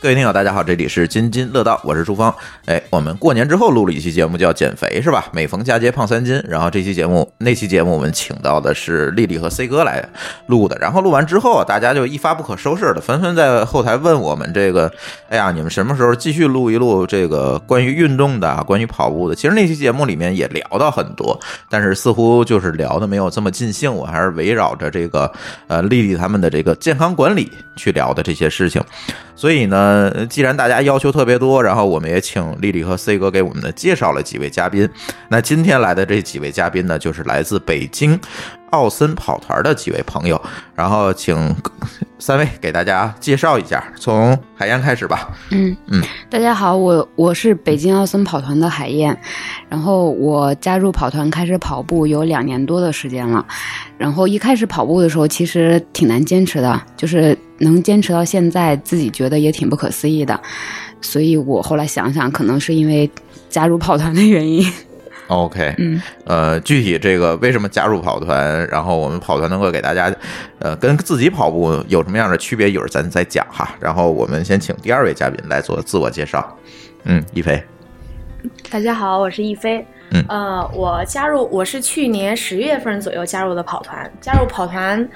各位听友，大家好，这里是津津乐道，我是朱芳。哎，我们过年之后录了一期节目，叫减肥是吧？每逢佳节胖三斤。然后这期节目，那期节目我们请到的是丽丽和 C 哥来录的。然后录完之后啊，大家就一发不可收拾的，纷纷在后台问我们这个，哎呀，你们什么时候继续录一录这个关于运动的、啊关于跑步的？其实那期节目里面也聊到很多，但是似乎就是聊的没有这么尽兴。我还是围绕着这个呃丽丽他们的这个健康管理去聊的这些事情。所以呢，呃既然大家要求特别多，然后我们也请丽丽和 C 哥给我们的介绍了几位嘉宾。那今天来的这几位嘉宾呢，就是来自北京奥森跑团的几位朋友。然后请三位给大家介绍一下，从海燕开始吧。嗯嗯，大家好，我我是北京奥森跑团的海燕，然后我加入跑团开始跑步有两年多的时间了，然后一开始跑步的时候其实挺难坚持的，就是能坚持到现在，自己觉得也挺不可思议的，所以我后来想想，可能是因为加入跑团的原因， OK，嗯，呃，具体这个为什么加入跑团，然后我们跑团能够给大家，呃，跟自己跑步有什么样的区别，一会儿咱再讲哈。然后我们先请第二位嘉宾来做自我介绍。嗯，一菲，大家好，我是一菲。嗯呃，我加入我是去年十月份左右加入的跑团，加入跑团，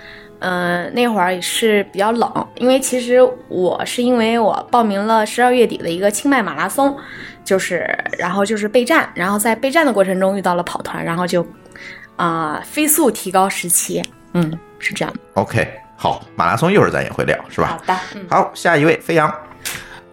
嗯、那会儿也是比较冷，因为其实我是因为我报名了十二月底的一个清迈马拉松，就是然后就是备战，然后在备战的过程中遇到了跑团，然后就啊、飞速提高时期，嗯，是这样。 OK，好，马拉松一会儿咱也会聊，是吧？的，嗯。好，下一位飞扬。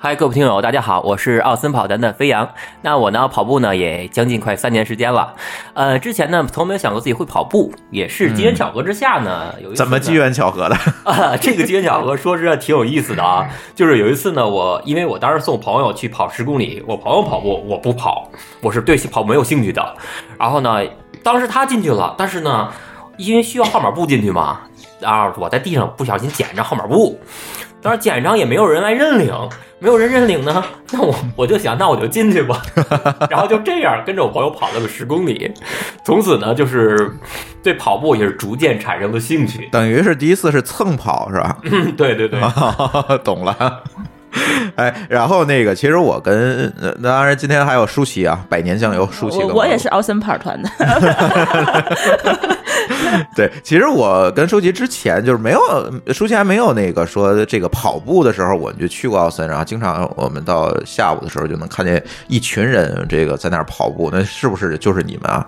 嗨，各位听友，大家好，我是奥森跑团的飞扬。那我呢，跑步呢也将近快三年时间了。呃，之前呢，从没有想过自己会跑步，也是机缘巧合之下呢，有一嗯次呢怎么机缘巧合的？啊， 这个机缘巧合说实在挺有意思的啊。就是有一次呢，我因为我当时送朋友去跑十公里，我朋友跑步，我不跑，我是对跑步没有兴趣的。然后呢，当时他进去了，但是呢，因为需要号码布进去嘛，然后我在地上不小心捡着号码布，当时捡上也没有人来认领，没有人认领呢，那我我就想，那我就进去吧。然后就这样跟着我朋友跑了个十公里，从此呢，就是对跑步也是逐渐产生了兴趣。 嗯等于是第一次是蹭跑是吧？对对对， 懂了。哎，然后那个，其实我跟呃当然今天还有舒淇啊，百年酱油舒淇跟我我也是奥森跑团的， 对，其实我跟舒淇之前就是没有，舒淇还没有那个说这个跑步的时候，我们就去过奥森，然后经常我们到下午的时候就能看见一群人这个在那儿跑步，那是不是就是你们啊？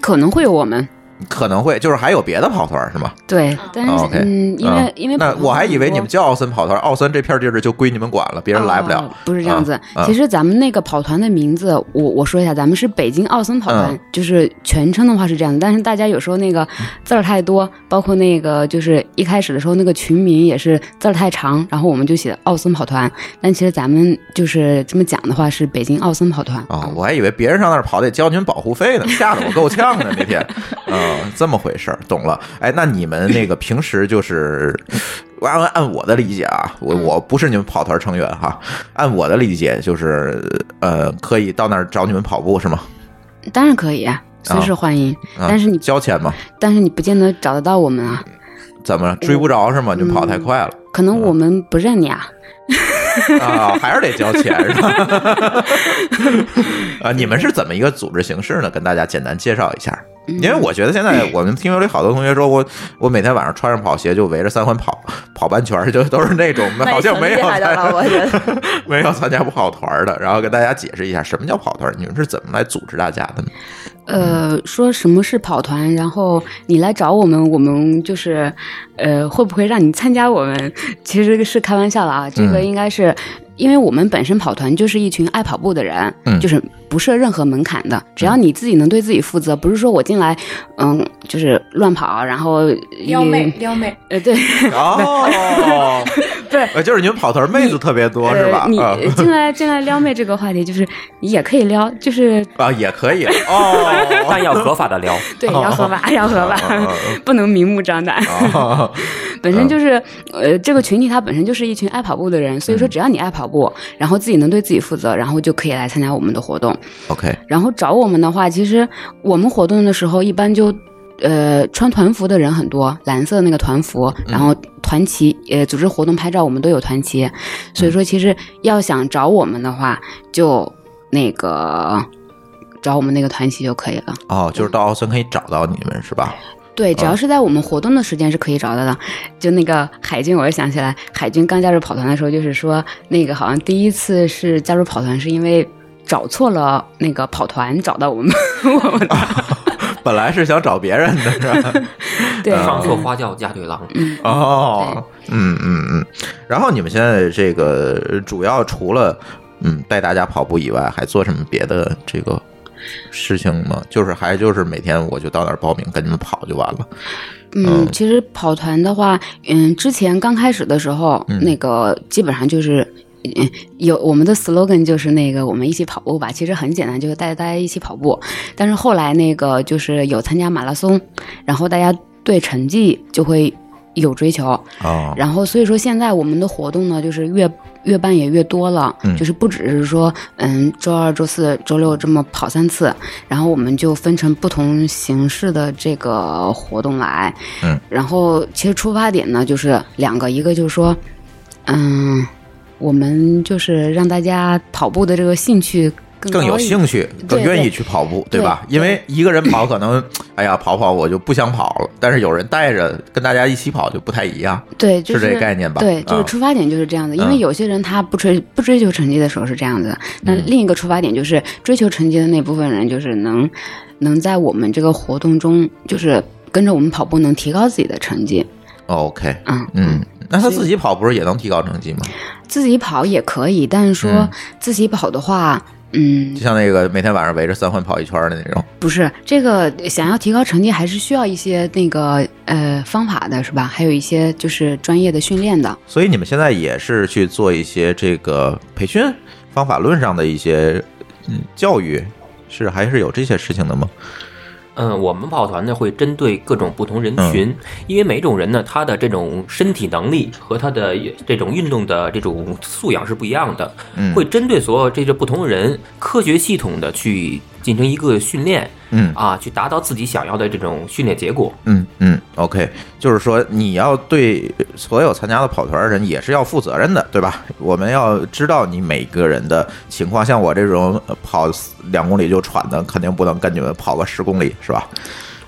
可能会有我们可能会就是还有别的跑团是吗？对，但是、啊，OK，嗯，因为、啊因为跑那团我还以为很多你们叫奥森跑团，奥森这片地儿就归你们管了，别人来不了。哦不是这样子，嗯嗯其实咱们那个跑团的名字，我我说一下，咱们是北京奥森跑团，嗯就是全称的话是这样的，但是大家有时候那个字儿太多，包括那个就是一开始的时候那个群名也是字儿太长，然后我们就写奥森跑团，但其实咱们就是这么讲的话是北京奥森跑团。啊、我还以为别人上那儿跑得交您保护费 呢，吓得我够呛的那天。啊、这么回事儿，懂了。哎，那你们那 个平时就是，按按我的理解啊，嗯我我不是你们跑团成员哈，按我的理解就是，呃，可以到那儿找你们跑步是吗？当然可以啊，随时欢迎，啊、但是你交钱吗？但是你不见得找得到我们啊，怎么了追不着是吗？就跑太嗯快了、可能我们不认你啊。啊，还是得交钱是吧？ 啊，你们是怎么一个组织形式呢？跟大家简单介绍一下。嗯因为我觉得现在我们听友里好多同学说我，我每天晚上穿上跑鞋就围着三环跑跑半圈儿，就都是那种好像 没有那也挺厉害的 了，我觉得。没有参加过跑团的。然后给大家解释一下什么叫跑团，你们是怎么来组织大家的呢？呃，说什么是跑团，然后你来找我们，我们就是，呃，会不会让你参加我们？其实是开玩笑的啊，这个嗯应该是。因为我们本身跑团就是一群爱跑步的人，嗯就是不设任何门槛的，只要你自己能对自己负责，不是说我进来，嗯，就是乱跑，然后撩妹，撩妹，呃，对，哦，对，就是你们跑团妹子特别多是吧呃、？你啊 呃进来进来撩妹这个话题，就是你也可以撩，就是啊，也可以哦， 但要合法的聊，对，要合法，要合啊法， 不能明目张胆。啊本身就是，呃，这个群体它本身就是一群爱跑步的人，所以说只要你爱跑步，然后自己能对自己负责，然后就可以来参加我们的活动。 ，OK，然后找我们的话，其实我们活动的时候一般就。呃，穿团服的人很多，蓝色那个团服，然后团旗，呃，组织活动拍照，我们都有团旗，所以说其实要想找我们的话，就那个找我们那个团旗就可以了。哦，就是到奥森可以找到你们是 吧？ 对，只要是在我们活动的时间是可以找到的。就那个海军，我又想起来，海军刚加入跑团的时候，就是说那个好像第一次是加入跑团是因为找错了那个跑团，找到我们 我们的本来是想找别人的是吧？ 对。上错花轿嫁对郎。哦，嗯嗯嗯。然后你们现在这个主要除了嗯带大家跑步以外，还做什么别的这个事情吗？就是还就是每天我就到那儿报名跟你们跑就完了。嗯，其实跑团的话，嗯，之前刚开始的时候，嗯那个基本上就是。嗯，有我们的 slogan 就是那个我们一起跑步吧，其实很简单，就是带着大家一起跑步。但是后来那个就是有参加马拉松，然后大家对成绩就会有追求，哦，然后所以说现在我们的活动呢，就是越越办也越多了，嗯就是不只是说嗯周二、周四、周六这么跑三次，然后我们就分成不同形式的这个活动来，嗯，然后其实出发点呢就是两个，一个就是说，嗯，我们就是让大家跑步的这个兴趣更更有高一兴趣，更对愿意对去跑步，对吧？因为一个人跑可能，哎呀，跑跑我就不想跑了。但是有人带着跟大家一起跑就不太一样。对，就是这概念吧对，嗯就是出发点就是这样的，因嗯为有些人他不追不追求成绩的时候是这样子的，那嗯另一个出发点就是追求成绩的那部分人，就是能能在我们这个活动中，就是跟着我们跑步能提高自己的成绩，哦 OK，嗯嗯，那他自己跑不是也能提高成绩吗？自己跑也可以，但是说嗯自己跑的话，嗯就，像那个每天晚上围着三环跑一圈的那种。不是这个想要提高成绩，还是需要一些那个呃方法的，是吧？还有一些就是专业的训练的，所以你们现在也是去做一些这个培训方法论上的一些嗯教育，是还是有这些事情的吗？嗯，我们跑团呢会针对各种不同人群，因为每种人呢他的这种身体能力和他的这种运动的这种素养是不一样的，嗯会针对所有这些不同人，科学系统的去进行一个训练嗯啊，去达到自己想要的这种训练结果。嗯嗯，OK，就是说你要对所有参加的跑团的人也是要负责任的，对吧？我们要知道你每个人的情况，像我这种呃跑两公里就喘的，肯定不能跟你们跑个十公里，是吧？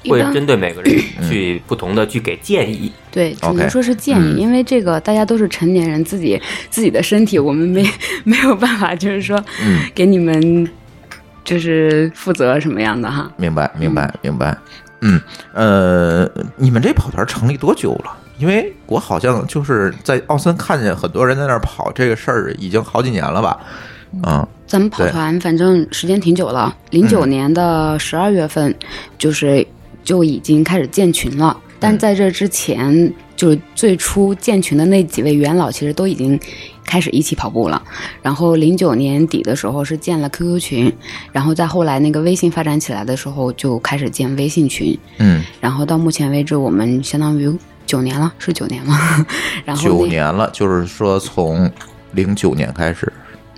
一会般针对每个人去不同的去给建议，对，只 OK，能说是建议，嗯因为这个大家都是成年人，自己 自己的身体，我们没 没有办法，就是说，嗯给你们就是负责什么样的哈。明白，明白，明白。嗯，呃，你们这跑团成立多久了？因为我好像就是在奥森看见很多人在那儿跑这个事儿，已经好几年了吧？嗯，咱们跑对团反正时间挺久了，零九年的十二月份就是就已经开始建群了，但在这之前，就是最初建群的那几位元老其实都已经开始一起跑步了。然后零九年底的时候是建了 QQ 群，然后再后来那个微信发展起来的时候就开始建微信群，嗯，然后到目前为止我们相当于九年了， 是九年吗？然后那九年了，就是说从零九年开始，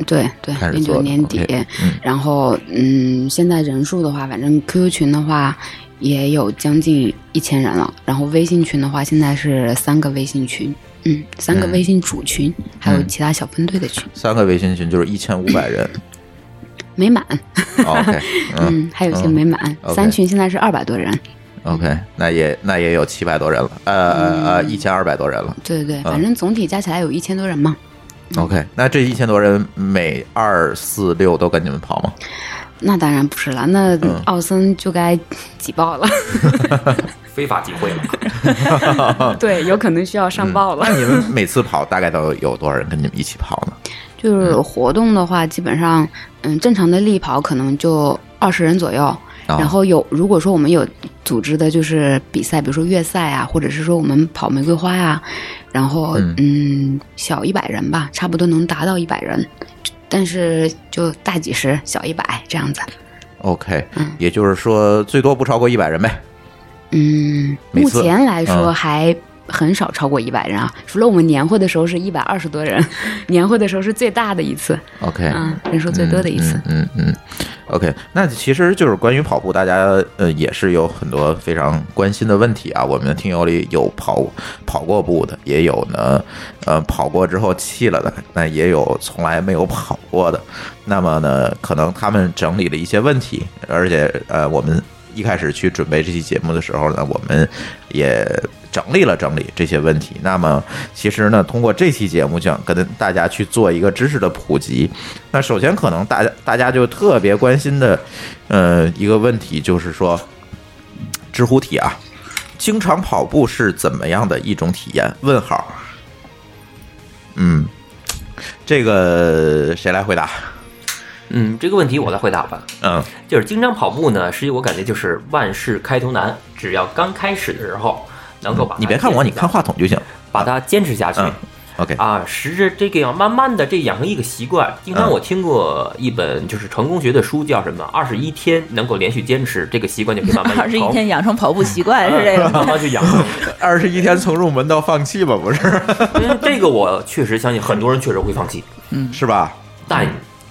对对开，始零做九的年底 OK，嗯然后嗯，现在人数的话，反正 QQ 群的话也有将近一千人了，然后微信群的话，现在是三个微信群，嗯，三个嗯微信主群，还有嗯其他小分队的群三个微信群就是一千五百人。没满， OK，嗯嗯，还有一些嗯没满， OK 三群现在是二百多人， ，OK，那也那也有七百多人了，呃呃呃，一千二百多人了。对对对，反嗯正总体加起来有一千多人嘛。 OK，那这一千多人每二四六都跟你们跑吗？那当然不是了，那嗯奥森就该挤爆了。 非法集会嘛。对，有可能需要嗯上报了。那你们每次跑大概都有多少人跟你们一起跑呢？就是活动的话，基本上，嗯，正常的力跑可能就二十人左右。啊然后有，如果说我们有组织的，就是比赛，比如说越赛啊，或者是说我们跑玫瑰花呀、然后嗯嗯小一百人吧，差不多能达到一百人，但是就大几十，小一百这样子。 OK，嗯也就是说最多不超过一百人呗。嗯，每目次前来说嗯还很少超过一百人啊，除了我们年会的时候是一百二十多人， 年会的时候是最大的一次， OK，嗯，人数最多的一次。嗯嗯嗯嗯 OK，那其实就是关于跑步，大家呃也是有很多非常关心的问题啊。我们的听友里有跑跑过步的，也有呢呃跑过之后弃了的，那也有从来没有跑过的。那么呢，可能他们整理了一些问题，而且呃我们。一开始去准备这期节目的时候呢，我们也整理了整理这些问题。那么，其实呢，通过这期节目，想跟大家去做一个知识的普及。那首先，可能大家大家就特别关心的，呃，一个问题就是说，知乎题啊，经常跑步是怎么样的一种体验？问号。嗯，这个谁来回答？嗯，这个问题我来回答吧。嗯就是经常跑步呢，是一个我感觉就是万事开头难，只要刚开始的时候能够把嗯它你别看我，坚你持下看话筒就行。把它坚持下去。嗯，OK，啊，时着这个样，慢慢的这养成一个习惯。经常嗯我听过一本就是成功学的书，叫什么？二十一天能够连续坚持，这个习惯就可以慢 慢 二十养一成。天养成跑步习惯是这嗯个 慢慢去养成。二十一天从入门到放弃吧，不是？嗯，这个我确实相信很多人确实会放弃，嗯是吧？但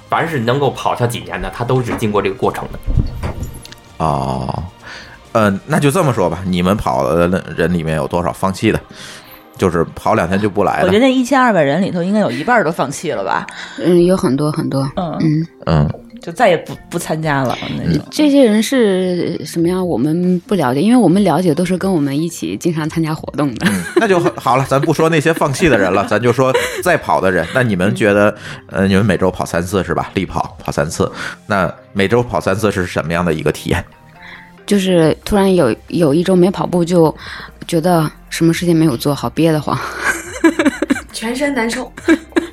凡是能够跑上几年的，他都是经过这个过程的。哦，呃，那就这么说吧，你们跑的人里面有多少放弃的？就是跑两天就不来我了觉得。那一千二百人里头，应该有一半儿都放弃了吧？嗯，有很多很多。嗯，嗯，嗯，就再也不不参加了那嗯种。这些人是什么样，我们不了解，因为我们了解都是跟我们一起经常参加活动的。那就好好了，咱不说那些放弃的人了，咱就说再跑的人。那你们觉得，呃，你们每周跑三次是吧？力跑跑三次，那每周跑三次是什么样的一个体验？ 就是突然有有一周没跑步，就觉得什么事情没有做好，憋得慌。全身难受。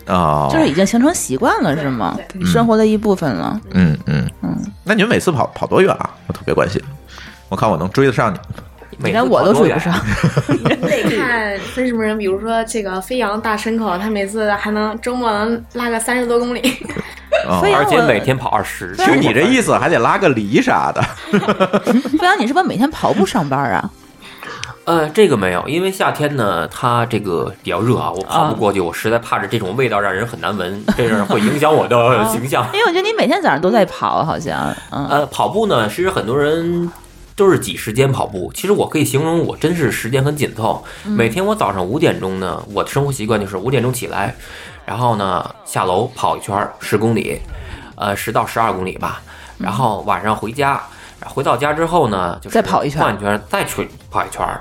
哦，就是已经形成习惯了，是吗？嗯生活的一部分了。嗯嗯嗯。那你们每次跑跑多远啊？我特别关心，我看我能追得上你们。每连次我跑都多追远不上，你得看分什么人，比如说这个飞扬大牲口，他每次还能周末能拉个三十多公里。 哦 飞扬而且我每天跑二十。啊听你这意思，还得拉个犁啥的。 飞扬，你是不是每天跑步上班 啊？呃，这个没有，因为夏天呢，它这个比较热啊，我跑不过去，我实在怕着这种味道让人很难闻，这样会影响我的形象。 因为我觉得你每天早上都在跑，好像，嗯，呃，跑步呢，其实很多人都是挤时间跑步。其实我可以形容，我真是时间很紧凑。每天我早上五点钟呢，我的生活习惯就是五点钟起来，然后呢下楼跑一圈十公里，呃，十到十二公里吧。然后晚上回家，回到家之后呢，就是再跑一圈换一圈，再去跑一圈儿。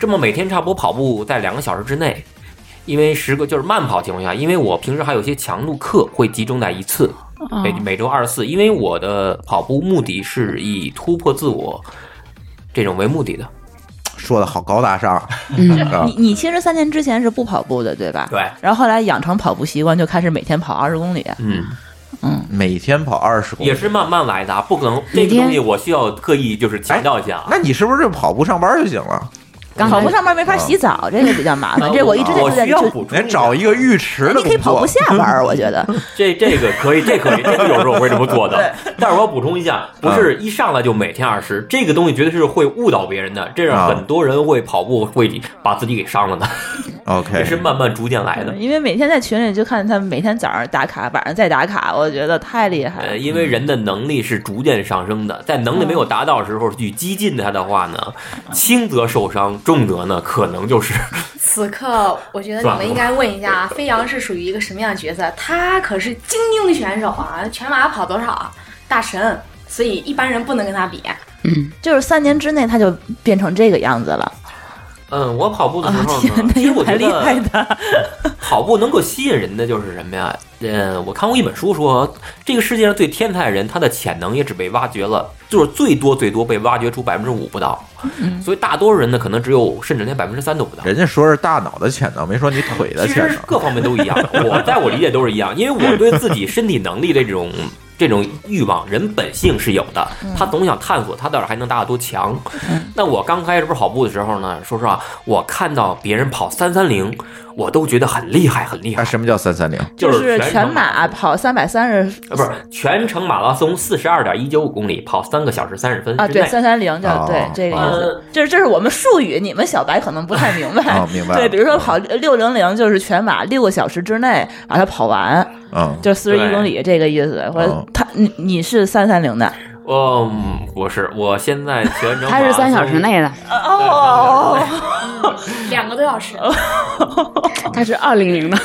这么每天差不多跑步在两个小时之内。因为十个就是慢跑情况下，因为我平时还有一些强度课会集中在一次，哦每每周二十四，因为我的跑步目的是以突破自我这种为目的的。说的好高大上啊。嗯你你其实三年之前是不跑步的，对吧？对然后后来养成跑步习惯，就开始每天跑二十公里。嗯，每天跑二十公里，也是慢慢来的啊，不可能这每个天东西我需要刻意就是强调一下啊。哎那你是不是就跑步上班就行了？刚跑才步上班没法洗澡，这个比较麻烦。这我一直在嗯啊我在需要就补充得找一个浴池的哦你工可以跑作步。下班 儿，我觉得。这这个可以，这可以，这个有时候我会这么做的。但是我要补充一下，不是一上来就每天二十，这个东西绝对是会误导别人的，这啊让很多人会跑步会把自己给伤了的， 也是 OK，慢慢逐渐来的。嗯因为每天在群里就看他们每天早上打卡，晚上再打卡，我觉得太厉害呃，了。因为人的能力是逐渐上升的，在能力没有达到的时候去激进它的话呢，轻则受伤，重则呢可能就是 此刻，我觉得你们应该问一下啊，飞扬是属于一个什么样的角色？他可是精英选手啊，全马跑多少啊，大神，所以一般人不能跟他比。就是三年之内他就变成这个样子了。啊嗯，我跑步的时候呢，哦天哪，其实也我觉蛮厉害得的。跑步能够吸引人的就是什么呀？嗯，我看过一本书说，这个世界上最天才的人，他的潜能也只被挖掘了，就是最多最多被挖掘出百分之五不到，所以大多数人呢，可能只有甚至连百分之三都不到。人家说是大脑的潜能，没说你腿的其潜实能。各方面都一样，我在我理解都是一样，因为我对自己身体能力这种。 这种欲望，人本性是有的，他总想探索他到底还能达到多强。那我刚开始不是跑步的时候呢，说实话，我看到别人跑三三零，我都觉得很厉害，很厉啊，害，什么叫三三零？就是全程啊马跑三百三十啊，不是全程马拉松四十二点一九五公里，跑三个小时三十分啊，之对，内三三零叫哦对这个意哦思，这是这是我们术语，你们小白可能不太明白。哦明白了对，比如说跑六零零就是全马六个小时之内把它跑完，嗯，就四十对一公里这个意思。或哦者他你你是三三零的我嗯我是我现在全程它是三小时内的，哦，两个多小时，啊它是二零零的。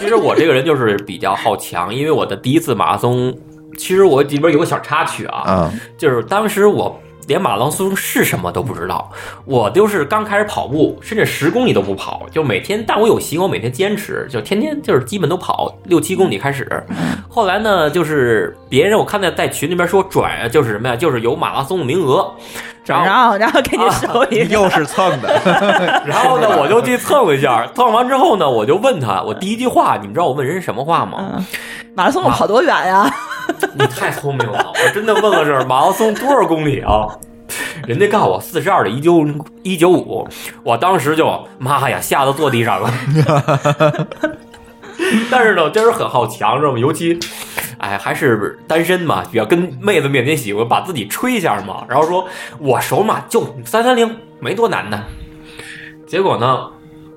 其实我这个人就是比较好强，因为我的第一次马拉松，其实我里边有个小插曲啊，啊， 就是当时我连马拉松是什么都不知道，我就是刚开始跑步，甚至十公里都不跑，就每天，但我有习惯，我每天坚持，就天天就是基本都跑六七公里开始。后来呢，就是别人我看见在群里面说转，就是什么呀，就是有马拉松的名额，然后啊然后然后给你手一个，又是蹭的，然后呢，我就去蹭了一下，蹭完之后呢，我就问他，我第一句话，你们知道我问人什么话吗？马拉松我跑多远呀？你太聪明了，我真的问了是马拉松多少公里啊？ 人家告诉我四十二的一九一九五，我当时就妈呀，吓得坐地上了。 但是呢，真是很好强，知道吗？尤其，哎，还是单身嘛，比较跟妹子面前喜欢把自己吹一下嘛。然后说我手码就三三零，没多难的。结果呢，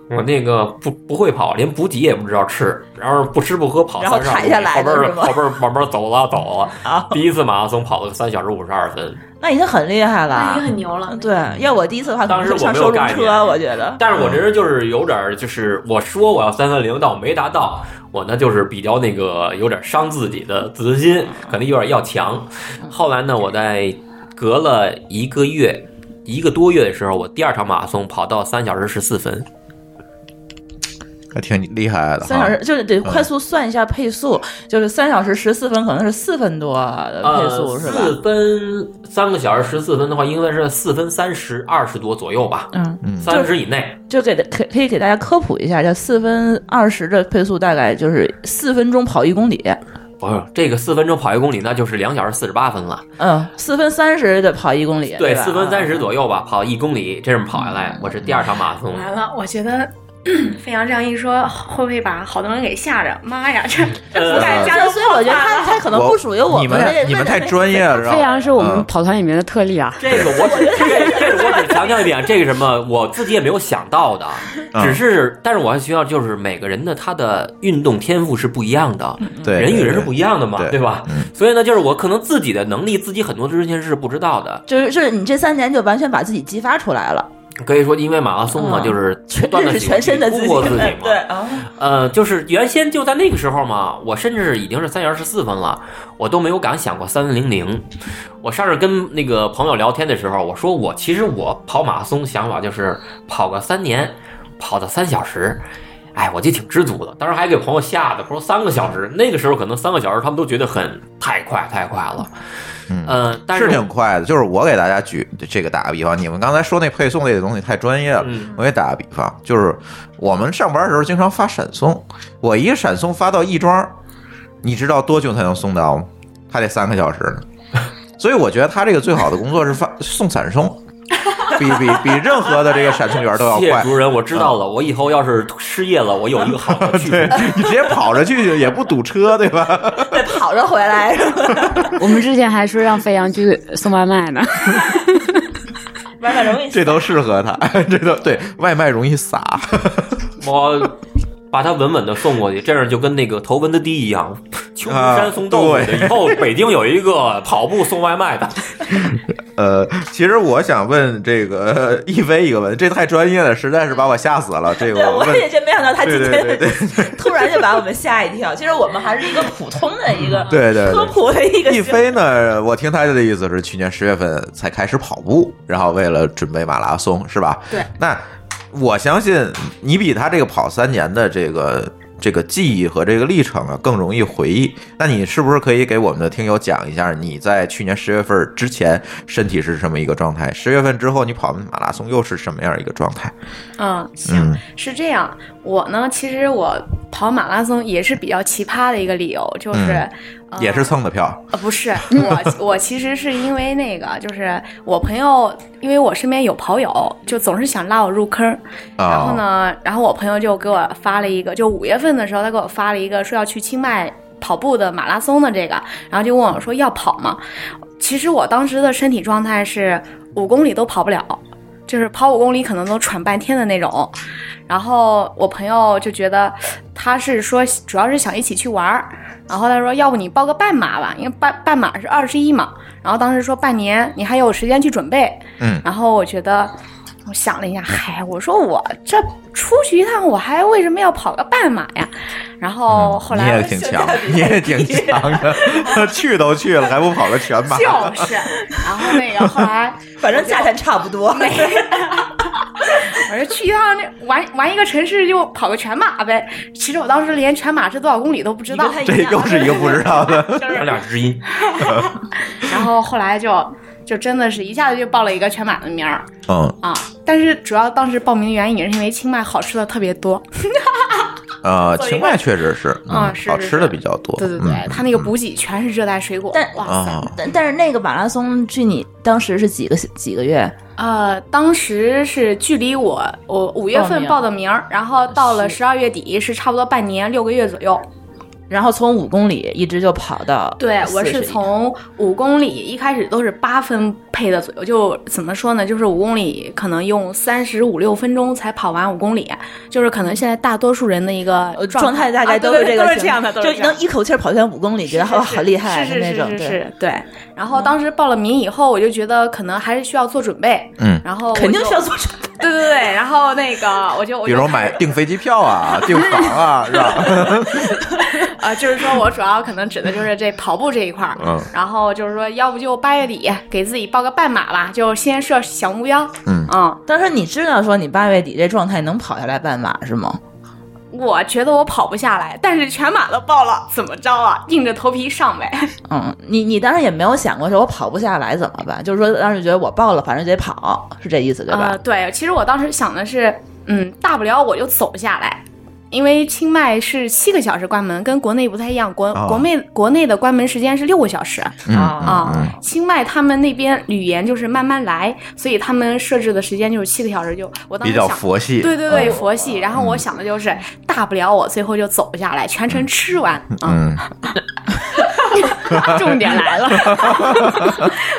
我那个不不会跑，连补给也不知道吃，然后不吃不喝跑然后三十二抬下来后边了儿是吗后边儿慢慢走了走了。啊，第一次马拉松跑了三小时五十二分， 那已经很厉害那已经了。很牛了。对，要我第一次的话，可当能时就我上没有收容概念啊车，我觉得。但是我这人就是有点儿，就是我说我要三三零，但我没达到，我呢就是比较那个有点伤自己的自尊心，可能有点要强。嗯后来呢，我在隔了一个月。一个多月的时候，我第二场马拉松跑到三小时十四分， 还挺厉害的。三小时，就是得快速算一下配速，就是三小时十四分，可能是四分多的配速呃是四吧？分三个小时十四分的话，应该是四分三十二十多左右吧，嗯，三十以内。就给可可以给大家科普一下，叫四分二十的配速，大概就是四分钟跑一公里。不是哦这个四分钟跑一公里，那就是两小时四十八分了。嗯，四分三十的跑一公里，对，吧四分三十左右吧，跑一公里，这么跑下嗯来，我是第二场马拉松。完了，我觉得。 飞扬这样一说，会不会把好多人给吓着？妈呀，这这不敢加啊的所以我觉得他他可能不属于我你这们你们太专业了，知道吗飞扬是我们嗯跑团里面的特例啊，这个我 只这个这个我只强调一点，这个什么我自己也没有想到的，嗯只是但是我还需要就是每个人的他的运动天赋是不一样的，嗯对人与人是不一样的嘛，对嗯对吧？所以呢，就是我可能自己的能力，自己很多之前是不知道的。就是就是你这三年就完全把自己激发出来了，可以说，因为马拉松嘛，嗯就是不断认的识全身的突己破自己嘛，对啊，呃，就是原先就在那个时候嘛，我甚至已经是三小时十四分了，我都没有敢想过三零零。我上次跟那个朋友聊天的时候，我说我其实我跑马拉松想法就是跑个三年，跑到三小时。哎，我就挺知足的，当时还给朋友吓的，说三个小时，那个时候可能三个小时他们都觉得很太快太快了，嗯、但是是挺快的，就是我给大家举这个打个比方，你们刚才说那配送类的东西太专业了，嗯我给打个比方，就是我们上班的时候经常发闪送，我一个闪送发到亦庄，你知道多久才能送到吗？还得三个小时呢。所以我觉得他这个最好的工作是发送闪送，比比比任何的这个闪送员都要谢谢快。主任，我知道了，我以后要是失业了，我有一个好 的去处。对你直接跑着去也不堵车，对吧？ 再跑着回来，我们之前还说让飞扬去送外卖呢。外卖容易这都适合他， 这都对外卖容易洒。我把它稳稳的送过去，这样就跟那个投蚊子滴一样，秋名山送豆腐啊的。对以后北京有一个跑步送外卖的，呃，其实我想问这个一飞一个问题，这太专业了，实在是把我吓死了。这个对，我我问，也真没想到他今对对对天 对突然就把我们吓一跳。其实我们还是一个普通的一个 对对对科普的一个一飞呢，我听他的意思是去年十月份才开始跑步，然后为了准备马拉松，是吧？对。那我相信你比他这个跑三年的这个这个记忆和这个历程啊更容易回忆。那你是不是可以给我们的听友讲一下，你在去年十月份之前身体是什么一个状态？十月份之后你跑完马拉松又是什么样一个状态？嗯，行嗯，是这样。我呢，其实我跑马拉松也是比较奇葩的一个理由，就是、嗯呃也是蹭的票，呃，不是我，我其实是因为那个，就是我朋友，因为我身边有跑友，就总是想拉我入坑儿。啊然后呢，然后我朋友就给我发了一个，就五月份的时候，他给我发了一个说要去清迈跑步的马拉松的这个，然后就问我说要跑吗？其实我当时的身体状态是五公里都跑不了，就是跑五公里可能都喘半天的那种。然后我朋友就觉得他是说主要是想一起去玩儿，然后他说要不你报个半马吧，因为半半马是二十一嘛。然后当时说半年你还有时间去准备，嗯然后我觉得。我想了一下，嗨，我说我这出去一趟，我还为什么要跑个半马呀？然后哦嗯后你来也我挺就强，你也挺强的， 去都去了还不跑个全马？ 就是，然后那个后来反正价钱差不多。我说去一趟那玩玩一个城市就跑个全马呗。其实我当时连全马是多少公里都不知道，这又是一个不知道的， 咱俩知音，然后后来就就真的是一下子就报了一个全马的名儿嗯啊。但是主要当时报名的原因也是因为清迈好吃的特别多，呃，清迈确实是，啊嗯是好是吃的是比较多，对对对，嗯它那个补给全是热带水果。但哇塞，啊， 但但是那个马拉松，距你当时是几个几个月？呃，当时是距离我我五月报份名报的名儿，然后到了是十二月底是差不多半年六个月左右。然后从五公里一直就跑到对，我41是从五公里一开始都是八分配的左右，就怎么说呢？就是五公里可能用三十五六分钟才跑完五公里，就是可能现在大多数人的一个呃状状态大概啊都对这对个对情这样的，都就是这样能一口气儿跑全五公里，觉得好好厉害是的是那种。是是对是，对。然后当时报了名以后，我就觉得可能还是需要做准备，嗯然后我肯定就需要做准备。对对对。然后那个我就我比就如开买始订飞机票 啊、订房啊，是吧？啊，就是说我主要可能指的就是这跑步这一块儿，嗯然后就是说，要不就八月底给自己报个半马吧，就先设小目标，嗯 当时你知道说你八月底这状态能跑下来半马是吗？我觉得我跑不下来，但是全马都报了，怎么着啊？硬着头皮上呗。嗯，你你当时也没有想过说我跑不下来怎么办？就是说当时觉得我报了，反正就得跑，是这意思对吧？呃，对，其实我当时想的是，嗯，大不了我就走下来。因为清迈是七个小时关门，跟国内不太一样。国、哦国内国内的关门时间是六个小时，嗯啊、嗯清迈他们那边语言就是慢慢来，所以他们设置的时间就是七个小时就。我当比时较想，佛系，对对对，嗯佛系。然后我想的就是，大不了我最后就走下来，全程吃完啊。嗯， 重点来了，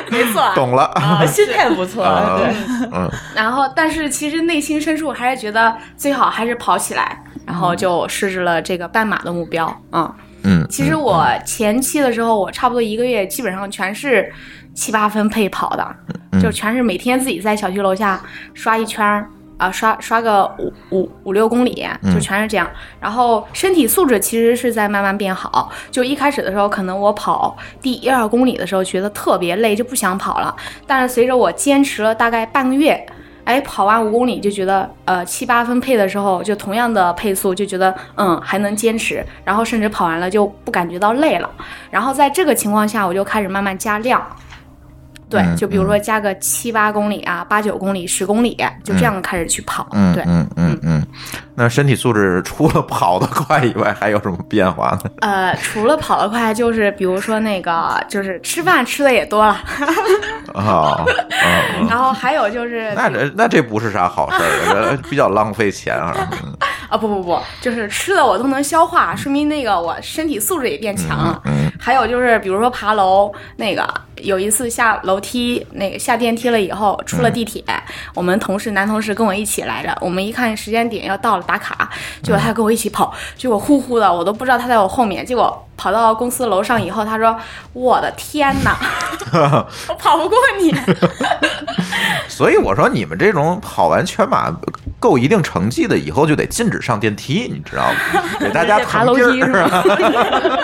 没错。懂了啊，嗯 心态不错，啊对。嗯，然后，但是其实内心深处还是觉得最好还是跑起来，然后就设置了这个半马的目标啊、嗯，其实我前期的时候，我差不多一个月基本上全是七八分配跑的，嗯就全是每天自己在小区楼下刷一圈儿。啊，刷刷个五五五六公里，就全是这样。然后身体素质其实是在慢慢变好。就一开始的时候，可能我跑第一二公里的时候觉得特别累，就不想跑了。但是随着我坚持了大概半个月，哎，跑完五公里就觉得，呃，七八分配的时候，就同样的配速就觉得，嗯，还能坚持，然后甚至跑完了就不感觉到累了。然后在这个情况下，我就开始慢慢加量。对嗯，就比如说加个七八公里啊，八九公里、十公里，就这样开始去跑。嗯对，嗯嗯嗯。那身体素质除了跑得快以外，还有什么变化呢？呃，除了跑得快，就是比如说那个，就是吃饭吃的也多了，哦啊，嗯嗯然后还有就是那这那这不是啥好事儿，这比较浪费钱啊。嗯啊，不不不，就是吃的我都能消化，说明那个我身体素质也变强了。嗯还有就是，比如说爬楼，那个有一次下楼梯，那个下电梯了以后，出嗯了地铁，我们同事男同事跟我一起来着，我们一看时间点要到了打卡，结嗯果他跟我一起跑，结果呼呼的，我都不知道他在我后面，结果跑到公司楼上以后，他说：“我的天 哪，我跑不过你。所以我说，你们这种跑完全马够一定成绩的，以后就得禁止上电梯，你知道吗？给大家爬腾地楼梯是儿。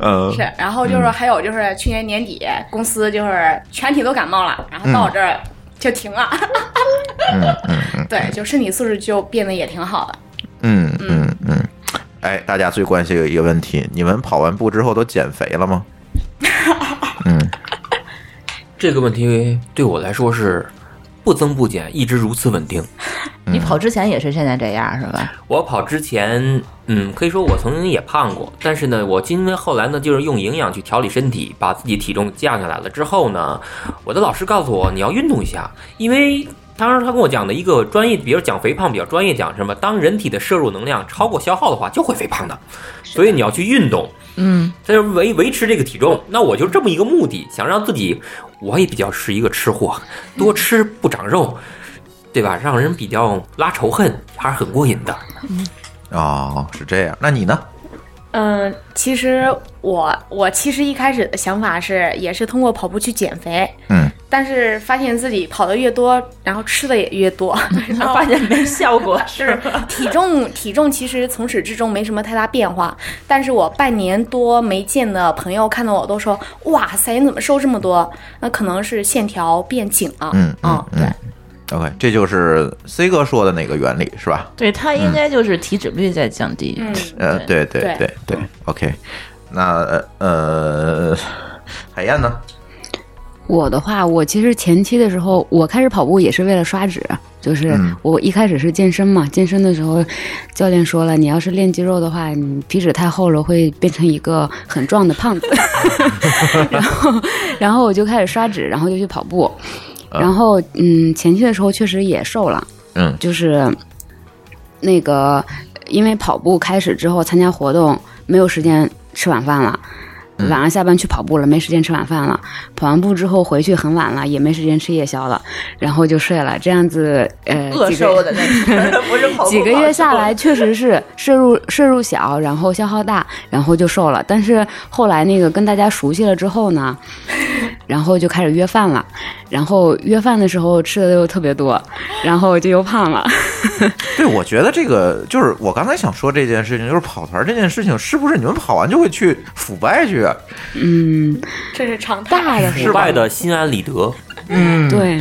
嗯，是，然后就是还有就是去年年底公司就是全体都感冒了，然后到我这儿就停了。嗯嗯 嗯对，就身体素质就变得也挺好的。嗯嗯嗯。哎，大家最关心的一个问题，你们跑完步之后都减肥了吗？嗯，这个问题对我来说是不增不减，一直如此稳定。嗯你跑之前也是现在这样是吧？我跑之前，嗯，可以说我曾经也胖过，但是呢，我因为后来呢，就是用营养去调理身体，把自己体重降下来了之后呢，我的老师告诉我你要运动一下，因为当时他跟我讲的一个专业，比如讲肥胖比较专业讲什么，当人体的摄入能量超过消耗的话，就会肥胖的，所以你要去运动。嗯，但是维维持这个体重，那我就这么一个目的，想让自己，我也比较是一个吃货，多吃不长肉，对吧？让人比较拉仇恨，还是很过瘾的。哦，是这样。那你呢？嗯，其实我我其实一开始的想法是，也是通过跑步去减肥，嗯，但是发现自己跑的越多，然后吃的也越多， 然后发现 没效 果是是体重 体重其实从始至终没什么太大变化，但是我半年多没见的朋友看到我都说，哇塞，你怎么瘦这么多？那可能是线条变紧了，嗯嗯嗯嗯。OK，这就是 C 哥说的那个原理是吧？对他应该就是体脂率在降低。嗯呃，对对对对对，OK，那呃，海燕呢？我的话，我其实前期的时候，我开始跑步也是为了刷脂，就是嗯我一开始是健身嘛，健身的时候，教练说了，你要是练肌肉的话，你皮脂太厚了会变成一个很壮的 胖子，然后， 然后我就开始刷脂，然后就去跑步，啊然后嗯，前期的时候确实也瘦了，嗯就是那个因为跑步开始之后参加活动，没有时间吃晚饭了。嗯晚上下班去跑步了，没时间吃晚饭了。跑完步之后回去很晚了，也没时间吃夜宵了，然后就睡了。这样子，呃，饿几个瘦的那是 不是跑步几个月下来，确实是摄入摄入小，然后消耗大，然后就瘦了。但是后来那个跟大家熟悉了之后呢，然后就开始约饭了，然后约饭的时候吃的又特别多，然后就又胖了。对，我觉得这个就是我刚才想说这件事情，就是跑团这件事情，是不是你们跑完就会去腐败去？啊嗯，这是常态。大的腐败的心安理得，嗯，对，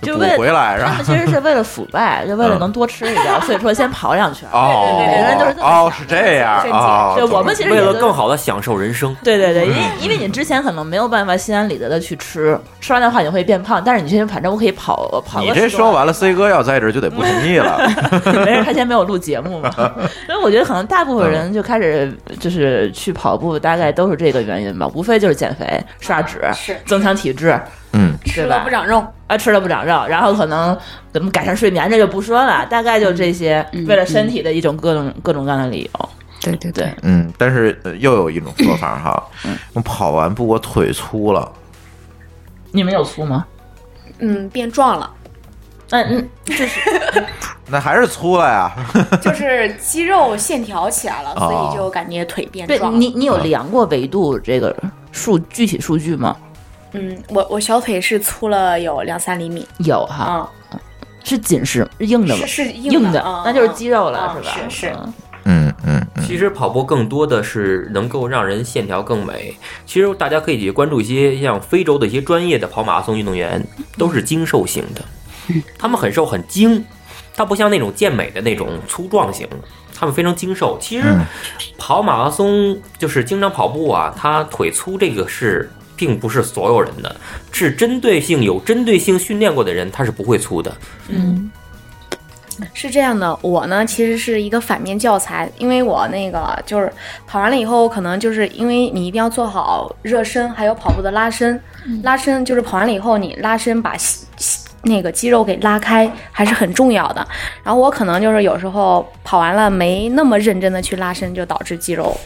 就补为回来是他吧们？其实是为了腐败，就为了嗯能多吃一点，所以说先跑两圈。哦对对对人家就是这么想哦，是这样正经啊。对，懂我们其实为也了就更好的享受人生。对对对，因为嗯因为你之前可能没有办法心安理得的去吃，吃完的话你会变胖，但是你现在反正我可以跑跑你个这10多说完了，C 哥要在这儿就得不同意了。 没人他先没有录节目 嘛，所以我觉得可能大部分嗯人就开始就是去跑步，大概都是这个原因吧，无非就是减肥、刷脂、啊是增强体质，嗯，吃对了吧不？长肉，啊，吃了不长肉，然后可能怎么改善睡眠，这就不说了，大概就这些，嗯为了身体的一种各种各种各样的理由。对对对，嗯，但是呃又有一种说法哈，嗯我跑完步我腿粗了，你们有粗吗？嗯，变壮了，嗯嗯，那还是粗了呀。嗯就是肌肉线条起来了，哦所以就感觉腿变对壮了。你你有量过维度这个数具体数据吗？嗯，我我小腿是粗了有两三厘米有哈，啊，是紧实，是硬的吗是？是硬硬的啊，那就是肌肉了，啊是吧？是是嗯嗯嗯嗯其实跑步更多的是能够让人线条更美。其实大家可以去关注一些像非洲的一些专业的跑马拉松运动员，都是精瘦型的，他们很瘦很精，他不像那种健美的那种粗壮型，他们非常精瘦。其实嗯跑马拉松就是经常跑步啊，他腿粗这个是。并不是所有人的，是针对性有针对性训练过的人，他是不会粗的。是这样的，我呢其实是一个反面教材，因为我那个就是跑完了以后，可能就是因为你一定要做好热身，还有跑步的拉伸。拉伸就是跑完了以后，你拉伸把细细那个肌肉给拉开，还是很重要的。然后我可能就是有时候跑完了没那么认真的去拉伸，就导致肌肉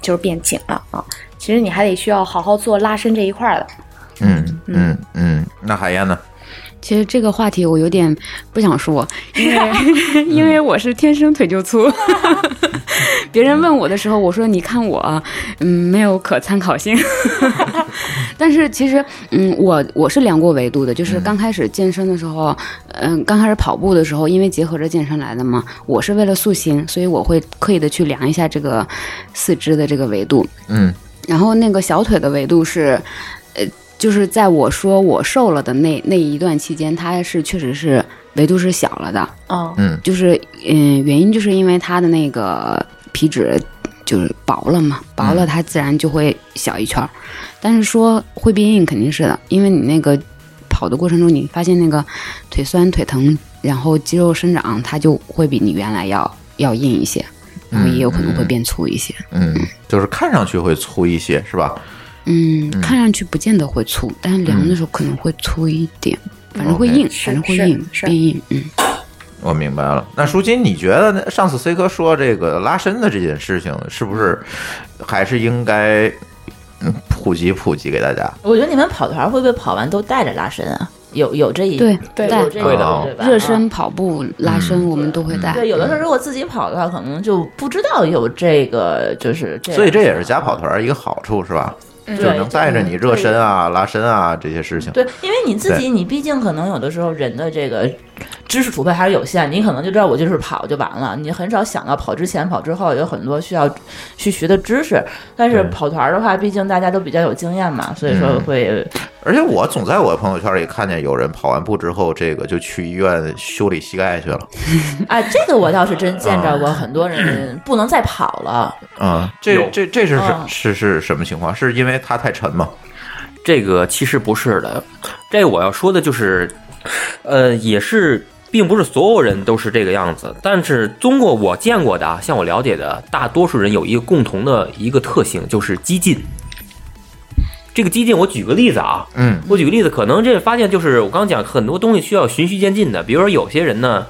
就是变紧了啊。其实你还得需要好好做拉伸这一块儿的。嗯嗯嗯，那海燕呢？其实这个话题我有点不想说，因为因为我是天生腿就粗。 别人问我的时候，我说你看我啊，嗯，没有可参考性。但是其实，嗯，我我是量过维度的，就是刚开始健身的时候，嗯，刚开始跑步的时候，因为结合着健身来的嘛，我是为了塑形，所以我会刻意的去量一下这个四肢的这个维度。嗯然后那个小腿的维度是，呃，就是在我说我瘦了的那那一段期间，他是确实是维度是小了的，哦，嗯就是嗯，原因就是因为他的那个皮脂就是薄了嘛，薄了它自然就会小一圈儿。但是说会变硬肯定是的，因为你那个跑的过程中，你发现那个腿酸、腿疼，然后肌肉生长，它就会比你原来要要硬一些，然后也有可能会变粗一些。嗯，就是看上去会粗一些，是吧？嗯，看上去不见得会粗，但是量的时候可能会粗一点，反正会 OK 硬，反正会是硬，是变硬。嗯，我明白了。那舒金，你觉得呢上次 C 哥说这个拉伸的这件事情，是不是还是应该嗯普及普及给大家？我觉得你们跑团会不会跑完都带着拉伸啊？有有这一对对有这一会的哦种对吧？热啊嗯身、跑步、拉伸，我们都会带。对，有的嗯时候如果自己跑的话，可能就不知道有这个，就是这样。所以这也是加跑团一个好处，是吧？就对能带着你热身啊、拉伸啊这些事情。对，因为你自己，你毕竟可能有的时候人的这个知识储备还是有限，你可能就知道我就是跑就完了，你很少想到跑之前、跑之后有很多需要去学的知识。但是对跑团儿的话，毕竟大家都比较有经验嘛，所以说嗯会而且我总在我朋友圈里看见有人跑完步之后，这个就去医院修理膝盖去了。啊，这个我倒是真见着过很多人不能再跑了，啊、这有这这是什、嗯是是什么情况？是因为它太沉吗？这个其实不是的，这我要说的就是，呃，也是，并不是所有人都是这个样子。但是通过我见过的啊，像我了解的，大多数人有一个共同的一个特性，就是激进。这个激进，我举个例子啊，嗯，我举个例子，可能这发现就是我刚讲很多东西需要循序渐进的。比如说有些人呢，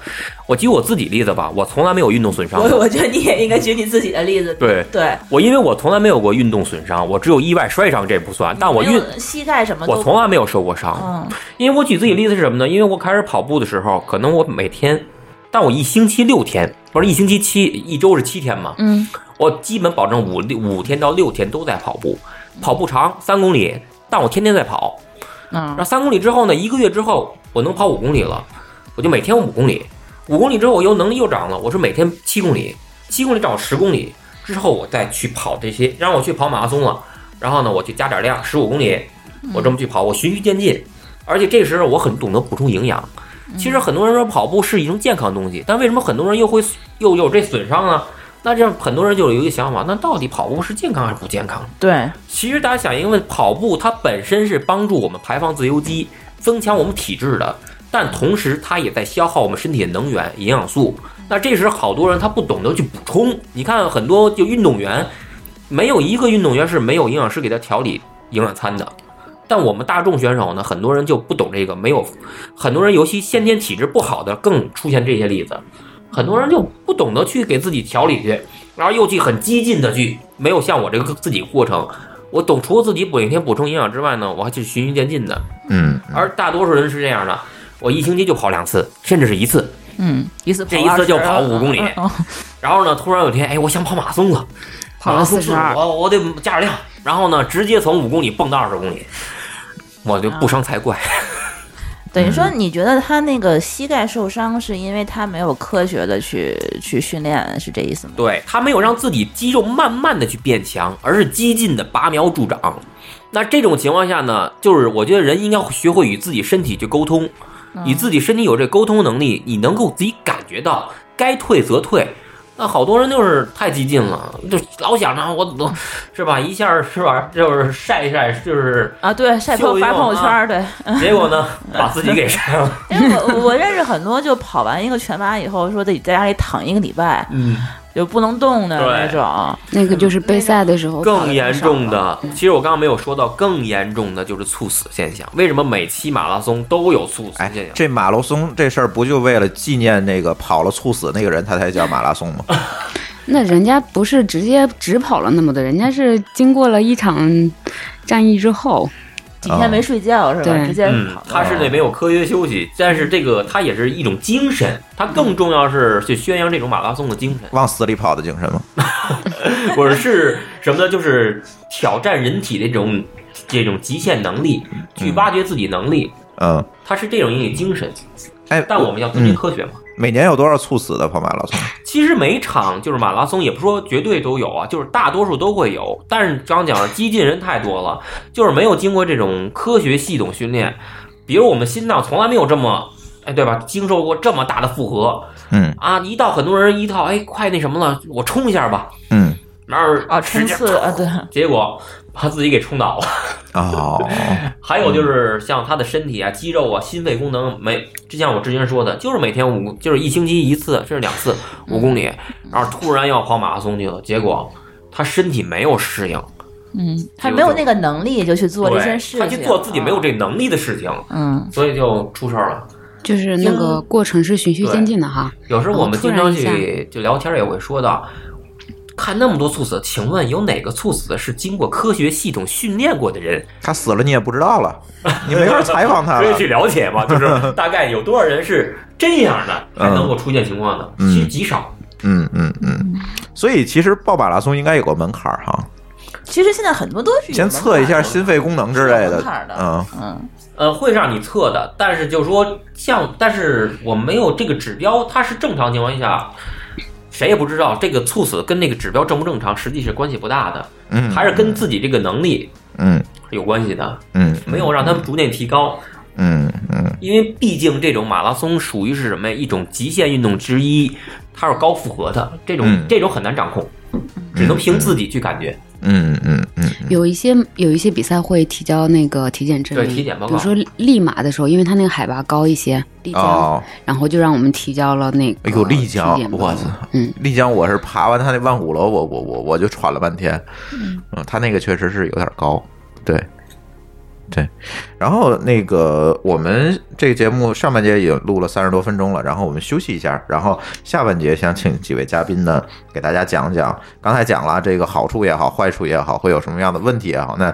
我举我自己例子吧，我从来没有运动损伤过。我我觉得你也应该举你自己的例子。对对，我因为我从来没有过运动损伤，我只有意外摔伤这不算，但我没运有膝盖什么都我从来没有受过伤。嗯因为我举自己例子是什么呢？因为我开始跑步的时候，可能我每天，但我一星期六天，不是一星期七，一周是七天嘛，嗯，我基本保证五六五天到六天都在跑步，跑步长三公里，但我天天在跑。嗯然后三公里之后呢，一个月之后我能跑五公里了，我就每天五公里，五公里之后我又能力又涨了，我是每天七公里，七公里涨十公里之后我再去跑这些，让我去跑马拉松了，然后呢我去加点量，十五公里，我这么去跑，我循序渐进，而且这时候我很懂得补充营养。其实很多人说跑步是一种健康的东西，但为什么很多人又会又有这损伤呢？那这样很多人就有一个想法，那到底跑步是健康还是不健康？对，其实大家想一个问，跑步它本身是帮助我们排放自由基，增强我们体质的，但同时它也在消耗我们身体的能源、营养素。那这时好多人他不懂得去补充，你看很多就运动员，没有一个运动员是没有营养师给他调理营养餐的。但我们大众选手呢，很多人就不懂这个，没有很多人，尤其先天体质不好的，更出现这些例子。很多人就不懂得去给自己调理去，然后又去很激进的去，没有像我这个自己过程。我懂，除了自己每天补充营养之外呢，我还去循序渐进的。嗯，而大多数人是这样的，我一星期就跑两次，甚至是一次，嗯，一次跑这一次就20跑五公里。嗯然后呢，突然有一天，哎，我想跑马拉松了，跑了马拉松42我我得加点量。然后呢，直接从五公里蹦到二十公里，我就不伤才怪。等于嗯说，你觉得他那个膝盖受伤是因为他没有科学的去去训练，是这意思吗？对他没有让自己肌肉慢慢的去变强，而是激进的拔苗助长。那这种情况下呢，就是我觉得人应该学会与自己身体去沟通，你自己身体有这沟通能力，你能够自己感觉到该退则退。那好多人就是太激进了，就老想着我我是吧，一下是吧，就是晒一晒，就是啊，对，晒朋友发朋友圈儿，对，结果呢，把自己给晒了。 因为我我认识很多就跑完一个全马以后，说自己在家里躺一个礼拜，嗯，就不能动的对啊那种，那个就是备赛的时候跑更得严少重了。的，其实我刚刚没有说到，更严重的就是猝死现象。为什么每期马拉松都有猝死哎现象，？这马拉松这事儿不就为了纪念那个跑了猝死那个人，他才叫马拉 松吗？那人家不是直接只跑了那么多，人家是经过了一场战役之后，几天没睡觉是吧？对直接嗯跑，他是那没有科学休息，但是这个它也是一种精神，它更重要是去宣扬这种马拉松的精神，往死里跑的精神吗？或者是什么呢？就是挑战人体的这种这种极限能力，去挖掘自己能力，嗯，它是这种一种精神。哎，但我们要尊敬科学嘛，每年有多少猝死的跑马拉松？其实每场就是马拉松，也不说绝对都有啊，就是大多数都会有。但是刚讲了，激进人太多了，就是没有经过这种科学系统训练。比如我们心脏从来没有这么，哎，对吧？经受过这么大的负荷嗯啊！一到很多人一到，哎，快那什么了，我冲一下吧，嗯，然后啊，直冲接 刺啊，对，结果把自己给冲倒了。 哦，还有就是像他的身体啊、肌肉啊、心肺功能没，就像我之前说的，就是每天五，就是一星期一次，甚至两次五公里，嗯然后突然要跑马拉松去了，结果他身体没有适应，嗯，他没有那个能力就去做这件对事，情，啊他去做自己没有这能力的事情，嗯，所以就出事儿了。就是那个过程是循序渐进的哈。有时候我们经常突然去就聊天也会说到，看那么多猝死，请问有哪个猝死的是经过科学系统训练过的 人？他死了你也不知道 了，你没法采访他所以了去。了解 嘛，就是大概有多少人是这样的才能够出现情况的，嗯其实极少。嗯嗯嗯，所以其实报马拉松应该有个门槛儿哈，其实现在很多都是有先门槛测一下的心肺功能之类有的门槛儿。的嗯，嗯，呃，会让你测的，但是就说像，但是我没有这个指标，它是正常情况下，谁也不知道这个猝死跟那个指标正不正常，实际是关系不大的，嗯还是跟自己这个能力嗯有关系的，嗯没有让他们逐渐提高，嗯嗯因为毕竟这种马拉松属于是什么呀？一种极限运动之一，它是高负荷的，这种、嗯这种很难掌控，只能凭自己去感觉。嗯嗯嗯有一些有一些比赛会提交那个体检证明，对体检报告比如说立马的时候，因为它那个海拔高一些，丽嗯，江，哦，然后就让我们提交了那个哎呦，丽江体检，报告我操，嗯，丽江，我是爬完他那万古楼，我我我我就喘了半天，嗯，他那个确实是有点高，对，对，然后那个我们这个节目上半节也录了三十多分钟了，然后我们休息一下，然后下半节想请几位嘉宾呢给大家讲讲，刚才讲了这个好处也好，坏处也好，会有什么样的问题也好，那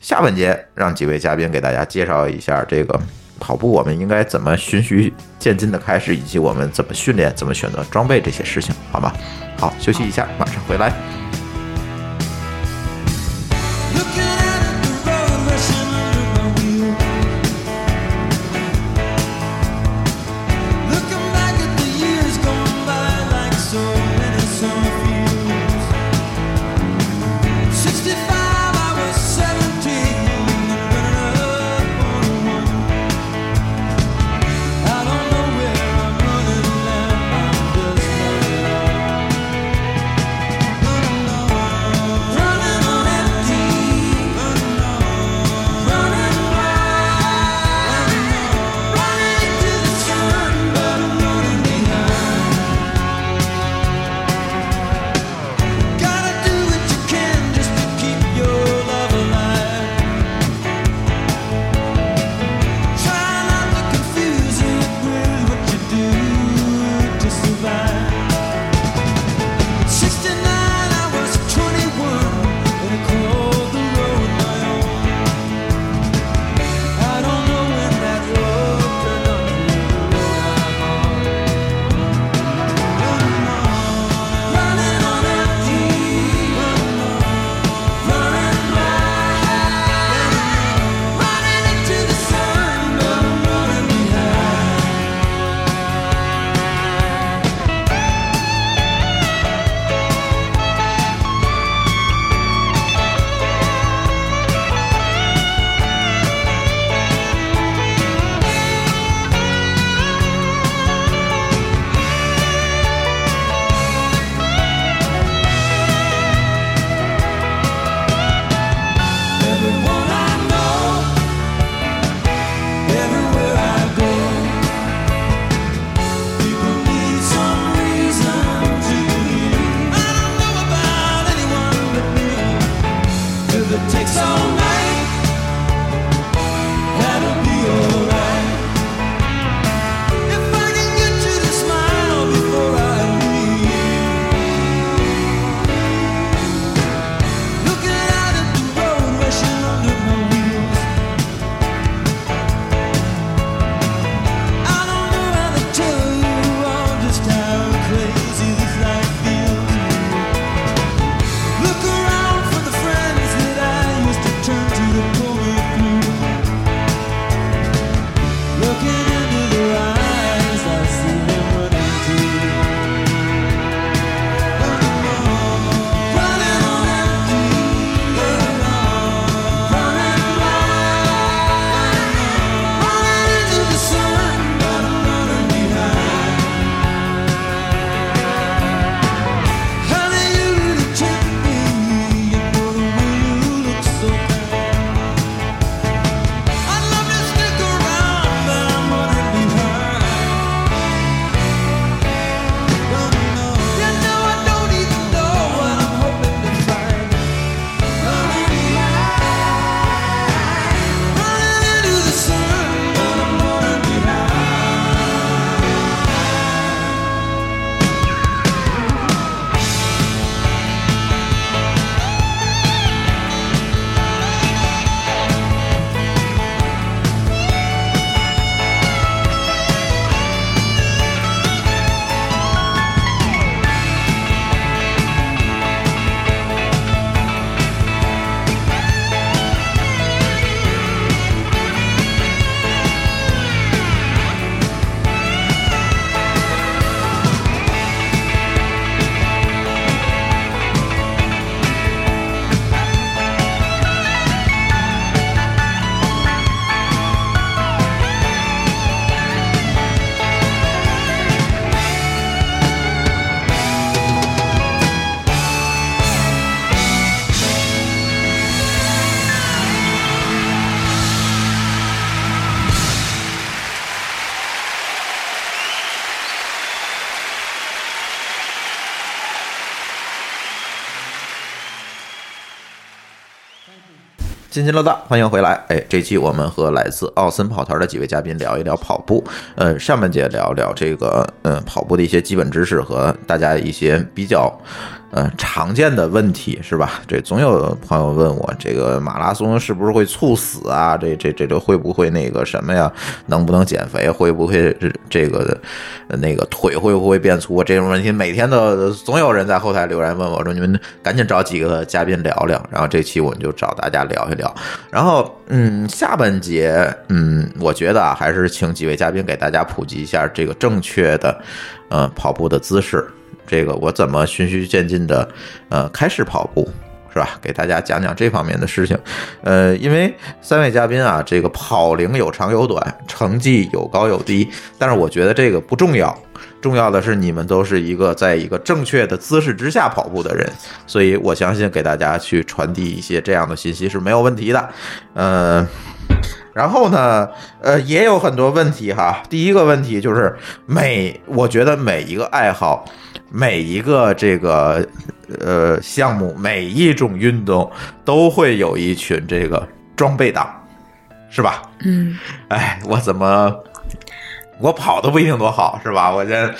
下半节让几位嘉宾给大家介绍一下这个。跑步我们应该怎么循序渐进的开始，以及我们怎么训练、怎么选择装备这些事情，好吗？好，休息一下，马上回来。 Just 津津乐道，欢迎回来。哎，这期我们和来自奥森跑团的几位嘉宾聊一聊跑步。呃，上半节聊聊这个，呃，跑步的一些基本知识和大家一些比较，呃，常见的问题是吧？这总有朋友问我，这个马拉松是不是会猝死啊？这这这这会不会那个什么呀？能不能减肥？会不会这这个呃那个腿会不会变粗啊？这种问题每天都总有人在后台留言问我，说你们赶紧找几个嘉宾聊聊。然后这期我们就找大家聊一聊。然后嗯，下半节嗯，我觉得啊，还是请几位嘉宾给大家普及一下这个正确的呃跑步的姿势。这个我怎么循序渐进的呃开始跑步，是吧？给大家讲讲这方面的事情。呃，因为三位嘉宾啊，这个跑龄有长有短，成绩有高有低，但是我觉得这个不重要，重要的是你们都是一个在一个正确的姿势之下跑步的人，所以我相信给大家去传递一些这样的信息是没有问题的。呃。然后呢，呃，也有很多问题哈。第一个问题就是每，我觉得每一个爱好，每一个这个呃项目，每一种运动都会有一群这个装备党，是吧？嗯，哎，我怎么我跑的不一定多好，是吧？我这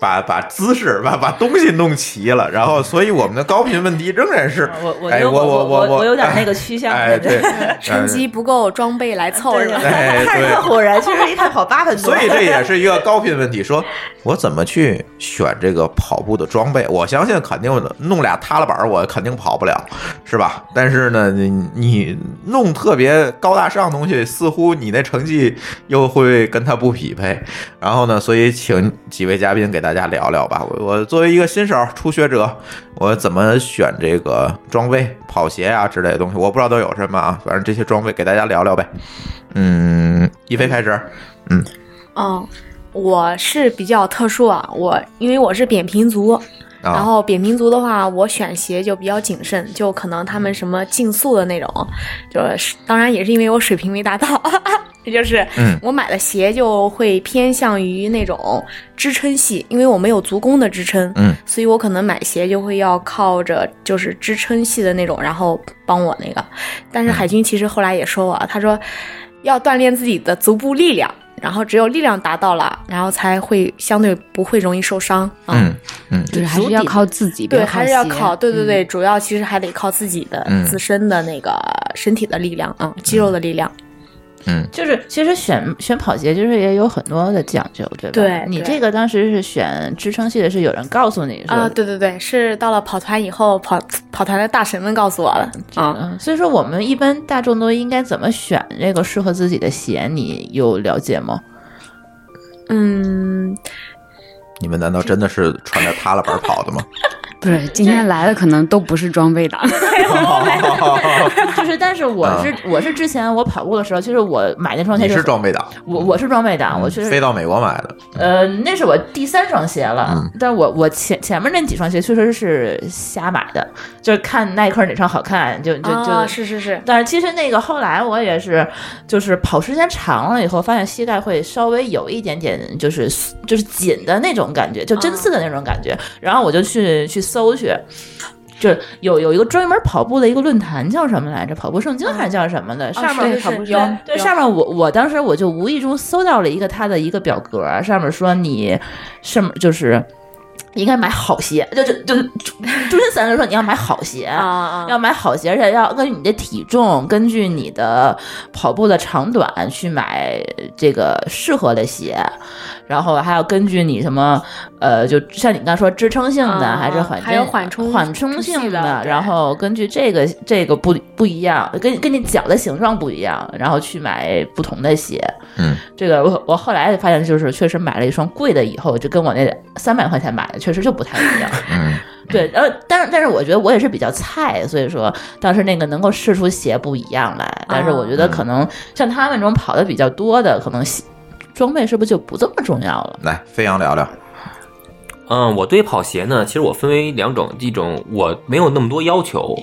把把姿势把把东西弄齐了，然后所以我们的高频问题仍然是，我我哎就我我我我有点那个趋向 哎对， 成绩不够，装备来凑是吧？ 哎太对热火然，确实一看跑八分多，所以这也是一个高频问题，说我怎么去选这个跑步的装备？我相信肯定弄俩塌拉板儿，我肯定跑不了，是吧？但是呢，你你弄特别高大上的东西，似乎你那成绩又会跟它不匹配。然后呢，所以请几位嘉宾给大家聊聊吧。我我作为一个新手初学者，我怎么选这个装备、跑鞋啊之类的东西，我不知道都有什么啊，反正这些装备给大家聊聊呗。嗯，一飞开始。嗯，我是比较特殊啊，我因为我是扁平足，啊然后扁平足的话，我选鞋就比较谨慎，就可能他们什么竞速的那种，就是当然也是因为我水平没达到， 这就是嗯我买的鞋就会偏向于那种支撑系，因为我没有足弓的支撑，嗯，所以我可能买鞋就会要靠着就是支撑系的那种，然后帮我那个。但是海军其实后来也说我啊，他说要锻炼自己的足部力量。然后只有力量达到了，然后才会相对不会容易受伤。啊嗯嗯就是还是要靠自己，不靠对，还是要鞋靠，对对嗯对，主要其实还得靠自己的嗯自身的那个身体的力量啊、肌肉的力量。就是其实选选跑鞋，就是也有很多的讲究，对吧？对你对这个当时是选支撑系的，是有人告诉你说啊、对对对，是到了跑团以后，跑跑团的大神们告诉我的啊。嗯，所以说我们一般大众都应该怎么选这个适合自己的鞋，你有了解吗？嗯，你们难道真的是穿着塌拉板跑的吗？ 不是今天来的可能都不是装备 党， 就是，但是我是、我是之前我跑步的时候，就是我买那双 嗯鞋你就是装备党，嗯我我是装备党，啊我确飞实到美国买的。呃那是我第三双鞋了，嗯但我我前前面那几双鞋确实是瞎买的，就是看耐克哪双好看就就就、啊，是是是，但是其实那个后来我也是，就是跑时间长了以后，发现膝盖会稍微有一点点就是就是紧的那种感觉，就针刺的那种感觉。然后我就去去搜去，就有有一个专门跑步的一个论坛叫什么来着？跑步圣经还是叫什么的？上面哦是是跑是步有对有上面我我当时我就无意中搜到了一个他的一个表格，上面说你什么就是。应该买好鞋，就就就周深三就说你要买好鞋啊啊，要买好鞋，而且要根据你的体重，根据你的跑步的长短去买这个适合的鞋，然后还要根据你什么，呃，就像你刚才说支撑性的、啊嗯还是缓震还有缓冲缓冲性性的对然后根据这个这个不不一样，跟跟你脚的形状不一样，然后去买不同的鞋。嗯，这个我我后来发现就是确实买了一双贵的以后，就跟我那三百块钱买的确实就不太一样。嗯，对，然后但是但是我觉得我也是比较菜，所以说当时那个能够试出鞋不一样来，但是我觉得可能像他们这种跑的比较多的，可能鞋装备是不是就不这么重要了？来，飞扬聊聊。嗯，我对跑鞋呢，其实我分为两种，一种我没有那么多要求，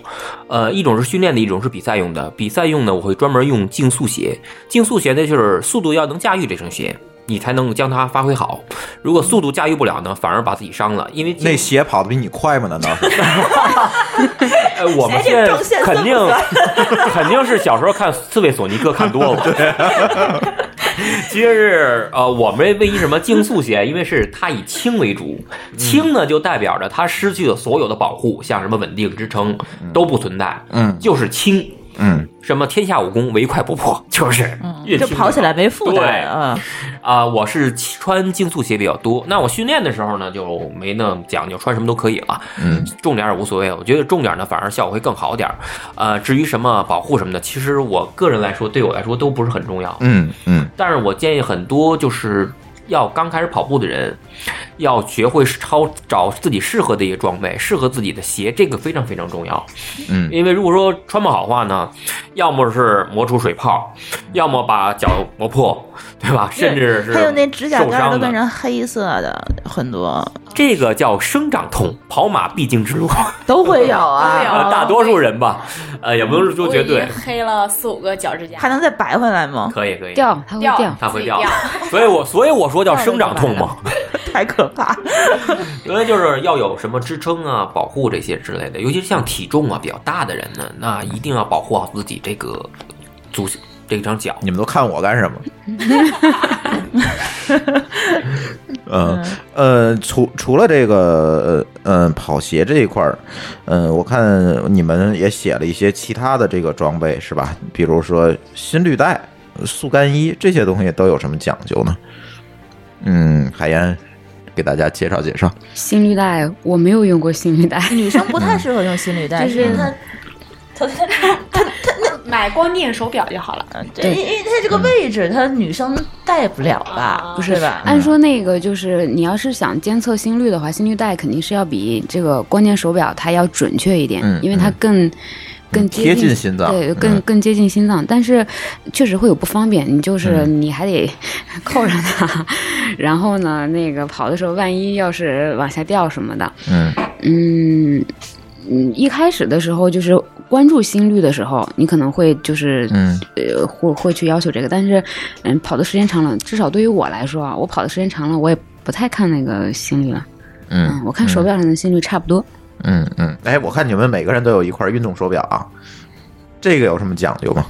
呃，一种是训练的，一种是比赛用的。比赛用呢，我会专门用竞速鞋，竞速鞋呢就是速度要能驾驭这双鞋。你才能将它发挥好。如果速度驾驭不了呢，反而把自己伤了，因为那鞋跑得比你快吗？难道是？呃，我们现在肯定 肯定是小时候看刺猬索尼克看多了。 其实是呃，我们为什么竞速鞋？因为是它以轻为主，嗯轻呢就代表着它失去了所有的保护，像什么稳定、支撑都不存在，嗯就是轻。嗯，什么天下武功唯快不破，就是越嗯就轻跑越起来没负对担啊。啊、我是穿竞速鞋比较多。那我训练的时候呢，就没那么讲究，穿什么都可以了。嗯，重点也无所谓，我觉得重点呢反而效果会更好点儿。呃，至于什么保护什么的，其实我个人来说，对我来说都不是很重要。嗯嗯但是我建议很多就是要刚开始跑步的人，要学会超找自己适合的一个装备，适合自己的鞋，这个非常非常重要。嗯因为如果说穿不好的话呢，要么是磨出水泡，要么把脚磨破，对吧？甚至是还有那指甲受盖伤都的变成黑色的，很多这个叫生长痛，跑马必经 之路，都会有啊。呃，大多数人吧，呃，也不能说我绝已对哦经，黑了四五个脚趾甲， 还能再白回来吗？可以可以，掉，它会掉掉。它会自己掉掉，所以我所以我说叫生长痛嘛，太可 怕！因为就是要有什么支撑啊、保护这些之类的，尤其是像体重啊比较大的人呢，那一定要保护好自己这个足这张脚。你们都看我干什么？嗯呃，除除了这个呃嗯跑鞋这一块儿，嗯、我看你们也写了一些其他的这个装备是吧？比如说心率带、速干衣这些东西都有什么讲究呢？嗯，海燕给大家介绍介绍。心率带我没有用过心率带，嗯女生不太适合用心率带，就是他。 他他他他买光电手表就好了，对，因为它这个位置，它女生戴不了吧？嗯啊不是吧？按说那个就是你要是想监测心率的话，心率带肯定是要比这个光电手表它要准确一点，嗯因为它嗯更。更接贴近心脏对，嗯更更接近心脏，但是确实会有不方便，你就是嗯你还得 扣上它， 然后呢，那个跑的时候万一要是往下掉什么的，嗯嗯嗯，一开始的时候就是关注心率的时候，你可能会就是嗯呃，会会去要求这个，但是，嗯，跑的时间长了，至少对于我来说啊，我跑的时间长了，我也不太看那个心率了。嗯，我看手表上的心率差不多。嗯嗯，哎，我看你们每个人都有一块运动手表啊，这个有什么讲究吗？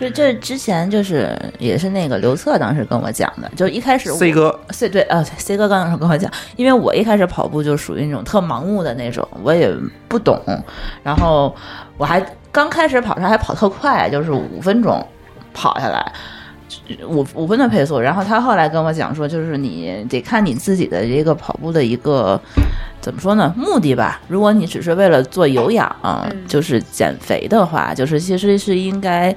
就这之前就是也是那个刘策当时跟我讲的，就一开始我 C 哥，C 对啊、c 哥刚刚跟我讲，因为我一开始跑步就属于那种特盲目的那种，我也不懂，然后我还刚开始跑，他还跑特快，就是五分钟跑下来。五五分的配速，然后他后来跟我讲说，就是你得看你自己的这个跑步的一个怎么说呢目的吧。如果你只是为了做有氧，就是减肥的话，就是其实是应该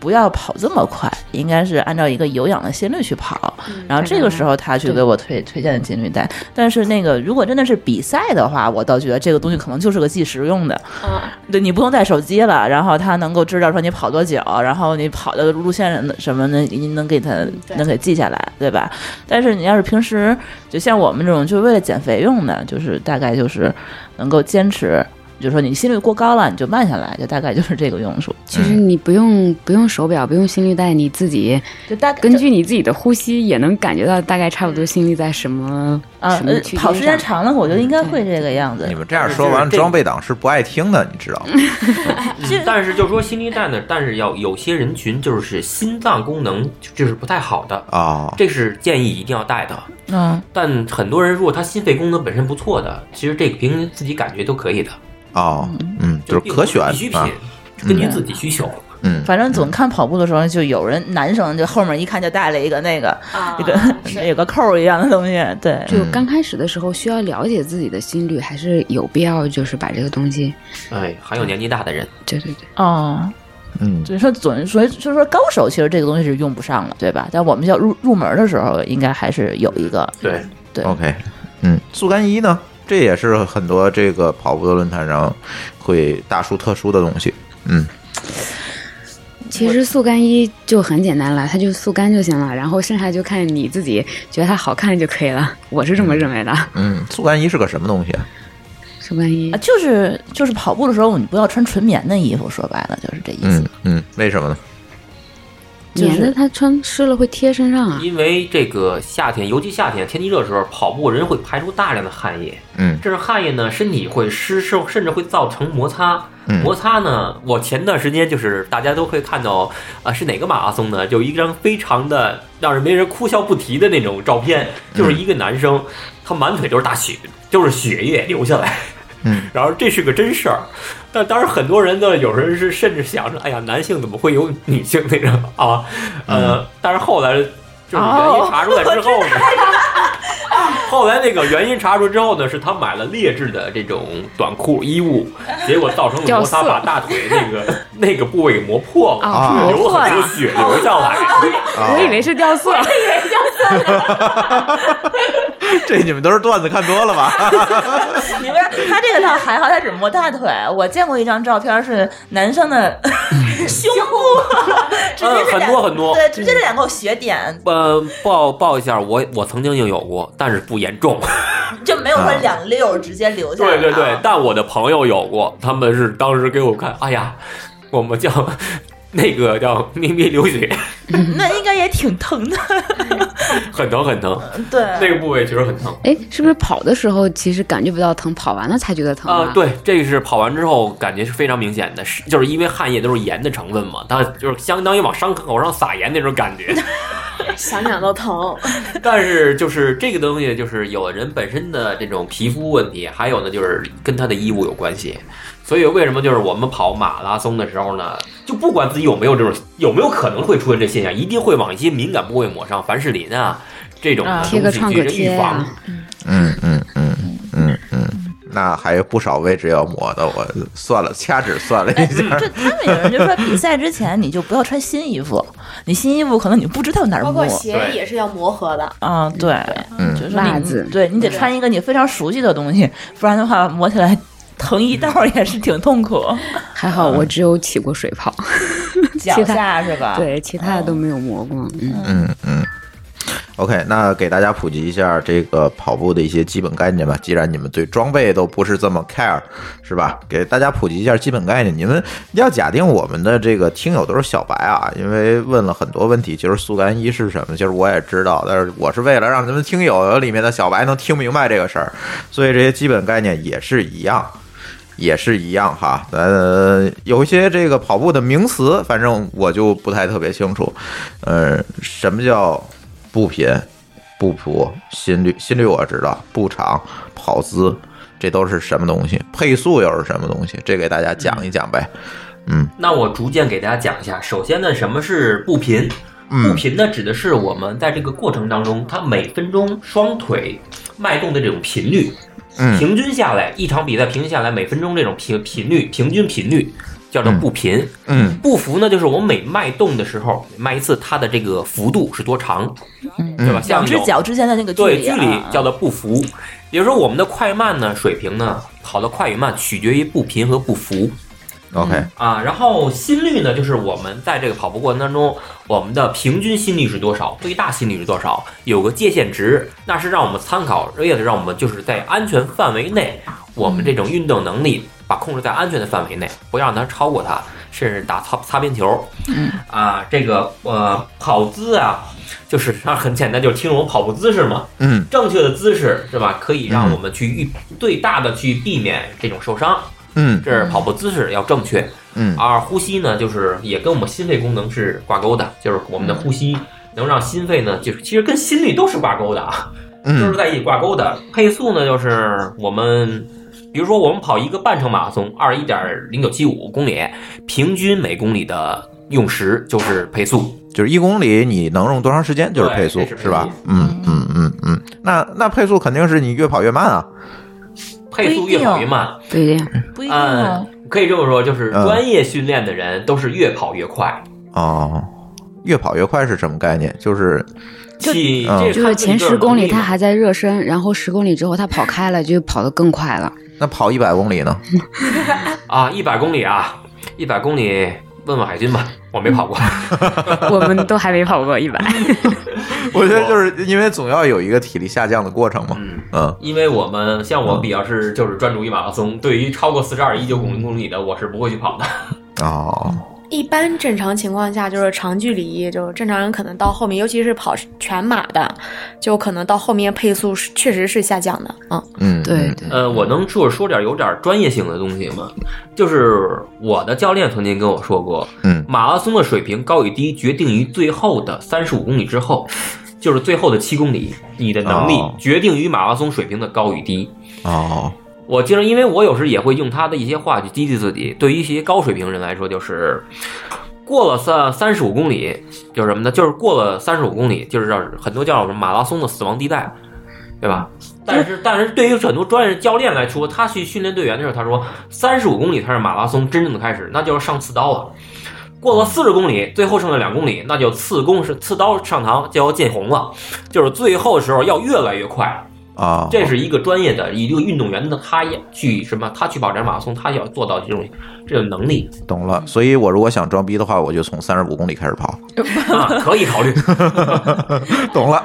不要跑这么快，应该是按照一个有氧的心率去跑。嗯然后这个时候他去给我推推荐的心率带，但是那个如果真的是比赛的话，我倒觉得这个东西可能就是个计时用的，嗯， 对你不用带手机了，然后它能够知道说你跑多久，然后你跑的路线什么什么的，你能给它嗯对能给记下来，对吧？但是你要是平时就像我们这种，就是为了减肥用的，就是大概就是能够坚持，就是说你心率过高了，你就慢下来，就大概就是这个用处，其实你不用不用手表，不用心率带，你自己就大概根据你自己的呼吸也能感觉到大概差不多心率在什么啊什么呃区跑时间间上。嗯长了，我觉得应该会这个样子你。们这样说完，装备党是不爱听的，你知道吗？但是就说心率带呢，但是要有些人群就是心脏功能就是不太好的，啊，这是建议一定要带的。嗯，但很多人如果他心肺功能本身不错的，其实这个凭自己感觉都可以的，哦，嗯，就是并可不是选必需品啊，，根据自己需求。嗯，反正总看跑步的时候，就有人男生就后面一看就带了一个那个啊一个 有个扣儿一样的东西，对，就刚开始的时候，需要了解自己的心率，还是有必要就是把这个东西，哎，还有年纪大的人，对对对，哦，嗯，所以说总所以就是说高手其实这个东西是用不上了，对吧？但我们要入入门的时候，应该还是有一个对，哦对 OK，嗯，速干衣呢，这也是很多这个跑步的论坛上会大书特书的东西，嗯其实速干衣就很简单了，它就速干就行了，然后剩下就看你自己觉得它好看就可以了。我是这么认为的，嗯，速干衣是个什么东西啊？速干衣啊，就是就是跑嗯步的时候，你不要穿纯棉的衣服，说白了就是这意思。嗯嗯，为什么呢？就棉是的它穿湿了会贴身上啊。因为这个夏天，尤其夏天天气热的时候，跑步人会排出大量的汗液，嗯这是汗液呢，身体会湿湿，甚至会造成摩擦。摩擦呢，我前段时间就是大家都会看到，啊、是哪个马拉松呢？有一张非常的让人没人哭笑不提的那种照片，就是一个男生，他满腿都是大血，就是血液流下来。嗯， 然后这是个真事儿，但当然很多人呢，有人是甚至想着，哎呀，男性怎么会有女性那种啊？呃，但是后来就是原因查出来之后呢， 后来那个原因查出之后呢，是他买了劣质的这种短裤衣物，结果造成了摩擦，把大腿那个那个部位给磨破了，啊流很多血流下来。啊我以为是掉色， 这你们都是段子看多了吧？ 你们他这个倒还好，他只摸大腿。我见过一张照片是男生的 胸部，直 接是嗯很两多很多对，直接是两个血点，呃，报报一下，我我曾经就有过，但是不严重。就没有说两溜直接流下来。对啊对对，，但我的朋友有过，他们是当时给我看，哎呀，我们叫 那个叫咪咪流血， 那应该也挺疼 的。很疼很疼，对，那个部位确实很疼。哎，是不是跑的时候其实感觉不到疼，跑完了才觉得疼啊、对，这个是跑完之后感觉是非常明显的，是就是因为汗液都是盐的成分嘛，它就是相当于往伤口上撒盐那种感觉。想想都疼。但是就是这个东西，就是有的人本身的这种皮肤问题，还有呢就是跟他的衣物有关系。所以为什么就是我们跑马拉松的时候呢，就不管自己有没有这种有没有可能会出现这现象，一定会往一些敏感部位抹上凡士林啊这种的啊东西贴个创可去贴预呀、防。嗯嗯嗯嗯嗯，那还有不少位置要抹的，我算了，掐指算了一下，就他们有人就说，比赛之前你就不要穿新衣服， 你新衣服可能你不知道哪儿包摸括。鞋对也是要磨合的，啊，对，嗯就是袜你子对你得穿一个你非常熟悉的东西，不然的话磨起来疼一道儿也是挺痛 苦。还好我只有起过水泡，脚下是吧？，对，其他的都没有磨过。嗯，嗯嗯。OK，那给大家普及一下这个跑步的一些基本概念吧。既然你们对装备都不是这么 care，是吧？给大家普及一下基本概念。你们要假定我们的这个听友都是小白啊，因为问了很多问题，其实速干衣是什么，其实我也知道，但是我是为了让咱们听友里面的小白能听明白这个事儿，所以这些基本概念也是一样。也是一样哈，呃，有一些这个跑步的名词，反正我就不太特别清楚。呃，什么叫步频、步幅、心率？心率我知道，步长、跑姿，这都是什么东西？配速又是什么东西？这给大家讲一讲呗。那我逐渐给大家讲一下。首先呢，什么是步频？嗯步频呢，指的是我们在这个过程当中，它每分钟双腿脉动的这种频率。嗯平均下来，一场比赛平均下来每分钟这种频频率，平均频率叫做步频。嗯步幅呢，就是我们每迈动的时候，迈一次它的这个幅度是多长，嗯对吧？两像只有脚之间的那个距对离距啊，离叫做步幅。也就是说，我们的快慢呢水平呢，跑得快与慢取决于步频和步幅。 ，OK，啊，然后心率呢，就是我们在这个跑步过程当中，我们的平均心率是多少，最大心率是多少，有个界限值，那是让我们参考，为了让我们就是在安全范围内，我们这种运动能力把控制在安全的范围内，不要让它超过它，甚至打擦擦边球。啊，这个呃跑姿啊，就是 它很简单，就是听懂跑步姿势嘛。嗯正确的姿势是吧，可以让嗯我们去预最大的去避免这种受伤。嗯这是跑步姿势要正确。嗯而呼吸呢，就是也跟我们心肺功能是挂钩的，就是我们的呼吸能让心肺呢，就是其实跟心率都是挂钩的啊，都是嗯在一起挂钩的。配速呢，就是我们。比如说，我们跑一个半程马拉松，二十一点零九七五公里，平均每公里的用时就是配速，就是一公里你能用多长时间，就是配速对这是配速是吧？嗯嗯嗯嗯，那那配速肯定是你越跑越慢啊。配速越跑越慢。不一定。不一定啊嗯，，可以这么说，就是嗯专业训练的人都是越跑越快。哦，越跑越快是什么概念？就是气，嗯这个就是看自己前个十人公能里力他嘛还在热身，然后十公里之后他跑开了，就跑得更快了。那跑一百公里 呢？啊，一百公里啊，一百公里，问问海军吧，我没跑过。嗯我们都还没跑过一百，我觉得就是因为总要有一个体力下降的过程嘛。嗯，嗯因为我们像我比较是就是专注于马拉松，对于超过四十二一九公里公里的，我是不会去跑的。哦，一般正常情况下就是长距离，就是正常人可能到后面，尤其是跑全马的，就可能到后面配速是确实是下降的。嗯，嗯，对嗯对， 呃，我能说说点有点专业性的东西吗？就是我的教练曾经跟我说过，嗯马拉松的水平高与低决定于最后的三十五公里之后，就是最后的七公里，你的能力哦决定于马拉松水平的高与低。哦，我经常因为我有时也会用他的一些话去激励自己。对于一些高水平人来说，就是过了三三十五公里，就是什么呢？就是过了三十五公里，就是让很多叫什么马拉松的死亡地带，对吧？但是，但是对于很多专业教练来说，他去训练队员的时候，他说三十五公里才是马拉松真正的开始，那就是上刺刀了。过了四十公里，最后剩下两公里，那就刺弓是刺刀上膛，就要见红了。就是最后的时候要越来越快，啊，这是一个专业的一个运动员的，他也去什么？他去跑这马拉松，他要做到这种这种能 力懂了。所以我如果想装逼的话，我就从三十五公里开始跑。啊，可以考虑。 懂了，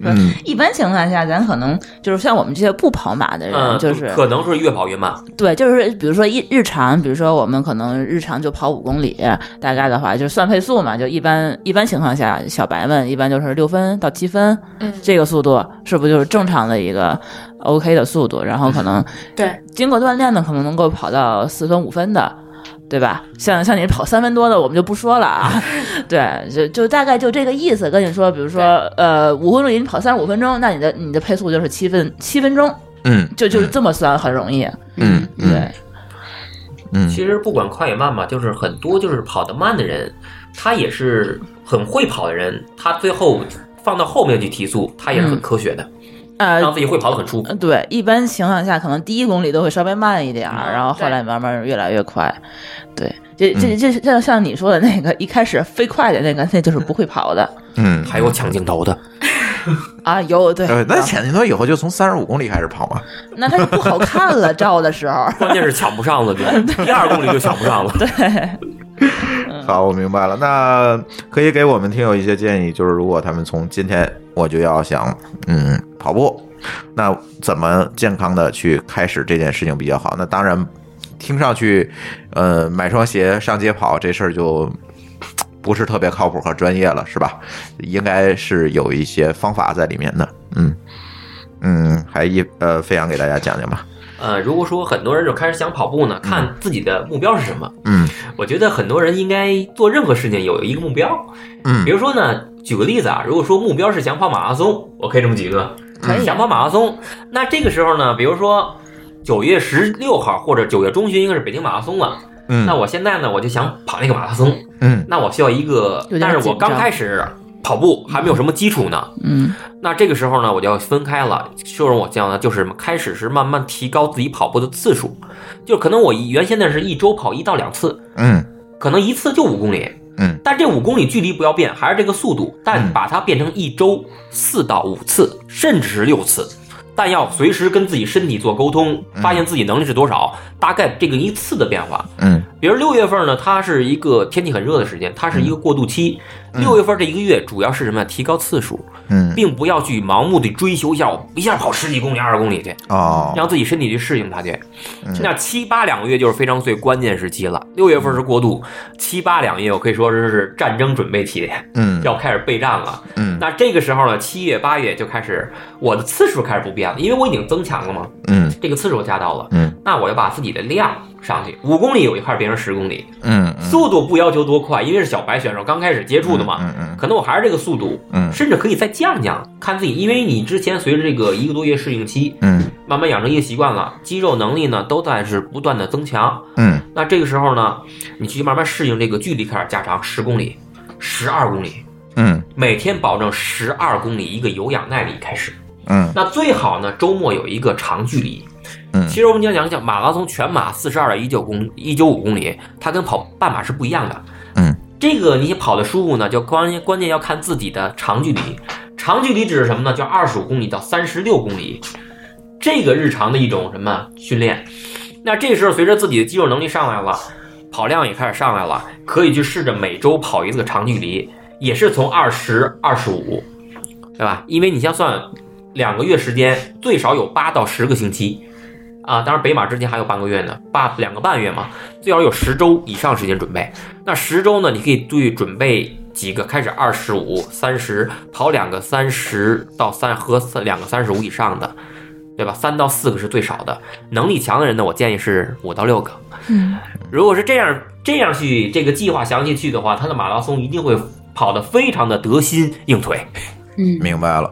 嗯，一般情况下，咱可能就是像我们这些不跑马的人，嗯，就是可能是越跑越慢。对，就是比如说一日常，比如说我们可能日常就跑五公里，大概的话就是算配速嘛，就一般一般情况下，小白们一般就是六分到七分，嗯这个速度是不是就是正常的一个 OK 的速度？然后可能对，经过锻炼呢，可能能够跑到四分五分的，对吧？像像你跑三分多的，我们就不说 了啊。对，就就大概就这个意思。跟你说，比如说呃，五公里你跑三十五分钟，那你的你的配速就是七分七分钟，嗯，就就是这么算，很容易。嗯嗯对，嗯，其实不管快与慢吧，就是很多就是跑得慢的人，他也是很会跑的人，他最后放到后面去提速，他也是很科学的，呃，让自己会跑得很舒服。对，一般情况下，可能第一公里都会稍微慢一点儿，嗯然后后对来慢慢越来越快。对，这这嗯这像像你说的那个，一开始飞快的那个，那就是不会跑的嗯，还有抢镜头的， 啊。有对，呃，那有前提他以后就从三十五公里开始跑嘛。那他就不好看了，照的时候。 关键是抢不上 了，就第二公里就抢不上了。好，我明白了。那可以给我们听友一些建议，就是如果他们从今天我就要想，嗯，跑步，那怎么健康的去开始这件事情比较好？那当然，听上去，呃，买双鞋上街跑这事儿就。不是特别靠谱和专业了，是吧？应该是有一些方法在里面的，嗯嗯，还一呃，飞扬给大家讲讲吧，呃，如果说很多人就开始想跑步呢，看自己的目标是什么。嗯我觉得很多人应该做任何事情有一个目标，嗯比如说呢，举个例子啊，如果说目标是想跑马拉松，我可以这么举个，可以想跑马拉松，那这个时候呢，比如说九月十六号或者九月中旬应该是北京马拉松了，嗯，那我现在呢我就想跑那个马拉松，嗯那我需要一个有，点但是我紧张刚开始跑步还没有什么基础呢， 嗯，那这个时候呢我就要分开了，就是我讲的就是开始是慢慢提高自己跑步的次数，就可能我原先的是一周跑一到两次，嗯可能一次就五公里，嗯，但这五公里距离不要变，还是这个速度，但嗯把它变成一周四到五次，甚至是六次，但要随时跟自己身体做沟通，发现自己能力是多少，大概这个一次的变化。嗯比如六月份呢，它是一个天气很热的时间，它是嗯一个过渡期。六月份这一个月主要是什么呀？提高次数，嗯，并不要去盲目的追求一下，我一下跑十几公里、二十公里去。哦，让自己身体去适应它去。嗯那七八两个月就是非常最关键时期了。六月份是过渡，七八两个月我可以说是战争准备期，嗯要开始备战了。嗯那这个时候呢，七月八月就开始我的次数开始不变了，因为我已经增强了嘛，嗯这个次数加到了。嗯那我要把自己的量上去，五公里我就开始变成十公里，嗯嗯。速度不要求多快，因为是小白选手刚开始接触的嘛，嗯嗯可能我还是这个速度，嗯甚至可以再降降，看自己，因为你之前随着这个一个多月适应期，嗯慢慢养成一个习惯了，肌肉能力呢都在是不断的增强。嗯那这个时候呢，你去慢慢适应这个距离，开始加长十公里、十二公里，嗯每天保证十二公里一个有氧耐力开始。嗯那最好呢，周末有一个长距离。嗯其实我们讲讲讲马拉松全马四十二点一九公一九五公里，它跟跑半马是不一样的。嗯，这个你跑的舒服呢，就关键关键要看自己的长距离。长距离指的是什么呢？就二十五公里到三十六公里，这个日常的一种什么训练。那这时候随着自己的肌肉能力上来了，跑量也开始上来了，可以去试着每周跑一次长距离，也是从二十二十五，对吧？因为你像算两个月时间，最少有八到十个星期，啊，当然北马之前还有半个月呢，半两个半月嘛，最少有十周以上时间准备。那十周呢，你可以对准备几个，开始二十五、三十，跑两个三十到三和三两个三十五以上的，对吧？三到四个是最少的。能力强的人呢，我建议是五到六个。嗯，如果是这样这样去这个计划详细去的话，他的马拉松一定会跑得非常的得心应腿。嗯，明白了，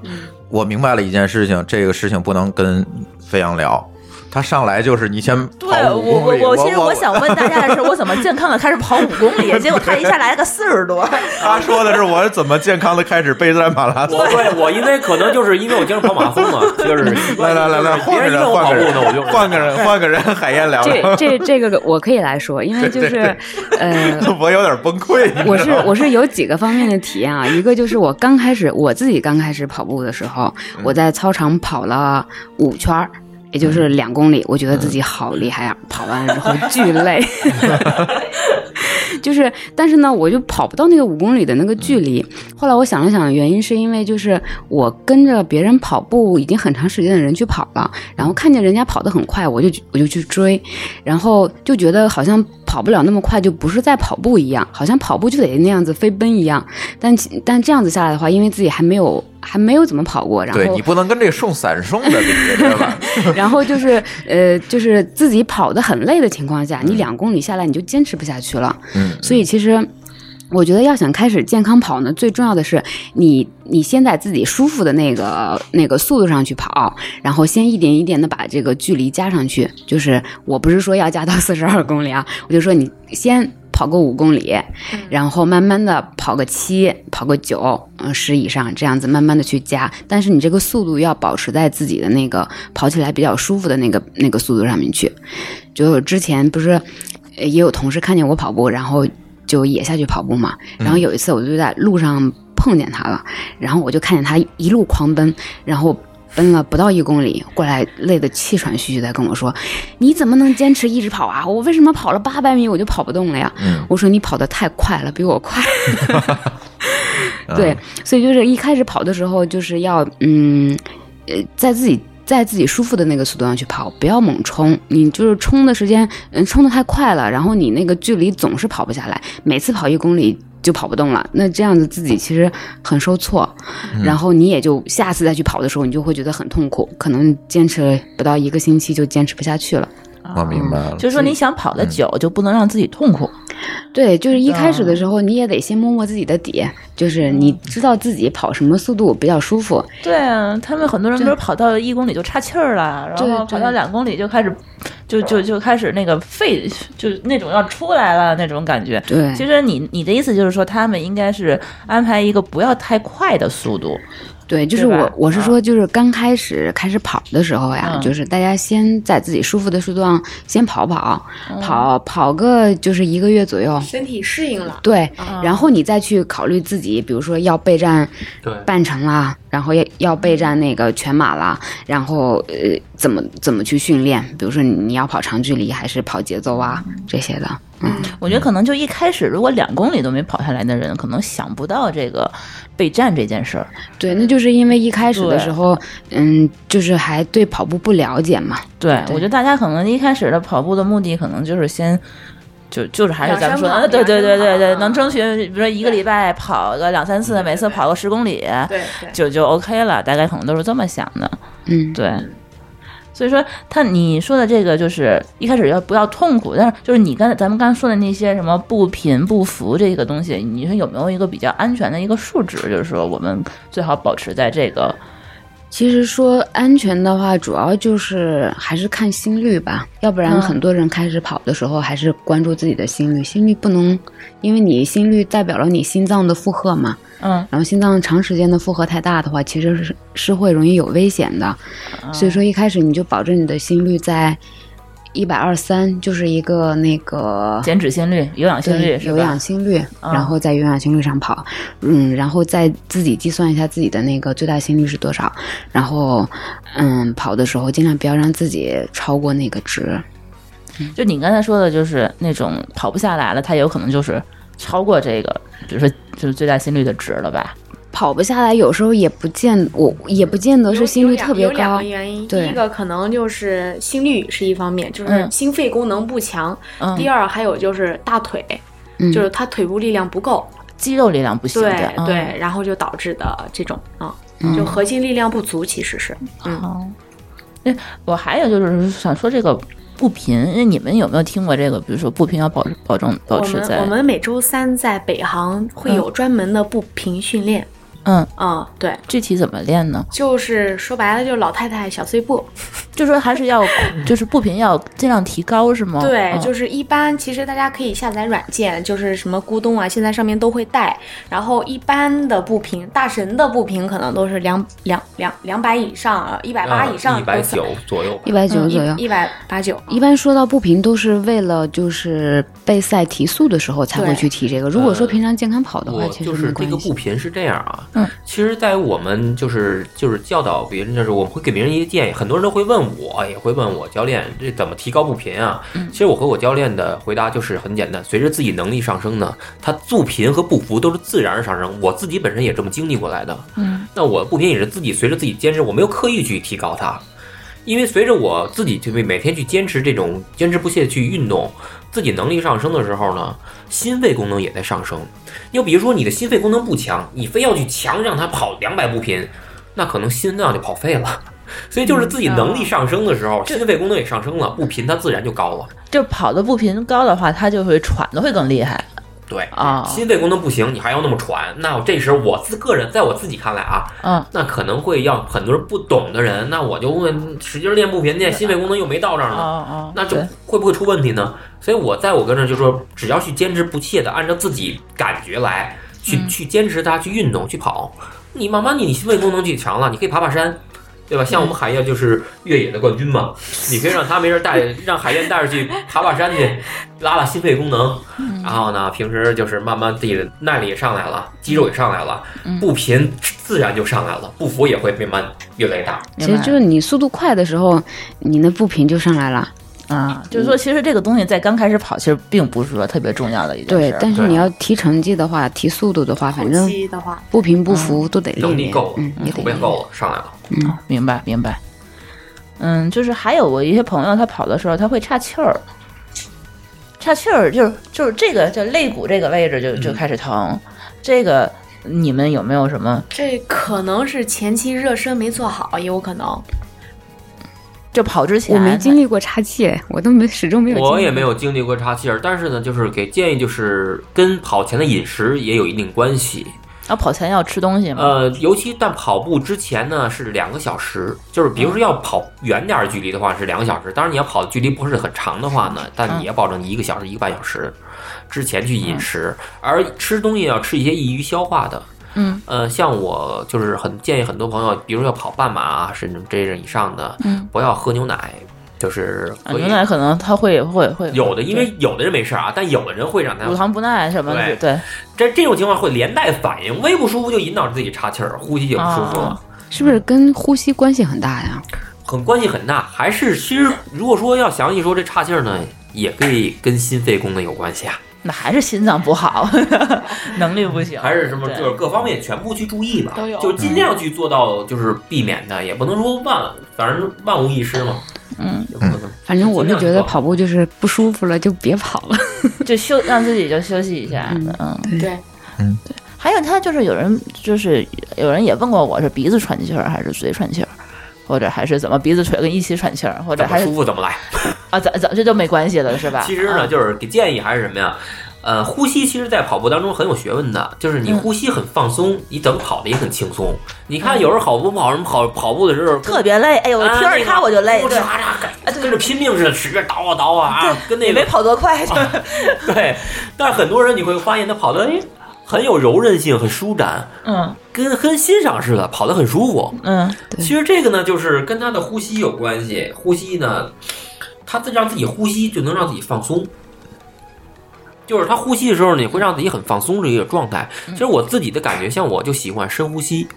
我明白了一件事情，这个事情不能跟飞扬聊。他上来就是你先对跑我五公我里我其实我想问大家的是，我怎么健康的开始跑五公里？结果他一下来了个四 十多，他说的是我是怎么健康的开始备战马拉松。 我对我因为可能就是因为我经常跑马拉松嘛， 就是习来惯来来来，就是换个别人人，换个一问我跑步呢，我人，就换个人，换个人，海燕聊聊 这。这这个我可以来说，因为就对是呃，我有点崩溃，你知道吗我是我是有几个方面的体验啊，一个就是我刚开始我自己刚开始跑步的时候，我在操场跑了五圈儿。也就是两公里，我觉得自己好厉害啊！跑完了之后巨累， 就是，但是呢，我就跑不到那个五公里的那个距离。后来我想了想，原因是因为就是我跟着别人跑步已经很长时间的人去跑了，然后看见人家跑得很快，我就我就去追，然后就觉得好像跑不了那么快，就不是在跑步一样，好像跑步就得那样子飞奔一样。但其但这样子下来的话，因为自己还没有还没有怎么跑过，然 后对你不能跟这送散送的比，对吧？然后就是呃，就是自己跑得很累的情况下，你两公里下来你就坚持不下去了。嗯，所以其实。我觉得要想开始健康跑呢，最重要的是你你先在自己舒服的那个那个速度上去跑，然后先一点一点的把这个距离加上去。就是我不是说要加到四十二公里啊，我就说你先跑个五公里，然后慢慢的跑个七、跑个九、嗯十以上，这样子慢慢的去加。但是你这个速度要保持在自己的那个跑起来比较舒服的那个那个速度上面去。就之前不是呃也有同事看见我跑步，然后就也下去跑步嘛。然后有一次我就在路上碰见他了，然后我就看见他一路狂奔，然后。奔了不到一公里，过来累得气喘吁吁的跟我说：“你怎么能坚持一直跑啊？我为什么跑了八百米我就跑不动了呀？”嗯，我说你跑得太快了，比我快。对，所以就是一开始跑的时候，就是要嗯，呃，在自己在自己舒服的那个速度上去跑，不要猛冲。你就是冲的时间，嗯，冲的太快了，然后你那个距离总是跑不下来，每次跑一公里。就跑不动了，那这样子自己其实很受挫，然后你也就下次再去跑的时候，你就会觉得很痛苦，可能坚持不到一个星期就坚持不下去了。我明白了。嗯嗯就是说你想跑得久，就不能让自己痛苦。对，就是一开始嗯的时候，你也得先摸摸自己的底，就是你知道自己跑什么速度比较舒服。对啊，他们很多人不是跑到一公里就岔气儿了，然对后跑对到两公里就开始，就就就开始那个肺，就是那种要出来了那种感觉。对其实你你的意思就是说，他们应该是安排一个不要太快的速度。对，就是对吧我，我是说，就是刚开始开始跑的时候呀，嗯就是大家先在自己舒服的速度上先跑跑，嗯跑跑个就是一个月左右。身体适应了。对，嗯然后你再去考虑自己，比如说要备战对半程啦，然后要要备嗯战那个全马啦，然后呃怎么怎么去训练，比如说你你要跑长距离还是跑节奏嗯啊这些的，我觉得可能就一开始如果两公里都没跑下来的人，可能想不到这个备战这件事儿。对，那就是因为一开始的时候，嗯，就是还对跑步不了解嘛。对，对我觉得大家可能一开始的跑步的目的，可能就是先。就就是还是咱们说，养生啊跑对对养对生对对，嗯跑能争取，比如说一个礼拜跑个两三次，每次跑个十公里，对对，就就 OK 了，大概可能都是这么想的。嗯，对，所以说他你说的这个就是一开始要不要痛苦，但是就是你刚才咱们刚才说的那些什么不贫不服这个东西，你说有没有一个比较安全的一个数值？就是说我们最好保持在这个其实说安全的话，主要就是还是看心率吧，要不然嗯很多人开始跑的时候还是关注自己的心率，心率不能，因为你心率代表了你心脏的负荷嘛，嗯然后心脏长时间的负荷太大的话，其实是是会容易有危险的，嗯所以说一开始你就保证你的心率在一百二三，就是一个那个嗯减脂心率、有氧心率对，是有吧氧？心率，嗯然后在有氧心率上跑，嗯，然后再自己计算一下自己的那个最大心率是多少，然后嗯，跑的时候尽量不要让自己超过那个值。就你刚才说的，就是那种跑不下来了，它有可能就是超过这个，比如说就是最大心率的值了吧？跑不下来，有时候也不见我也不见得是心率特别有两高个，原因，第对一个可能就是心率是一方面，就是嗯心肺功能不强；嗯第二还有就是大腿，嗯就是他腿部力量不够，肌肉力量不行对的，嗯对，然后就导致的这种啊，嗯就核心力量不足，其实是嗯，我还有就是想说这个步频，那你们有没有听过这个？比如说步频要保保证保我持们在我们每周三在北航会有专门的步频训练嗯，啊，对，具体怎么练呢？就是说白了就是老太太小碎步，就说还是要 就是步频要尽量提高是吗？哦对，就是是一般其实大家可以下载软件，就是什么咕咚啊，现在上面都会带。然后一般的步频，大神的步频可能都是两两两两百以上，一百八以上啊一都百算，九左右吧， 190左右嗯一百八九。一般说到步频，都是为了就是备赛提速的时候才会对去提这个。如果说平常健康跑的话，我其实就没是这关个系。步频是这样啊，嗯，其实，在我们就是就是教导别人，就是我们会给别人一些建议，很多人都会问我，哎也会问我教练这怎么提高步频啊？其实我和我教练的回答就是很简单，随着自己能力上升呢，他步频和步幅都是自然而上升，我自己本身也这么经历过来的，嗯那我步频也是自己随着自己坚持，我没有刻意去提高它，因为随着我自己就每每天去坚持这种坚持不懈地去运动，自己能力上升的时候呢，心肺功能也在上升。又比如说你的心肺功能不强，你非要去强让它跑两百步频，那可能心脏就跑废了。 所以就是自己能力上升的时候，心肺功能也上升了，步频它自然就高了。就跑的步频高的话，它就会喘的会更厉害。对啊心肺功能不行，你还要那么喘，那我这时候我自个人，在我自己看来啊，嗯，那可能会让很多人不懂的人，那我就问，使劲练步频去，心肺功能又没到这儿呢，哦那就会不会出问题呢？所以我在我跟这儿就说，只要去坚持不懈的，按照自己感觉来，去、去坚持它，去运动，去跑，你慢慢你你心肺功能去强了，你可以爬爬山。对吧？像我们海燕就是越野的冠军嘛，你可以让他没事儿带， 让海燕带着去爬爬山去，拉拉心肺功能。然后呢，平时就是慢慢自己的耐力也上来了，肌肉也上来了，步频自然就上来了，步幅也会慢慢越来越大。其实就是你速度快的时候，你那步频就上来了。啊，就是嗯说，其实这个东西在刚开始跑，其实并不是说特别重要的一件事对儿。，但啊是你要提成绩的话，提速度的话，反正的话，步频步幅都得能练力练。够了嗯，，也储得备练。够了，上来了。嗯，明白明白。嗯，就是还有我一些朋友，他跑的时候他会岔气儿，岔气儿就是就是这个就肋骨这个位置就嗯就开始疼，这个你们有没有什么？这可能是前期热身没做好，也有可能。就跑之前我没经历过岔气， 我都没始终没有。我也没。有经历过岔气儿，但是呢，就是给建议，就是跟跑前的饮食也有一定关系。要啊跑前要吃东西吗？啊呃，尤其但跑步之前呢是两个小时，就是比如说要跑远点儿的距离的话是两个小时，当然你要跑的距离不是很长的话呢，但你要保证你一个小时一个半小时之前去饮食，而吃东西要吃一些易于消化的。嗯，呃，像我就是很建议很多朋友，比如说要跑半马啊，甚至这人以上的，嗯不要喝牛奶，就是啊可以牛奶可能他会会会有的，因为有的人没事儿啊，但有的人会让他乳糖不耐什么的，对对，这这种情况会连带反应，胃不舒服就引导自己岔气儿，呼吸也不舒服，啊是不是跟呼吸关系很大呀？很关系很大。还是其实如果说要详细说这岔气儿呢，也可以跟心肺功能有关系啊，那还是心脏不好， 能力不行，还是什么对就是各方面全部去注意吧，都有就尽量去做到就是避免的，也不能说万反正万无一失嘛。嗯，有可能反正我是觉得尽量去做跑步就是不舒服了就别跑 了。就休让自己就休息一下，嗯。对，还有他就是有人就是有人也问过我是鼻子喘气儿还是嘴喘气儿，或者还是怎么鼻子喘跟一起喘气儿，或者怎么还是舒服怎么来。啊怎怎这就没关系了是吧？其实呢，啊就是给建议还是什么呀？呃，呼吸其实，在跑步当中很有学问的，就是你嗯呼吸很放松，你怎么跑的也很轻松。你看，有时候跑步跑什么跑跑步的时候，啊特别累，哎呦，我听着他我就累，呼哧对，哈嚓，跟跟着拼命似的，使劲倒啊倒啊啊，跟那也没个跑多快，就啊对。但是很多人你会发现，他跑的哎很有柔韧性，很舒展，嗯跟跟欣赏似的，跑得很舒服。嗯其实这个呢，就是跟他的呼吸有关系。呼吸呢，他自让自己呼吸就能让自己放松，就是他呼吸的时候，你会让自己很放松的一个状态。其实我自己的感觉，像我就喜欢深呼吸，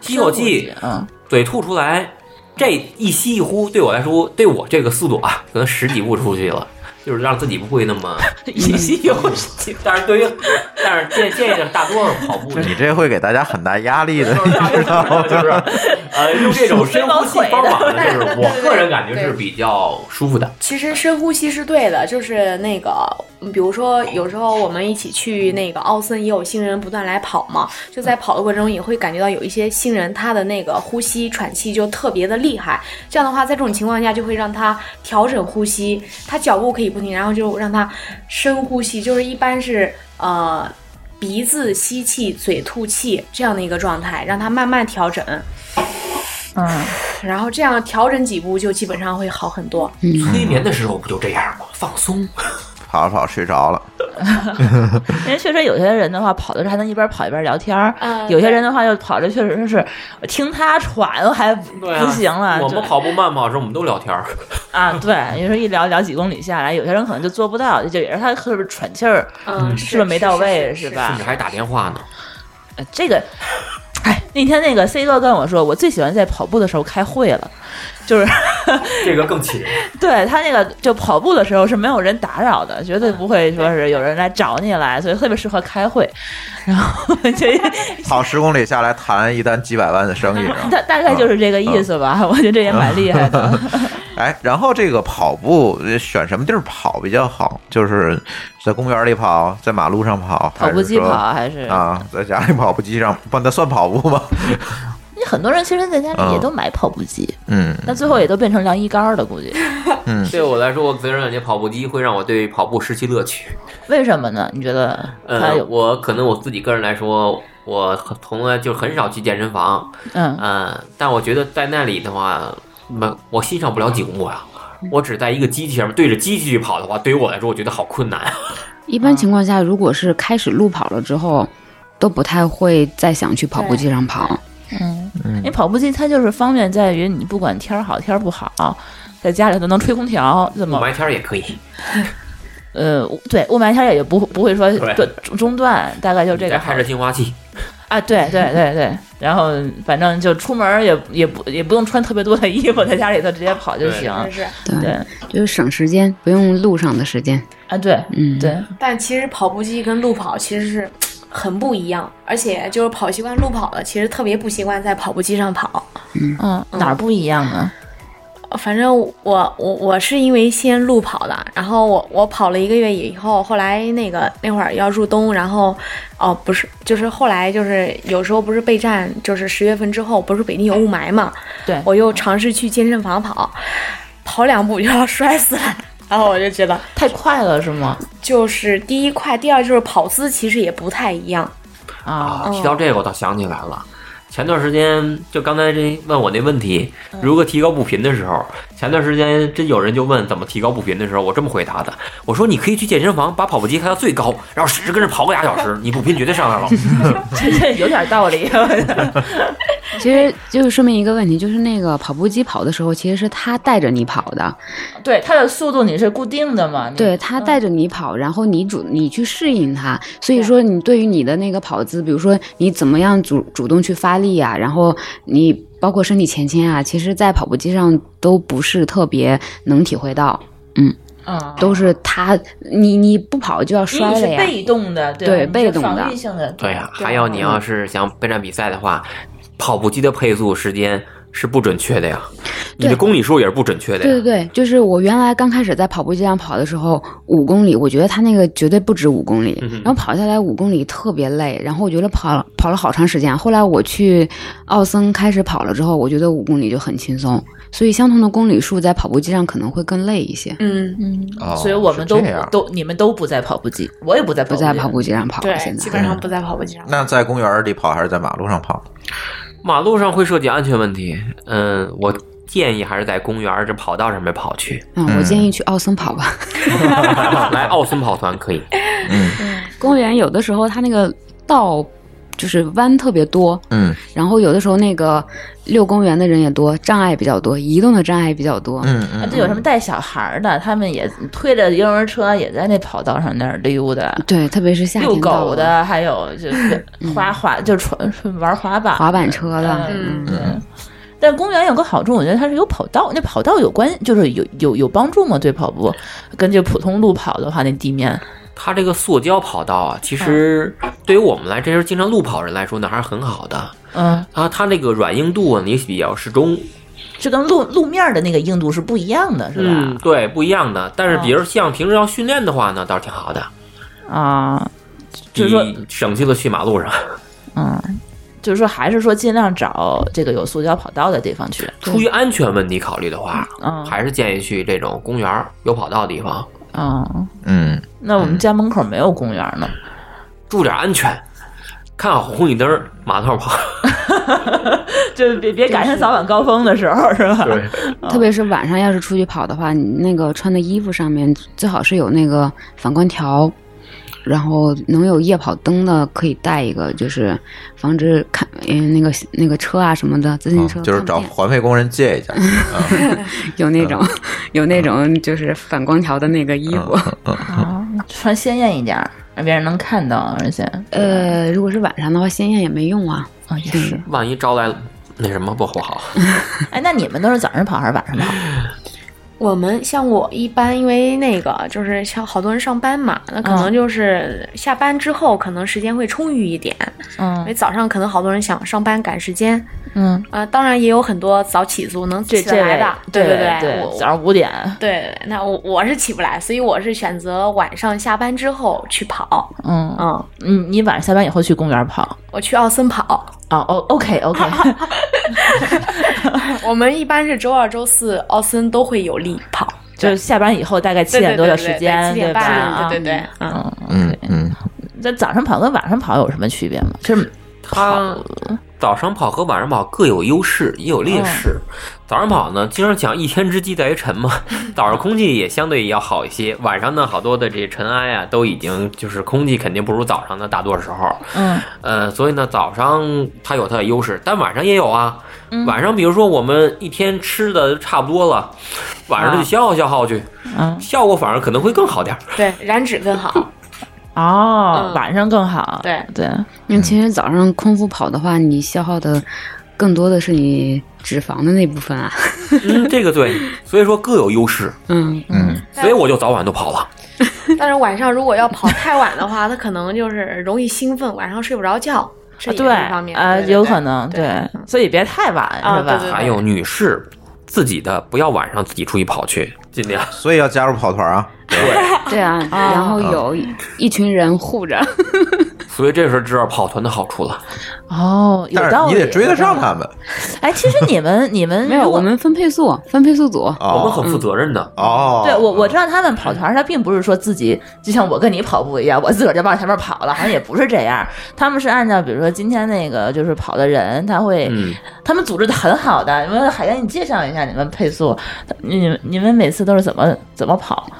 吸口气， 嗯，嘴吐出来，这一吸一呼，对我来说，对我这个速度啊，可能十几步出去了。就是让自己不会那 么。有 但是对于，但是建建议的大多数跑步的你这会给大家很大压力 的，就是大多数就是呃用这种深呼吸方法呢，就是我个人感觉是比较舒服的。其实深呼吸是对的，就是那个，嗯比如说有时候我们一起去那个奥森，也有新人不断来跑嘛，就在跑的过程中也会感觉到有一些新人他的那个呼吸喘气就特别的厉害，这样的话在这种情况下就会让他调整呼吸，他脚步可以不停，然后就让他深呼吸，就是一般是呃。鼻子吸气，嘴吐气这样的一个状态，让他慢慢调整，嗯，然后这样调整几步就基本上会好很多。催眠的时候不就这样吗？放松，跑着跑着睡着了，因为确实有些人的话，跑的时候还能一边跑一边聊天儿；嗯有些人的话，就跑着确实是我听他喘我还不对啊，不行了。我对们跑步慢跑的时候，我们都聊天儿。啊， 对，有时候一聊聊几公里下来，有些人可能就做不到，就也是他是不是喘气儿，嗯，是不是没到位，是？吧甚至？还打电话呢。呃这个，哎，那天那个 C 哥跟我说，我最喜欢在跑步的时候开会了，就是 这个更气人。对他那个就跑步的时候是没有人打扰的，绝对不嗯会说是有人来找你来，所以特别适合开会。然后 就跑十公里下来谈一单几百万的生意，啊是 吧大大概就是这个意思吧，我觉得这也蛮厉害 的。哎，然后这个跑步呃选什么地儿跑比较好？就是在公园里跑，在马路上跑，跑步还是机说跑还是啊，在家里跑步机上，不，那算跑步吗？ 你很多人其实在家里也嗯都买跑步机，嗯，那最后也都变成晾衣杆儿了，估计。对我来说，我个人感觉跑步机会让我对跑步失去乐趣。为什么呢？你觉得它呃，有我可能我自己个人来说，我从来就很少去健身房。嗯嗯，但我觉得在那里的话，没我欣赏不了景物呀。我只在一个机器上面对着机器去跑的话，对于我来说，我觉得好困难。一般情况下，如果是开始路跑了之后，都不太会再想去跑步机上跑。嗯，因为跑步机它就是方便在于你不管天儿好天儿不好，在家里都能吹空调，怎雾么霾天儿也可以，呃对雾霾天儿也不不会说对断中中断，大概就这你个再开着净化器，啊，对对对对，然后反正就出门儿也也不也不用穿特别多的衣服，在家里头直接跑就对行，真是，对，对就是省时间，不用路上的时间。啊对嗯，对，但其实跑步机跟路跑其实是很不一样，而且就是跑习惯路跑的，其实特别不习惯在跑步机上跑。嗯哪儿不一样呢？反正我我我是因为先路跑的，然后我我跑了一个月以后，后来那个那会儿要入冬，然后哦不是，就是后来就是有时候不是备战，就是十月份之后不是北京有雾霾嘛，对我又尝试去健身房跑，跑两步就要摔死了， 然后我就觉得太快了是吗？就是第一快，第二就是跑姿其实也不太一样，啊，啊，提到这个我倒想起来了。前段时间就刚才这问我那问题，如何提高步频的时候，前段时间真有人就问怎么提高步频的时候，我这么回答的：我说你可以去健身房把跑步机开到最高，然后使劲跟着跑个俩小时，你步频绝对上来了。这这有点道理， 我觉得其实就是说明一个问题，就是那个跑步机跑的时候，其实是它带着你跑的，对它的速度你是固定的嘛？你对，它带着你跑，然后你主你去适应它。所以说，你对于你的那个跑姿，比如说你怎么样主主动去发力啊，然后你包括身体前倾啊，其实，在跑步机上都不是特别能体会到，嗯，都是它你你不跑就要因为摔你是了呀。被动的，对对吧你是被动的防御性的，啊对呀、还有你要是想备战比赛的话，跑步机的配速时间是不准确的呀，你的对公里数也是不准确的呀。对对对，就是我原来刚开始在跑步机上跑的时候，五公里，我觉得它那个绝对不止五公里，然后跑下来五公里特别累，然后我觉得跑了跑了好长时间。后来我去奥森开始跑了之后，我觉得五公里就很轻松，所以相同的公里数在跑步机上可能会更累一些，嗯，哦所以我们都是这样不都你们都不在跑步机，我也不在跑不步机，在跑步机上跑了。对，现基在本上不在跑嗯步机上。那在公园里跑还是在马路上跑？马路上会涉及安全问题，嗯，我建议还是在公园儿这跑道上面跑去， 嗯，我建议去奥森跑吧。来奥森跑团可以。公园有的时候它那个道就是弯特别多，嗯然后有的时候那个遛公园的人也多，障碍比较多，移动的障碍比较多。嗯啊，嗯，对，有什么带小孩儿的，他们也推着婴儿车也在那跑道上那儿溜达，对，特别是夏遛天到狗了嗯的，还有就是滑滑就船玩滑板滑板车的，嗯，嗯对。但公园有个好处，我觉得它是有跑道，那跑道有关，就是有有有帮助吗？对跑步，跟这普通路跑的话，那地面它这个塑胶跑道啊，其实对于我们来，这是经常路跑人来说呢，还是很好的。嗯，啊，它那个软硬度啊，你比较适中，这跟路路面的那个硬度是不一样的，是吧？嗯，对，不一样的。嗯但是，比如像平时要训练的话呢，倒是挺好的，啊，就是说你省去了去马路上。嗯，就是说还是说尽量找这个有塑胶跑道的地方去。出于安全问题考虑的话，嗯还是建议去这种公园儿有跑道的地方，啊、嗯，那我们家门口没有公园呢。注点安全，看好红绿灯儿，马路跑。 就别别赶上早晚高峰的时候是吧？ 对，嗯特别是晚上要是出去跑的话，你那个穿的衣服上面最好是有那个反光条，然后能有夜跑灯的可以带一个，就是防止看嗯那个那个车啊什么的，自行车、嗯就是找嗯环卫工人借一 下。有那种、有那种就是反光条的那个衣服。嗯啊，穿鲜艳一点儿，让别人能看到，而且呃，如果是晚上的话，鲜艳也没用啊。啊也是。万一招来那什么不不好。哎，那你们都是早上跑还是晚 上跑？我们像我一般，因为那个就是像好多人上班嘛，那可能嗯就是下班之后，可能时间会充裕一点，因为嗯早上可能好多人想上班赶时间，嗯，啊、当然也有很多早起族能起这得这来位的，对对对我，早上五点，对对对，那我我是起不来，所以我是选择晚上下班之后去跑，嗯，嗯，你你晚上下班以后去公园跑。我去奥森跑， 哦哦，OK OK，我们一般是周二、周四奥森都会有力跑， 就是下班以后大概七点多的时间，七点吧？半，啊对对对，嗯。嗯，嗯嗯，那早上跑跟晚上跑有什么区别吗？就是它早上跑和晚上跑各有优势，也有劣势。早上跑呢，经常讲一天之计在于晨嘛，早上空气也相对要好一些。晚上呢，好多的这些尘埃啊，都已经就是空气肯定不如早上的大多时候。嗯呃，所以呢，早上它有它的优势，但晚上也有啊。晚上比如说我们一天吃的差不多了，晚上就消耗消耗去，嗯效果反而可能会更好点儿。对，燃脂更 好。哦，嗯晚上更好。对对，啊那其实早上空腹跑的话，你消耗的更多的是你脂肪的那部分啊。嗯，这个对，所以说各有优势，嗯，所以我就早晚都跑了。但是晚上如果要跑太晚的话，他可能就是容易兴奋，晚上睡不着觉，这也是对一方面。呃，啊对对有对可能对嗯对，嗯所以别太晚啊是吧？对对还有哎女士自己的，不要晚上自己出去跑去，尽量。所以要加入跑团啊。对啊，然后有一群人护着。所以这是知道跑团的好处了。哦，有但是道理，你得追得上有道他们理。哎，其实你们你们没有，如果我们分配宿，分配宿组。哦我们很负责任的，哦，对我我知道他们跑团儿，他并不是说自己就像我跟你跑步一样，我自个儿就往前面跑了，好像也不是这样。他们是按照比如说今天那个就是跑的人，他会、嗯，他们组织的很好的。你们海燕，你介绍一下你们配速，你们你们每次都是怎么怎么跑？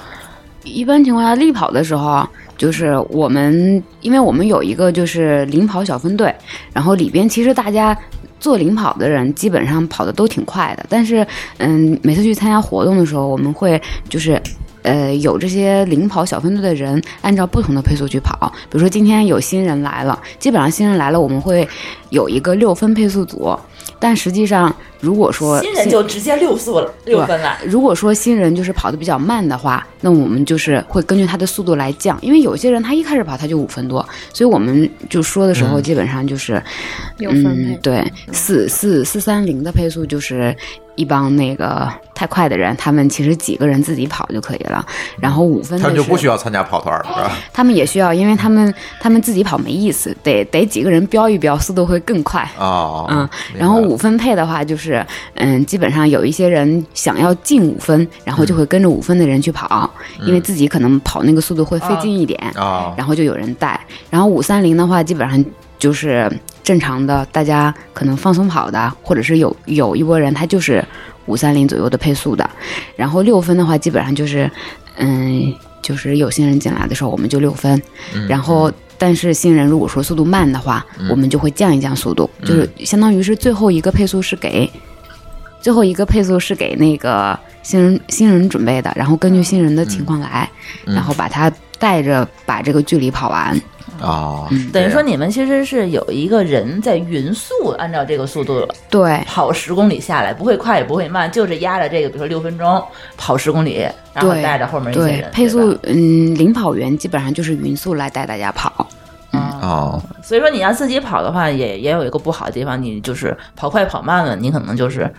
一般情况下，力跑的时候啊，就是我们，因为我们有一个就是领跑小分队，然后里边其实大家。做领跑的人基本上跑的都挺快的，但是，嗯，每次去参加活动的时候，我们会就是，呃，有这些领跑小分队的人按照不同的配速去跑。比如说今天有新人来了，基本上新人来了，我们会有一个六分配速组，但实际上如果说新人就直接六速了，六分了。如果说新人就是跑得比较慢的话，那我们就是会根据他的速度来降，因为有些人他一开始跑他就五分多，所以我们就说的时嗯候基本上就是，有嗯，分配对，四四四三零的配速就是。一帮那个太快的人，他们其实几个人自己跑就可以了。然后五分他们就队不是需要参加跑团了，是吧？他们也需要，因为他们他们自己跑没意思，得得几个人飙一飙，速度会更快。哦，嗯明，白然后五分配的话，就是嗯，基本上有一些人想要进五分，然后就会跟着五分的人去跑，嗯因为自己可能跑那个速度会费劲一点，哦然后就有人带。然后五三零的话，基本上就是正常的，大家可能放松跑的，或者是有有一波人他就是五三零左右的配速的。然后六分的话，基本上就是嗯，就是有新人进来的时候，我们就六分，然后。但是新人如果说速度慢的话，我们就会降一降速度，就是相当于是最后一个配速是给最后一个配速是给那个新人新人准嗯备的，然后根据新人的情况来，然后把他带着把这个距离跑完。嗯啊，等于这说样你们其实是有一个人在匀速按照这个速度对，跑十公里下来，不会快也不会慢，就是压着这个，比如说六分钟跑十公里，然后对，带着后面一些对人配对速吧，嗯，领跑员基本上就是匀速来带大家跑。哦，所以说你要自己跑的话，也也有一个不好的地方，你就是跑快跑慢了，你可能就是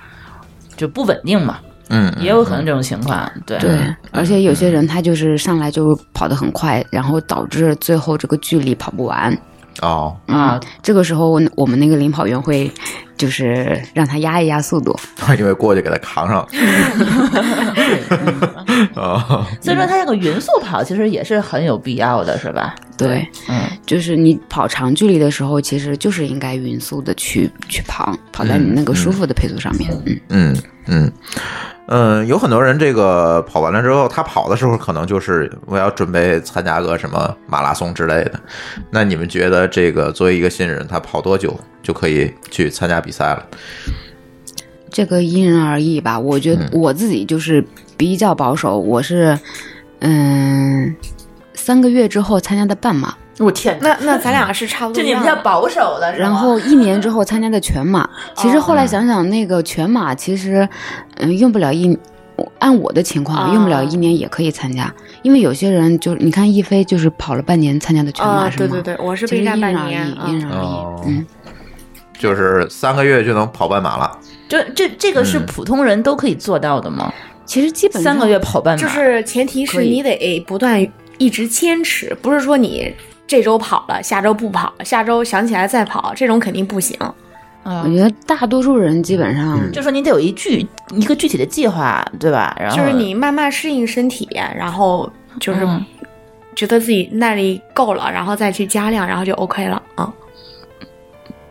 就不稳定嘛，嗯，也有可能这种情况。对对， 而且有些人他就是上来就跑得很快，然后导致最后这个距离跑不完。哦， 啊、这个时候我们那个领跑员会，就是让他压一压速度。因为过去给他扛上啊， 所以说他这个匀速跑其实也是很有必要的，是吧？对，嗯，就是你跑长距离的时候，其实就是应该匀速的去去跑，跑在你那个舒服的配速上面。嗯，嗯嗯嗯，有很多人这个跑完了之后，他跑的时候可能就是我要准备参加个什么马拉松之类的。那你们觉得这个作为一个新人，他跑多久就可以去参加比赛了？这个因人而异吧。我觉得嗯我自己就是比较保守，我是嗯三个月之后参加的半马，我天，那那咱俩是差不多就一你样们的，家保守的是吗，然后一年之后参加的全 马。其实后来想想，那个全马其实嗯用不了一。我按我的情况，哦用不了一年也可以参加，因为有些人就是你看一菲就是跑了半年参加的全马啊，是吗？对对对，我是其实备因战人半而年异，啊。因人而异。哦嗯，就是三个月就能跑半马了。就这这个是嗯普通人都可以做到的吗？其实基本上三个月跑半马，就是前提是可以你得不断一直坚持，不是说你这周跑了，下周不跑，下周想起来再跑，这种肯定不行。啊我嗯觉得大多数人基本上嗯就说你得有一具一个具体的计划，对吧？然后就是你慢慢适应身体，然后就是嗯觉得自己耐力够了，然后再去加量，然后就 OK 了啊。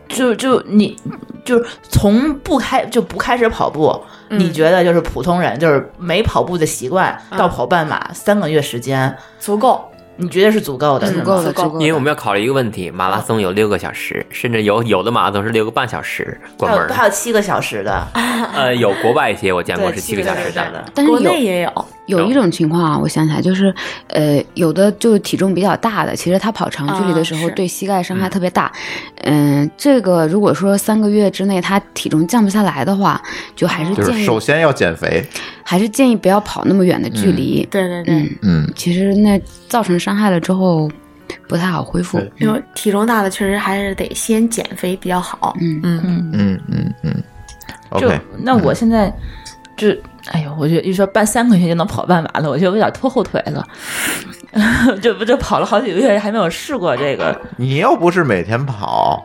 就就你就是从不开就不开始跑步，嗯你觉得就是普通人就是没跑步的习惯，啊到跑半马三个月时间，足够，嗯你觉得是足够的？足是吗够了，足够因为我了。们要考虑一个问题，马拉松有六个小时，甚至有有的马拉松是六个半小时关还门有还儿。有七个小时的，呃，有国外一些我见过对，是七七个小时时的。的。但是国内有也有，有一种情况啊，我想起来就是，呃，有的就是体重比较大的，其实他跑长距离的时候啊是对膝盖伤害特别大。嗯、这个如果说三个月之内他体重降不下来的话，就还是就是建议首先要减肥，还是建议不要跑那么远的距离。对对对，嗯，嗯，其实那造成伤害了之后不太好恢复。因为体重大的确实还是得先减肥比较好。嗯嗯，嗯嗯嗯就，OK，嗯那我现在就，哎呦，我觉得一说半三个月就能跑半马了，我觉得我有点拖后腿了。 这不就跑了好几个月，还没有试过这个。你又不是每天跑，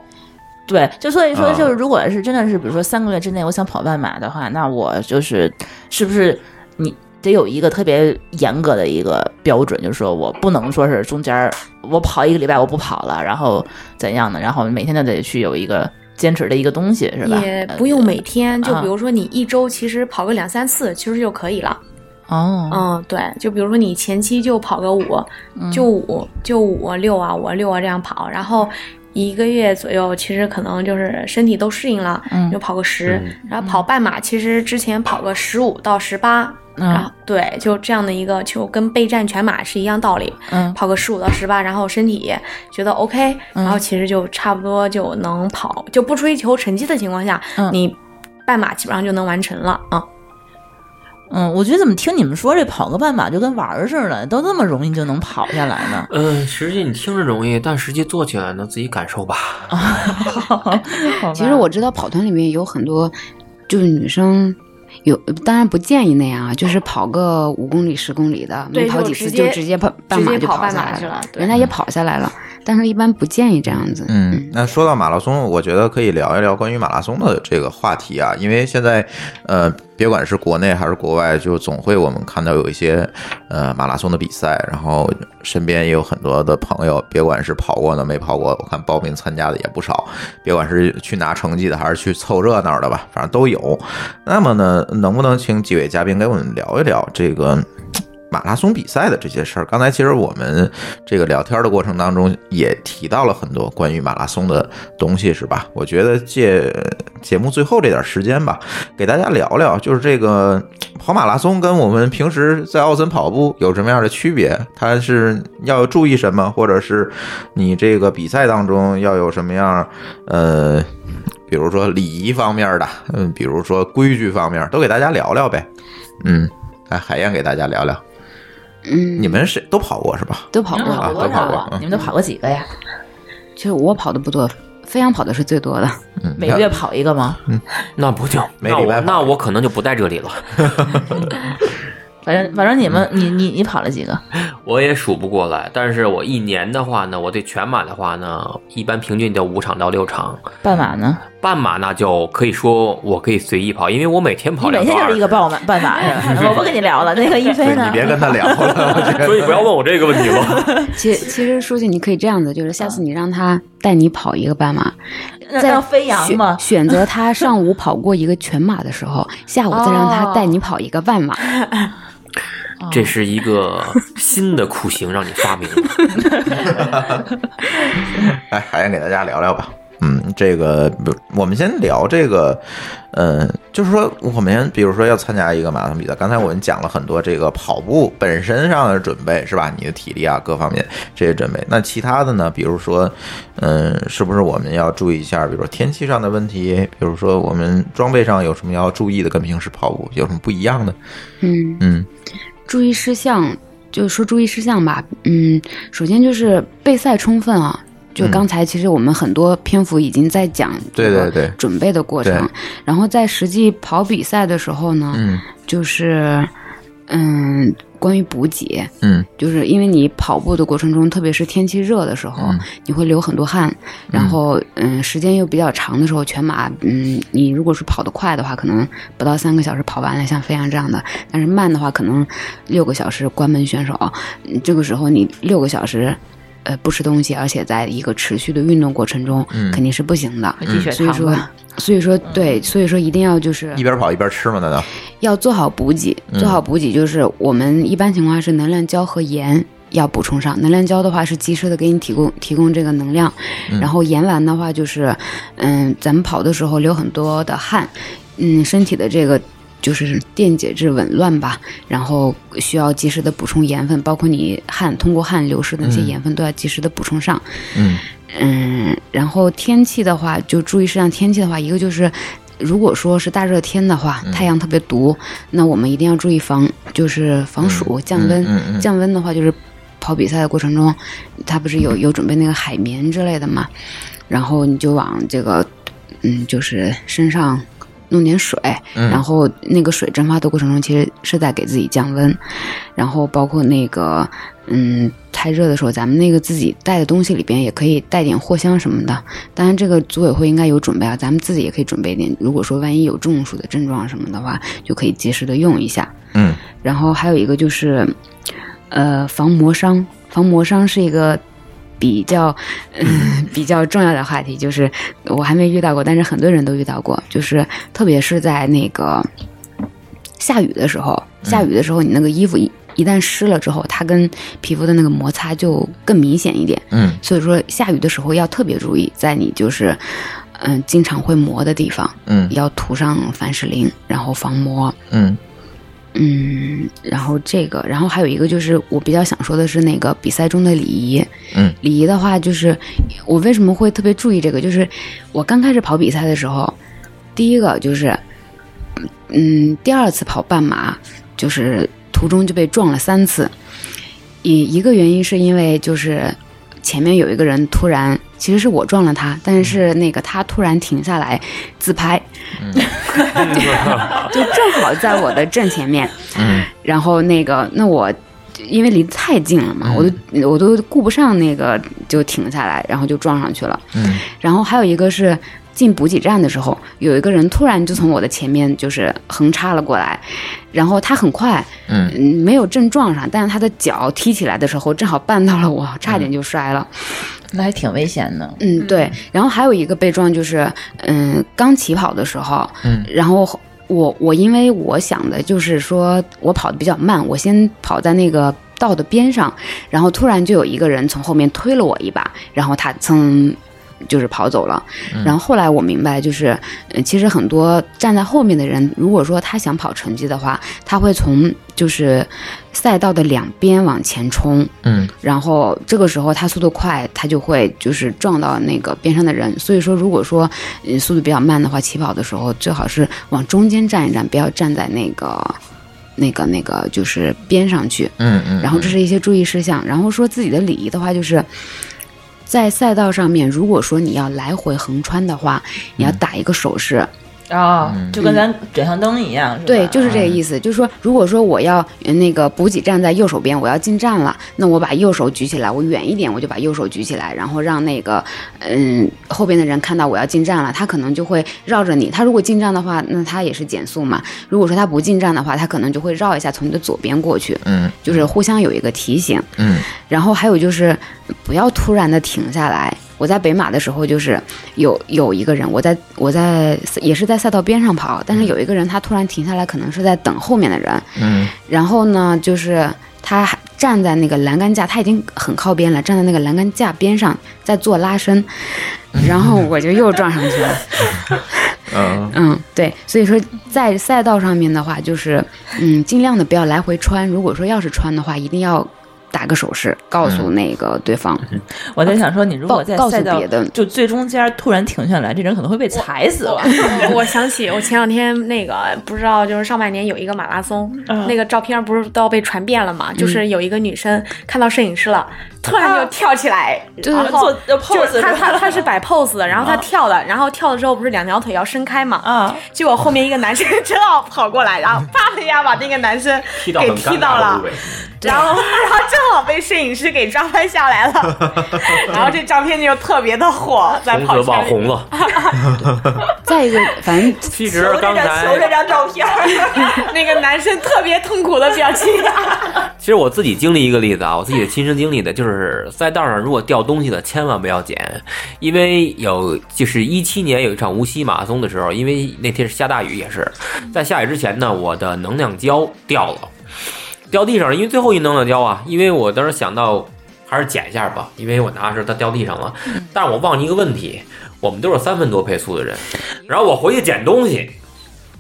对，就所以说，啊就是如果是真的是，比如说三个月之内我想跑半马的话，那我就是是不是你得有一个特别严格的一个标准，就是说我不能说是中间儿我跑一个礼拜我不跑了，然后怎样的，然后每天都得去有一个坚持的一个东西，是吧？也不用每天，就啊比如说你一周其实跑个两三次，其实就可以了。哦，嗯，对，就比如说你前期就跑个五、嗯嗯就五就五六啊五六啊这样跑，然后一个月左右，其实可能就是身体都适应了，嗯就跑个十、然后跑半马，其实之前跑个十五到十八、嗯然后对，就这样的一个，就跟备战全马是一样道理，嗯跑个十五到十八，然后身体觉得 OK，、然后其实就差不多就能跑，就不追求成绩的情况下，嗯你半马基本上就能完成了啊。嗯，我觉得怎么听你们说这跑个半马就跟玩儿似的，都那么容易就能跑下来 呢？嗯，实际你听着容易，但实际做起来呢，自己感受吧。好吧其实我知道跑团里面有很多，就是女生有，当然不建议那样啊，就是跑个五公里、十公里的，对没跑几就次直接就直接跑半直马接就跑半下马来去了对人家也跑下来了，但是一般不建议这样子。嗯，那说到马拉松，我觉得可以聊一聊关于马拉松的这个话题啊，因为现在，呃，别管是国内还是国外，就总会我们看到有一些呃马拉松的比赛，然后身边也有很多的朋友，别管是跑过的没跑过，我看报名参加的也不少，别管是去拿成绩的还是去凑热闹的吧，反正都有。那么呢，能不能请几位嘉宾给我们聊一聊这个？马拉松比赛的这些事儿。刚才其实我们这个聊天的过程当中也提到了很多关于马拉松的东西，是吧？我觉得借节目最后这点时间吧，给大家聊聊，就是这个跑马拉松跟我们平时在奥森跑步有什么样的区别？它是要注意什么，或者是你这个比赛当中要有什么样呃？比如说礼仪方面的，嗯，比如说规矩方面，都给大家聊聊呗。嗯，来海燕给大家聊聊。嗯，你们谁都跑过是吧？都跑过，啊都跑过嗯你们都跑过几个呀？就是我跑的不多，飞扬跑的是最多的。嗯，每月跑一个吗？那不就没那礼拜我跑那我可能就不在这里了，反正反正你们你你你跑了几个？我也数不过来。但是我一年的话呢，我对全马的话呢，一般平均就五场到六场，半马呢？半马那就可以说我可以随意跑，因为我每天跑你两每个天就二是一个半马半马是吧？我不跟你聊了，那个一对飞呢你？别跟他聊了，我觉得 所以不要问我这个问题了。其其实书记，你可以这样子，就是下次你让他带你跑一个半马，那在那飞扬选吗？选择他上午跑过一个全马的时候，下午再让他带你跑一个半马。哦这是一个新的酷刑，让你发明了。来海哎燕给大家聊聊吧。嗯，这个不我们先聊这个，呃，就是说我们比如说要参加一个马拉松比赛，刚才我们讲了很多这个跑步本身上的准备是吧？你的体力啊各方面这些准备，那其他的呢？比如说，嗯、是不是我们要注意一下？比如说天气上的问题，比如说我们装备上有什么要注意的，跟平时跑步有什么不一样的？嗯，嗯注意事项就说注意事项吧。嗯，首先就是备赛充分啊。就嗯刚才，其实我们很多篇幅已经在讲对对对准备的过程对，然后在实际跑比赛的时候呢，嗯就是嗯，关于补给，嗯就是因为你跑步的过程中，特别是天气热的时候，嗯你会流很多汗，然后嗯，时间又比较长的时候，全马嗯，你如果是跑得快的话，可能不到三个小时跑完了，像飞扬这样的；但是慢的话，可能六个小时关门选手，嗯这个时候你六个小时。呃，不吃东西，而且在一个持续的运动过程中，嗯肯定是不行的。低血所以糖说吧，所以说，对，所以说一定要就是一边跑一边吃吗？难道？要做好补给，嗯做好补给就是我们一般情况下是能量胶和盐要补充上。能量胶的话是及时的给你提供提供这个能量，嗯然后盐丸的话就是，嗯，咱们跑的时候流很多的汗，嗯，身体的这个。就是电解质紊乱吧，然后需要及时的补充盐分，包括你汗通过汗流失的那些嗯盐分都要及时的补充上。嗯嗯，然后天气的话，就注意事项。天气的话，一个就是，如果说是大热天的嗯话，太阳特别毒，那我们一定要注意防，就是防暑、降温。嗯嗯嗯降温的话，就是跑比赛的过程中，他不是有有准备那个海绵之类的嘛，然后你就往这个，嗯，就是身上。弄点水，嗯然后那个水蒸发的过程中，其实是在给自己降温，然后包括那个，嗯，太热的时候，咱们那个自己带的东西里边也可以带点藿香什么的。当然，这个组委会应该有准备啊，咱们自己也可以准备一点。如果说万一有中暑的症状什么的话，就可以及时的用一下。嗯然后还有一个就是，呃，防磨伤。防磨伤是一个比较、 嗯、比较重要的话题，就是我还没遇到过，但是很多人都遇到过，就是特别是在那个下雨的时候，下雨的时候你那个衣服一一旦湿了之后，它跟皮肤的那个摩擦就更明显一点。嗯所以说，下雨的时候要特别注意，在你就是，嗯，经常会磨的地方，嗯要涂上凡士林，然后防磨。嗯嗯，然后这个，然后还有一个就是我比较想说的是那个比赛中的礼仪。嗯，礼仪的话，就是我为什么会特别注意这个，就是我刚开始跑比赛的时候，第一个就是，嗯，第二次跑半马，就是途中就被撞了三次。一一个原因是因为就是前面有一个人突然，其实是我撞了他，但是那个他突然停下来自拍，就正好在我的正前面。嗯 然后那个，那我因为离得太近了嘛，我嗯都我都顾不上那个，就停下来，然后就撞上去了。嗯然后还有一个是进补给站的时候，有一个人突然就从我的前面就是横插了过来，然后他很快，嗯嗯，没有正撞上，但是他的脚踢起来的时候正好绊到了我，差点就摔了。那还挺危险的。嗯，对。然后还有一个被撞就是，嗯，刚起跑的时候，嗯然后我我因为我想的就是说我跑的比较慢，我先跑在那个道的边上，然后突然就有一个人从后面推了我一把，然后他噌。就是跑走了，然后后来我明白，就是、呃其实很多站在后面的人，如果说他想跑成绩的话，他会从就是赛道的两边往前冲，嗯，然后这个时候他速度快，他就会就是撞到那个边上的人。所以说，如果说嗯速度比较慢的话，起跑的时候最好是往中间站一站，不要站在那个那个那个就是边上去。嗯嗯，然后这是一些注意事项。然后说自己的礼仪的话，就是在赛道上面，如果说你要来回横穿的话，你要打一个手势。啊、就跟咱转向灯一样，是吧？嗯对，就是这个意思。就是说，如果说我要呃那个补给站在右手边，我要进站了，那我把右手举起来，我远一点我就把右手举起来，然后让那个嗯后边的人看到我要进站了，他可能就会绕着你。他如果进站的话，那他也是减速嘛。如果说他不进站的话，他可能就会绕一下从你的左边过去。嗯就是互相有一个提醒。嗯然后还有就是不要突然的停下来。我在北马的时候，就是有有一个人，我在我在也是在赛道边上跑，但是有一个人他突然停下来，可能是在等后面的人。嗯然后呢，就是他还站在那个栏杆架，他已经很靠边了，站在那个栏杆架边上在做拉伸，然后我就又撞上去了。嗯嗯，对，所以说在赛道上面的话，就是嗯，尽量的不要来回穿。如果说要是穿的话，一定要打个手势告诉那个对方，我在想说，你如果在告赛告诉道别的就最中间突然停下来，这人可能会被踩死吧？ 我我想起我前两天那个不知道，就是上半年有一个马拉松，嗯那个照片不是都要被传遍了嘛？就是有一个女生看到摄影师了，突然就跳起来，就是然后啊做要就 pose 是是她吧她她是摆 pose 的，然后她跳的，然后跳的时候不是两条腿要伸开嘛？啊，结果后面一个男生正好跑过来，然后啪的一下把那个男生 踢到给很踢尴到尬的了部，位。然后然后正好被摄影师给抓拍下来 了，然后这照片就特别的火， 在从跑此圈网里红了。再一个反正其实刚求这才，张照片儿，那个男生特别痛苦的表情。其实我自己经历一个例子啊，我自己的亲身经历的，就是赛道上如果掉东西的，千万不要捡，因为有就是一七年有一场无锡马拉松的时候，因为那天是下大雨，也是在下雨之前呢，我的能量胶掉了，掉地上了，因为最后一能量胶啊，因为我当时想到还是捡一下吧，因为我拿的时候它掉地上了，但是我忘了一个问题，我们都是三分多配速的人，然后我回去捡东西，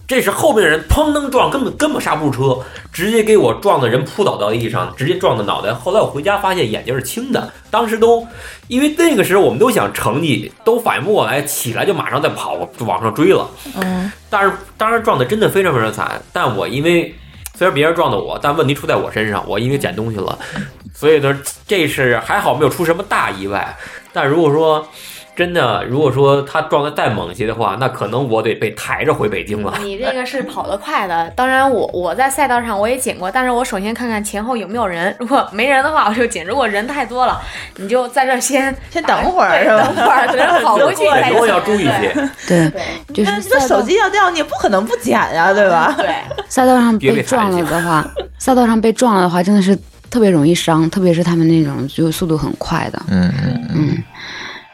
这时后面的人砰噔撞，根本根本刹不住车，直接给我撞的人扑倒到地上，直接撞的脑袋。后来我回家发现眼睛是青的，当时都因为那个时候我们都想成绩都反应不过来，起来就马上再跑往上追了。嗯，但是当然撞的真的非常非常惨，但我因为虽然别人撞的我，但问题出在我身上，我因为捡东西了，所以呢，这是还好没有出什么大意外。但如果说真的，如果说他撞的再猛些的话，那可能我得被抬着回北京了。你这个是跑得快的，当然我我在赛道上我也捡过，但是我首先看看前后有没有人，如果没人的话我就捡，如果人太多了，你就在这儿先 先等会儿对是吧？等会儿等 人跑过去再很多捡。要注意些，对对就 那是你这赛手道机要掉，你也不可能不捡呀，对吧？对，赛道上别被被踩撞一了下的话，赛道上被撞了的话，真的是特别容易伤，特别是他们那种就速度很快的，嗯嗯，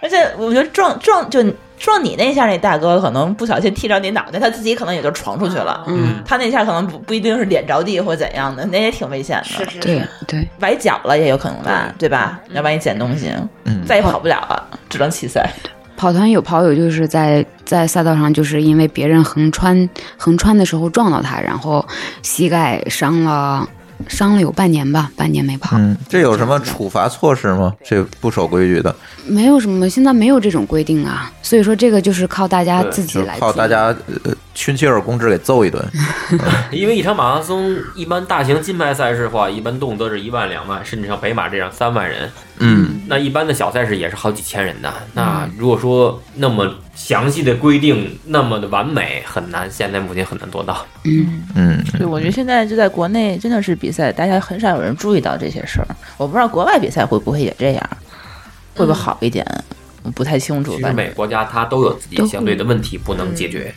而且我觉得撞撞就撞你那一下，那大哥可能不小心踢着你脑袋，他自己可能也就床出去了。嗯，他那一下可能不不一定是脸着地或怎样的，那也挺危险的，是对对，崴脚了也有可能吧，对吧？要万一捡东西，嗯再也跑不了了，只能弃赛。跑团有跑友就是在在赛道上，就是因为别人横穿横穿的时候撞到他，然后膝盖伤了，伤了有半年吧，半年没跑，嗯，这有什么处罚措施吗？这不守规矩的，没有什么，现在没有这种规定啊，所以说这个就是靠大家对自己就是来，靠大。家呃群起而攻之给揍一顿。 因为一场马拉松，一般大型金牌赛事的话，一般动辄是一万、两万，甚至像北马这样三万人。嗯那一般的小赛事也是好几千人的。那如果说那么详细的规定，那么的完美，很难，现在目前很难做到。嗯，嗯，对，我觉得现在就在国内真的是比赛，大家很少有人注意到这些事儿。我不知道国外比赛会不会也这样，会不会好一点，我不太清楚其实吧。每个国家它都有自己相对的问题不能解决。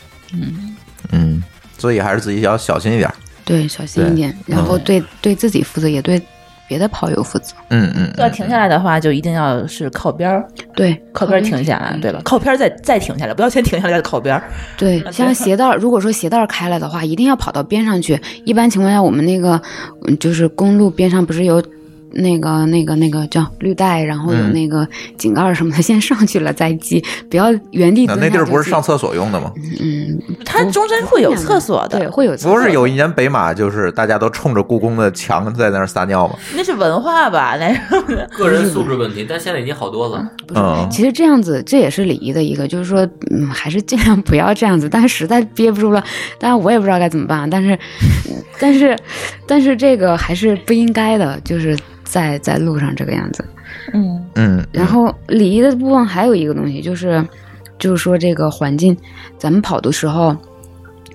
嗯，所以还是自己要小心一点。对，小心一点，然后对对自己负责，也对别的跑友负责。嗯嗯，要停下来的话，就一定要是靠边儿，对，靠边儿停下来，对吧？靠边儿再再停下来，不要先停下来再靠边儿。对，嗯像鞋带儿， 如果说鞋带儿开了的话，一定要跑到边上去。一般情况下，我们那个嗯就是公路边上不是有那个那个那个叫绿带，然后有嗯那个井盖儿什么的，先上去了再系，不要原地那蹲那地下儿就不是系上厕所用的吗？嗯，它中间会有厕所的，对，会有厕所不是有一年北马就是大家都冲着故宫的墙在那儿撒尿吗？那是文化吧？那是个人素质问题，但现在已经好多了。嗯，其实这样子，这也是礼仪的一个，就是说，嗯，还是尽量不要这样子。但是实在憋不住了，当然我也不知道该怎么办。啊但是， 但是，但是这个还是不应该的，就是在在路上这个样子。嗯，嗯，然后礼仪的部分还有一个东西，就是就是说这个环境，咱们跑的时候。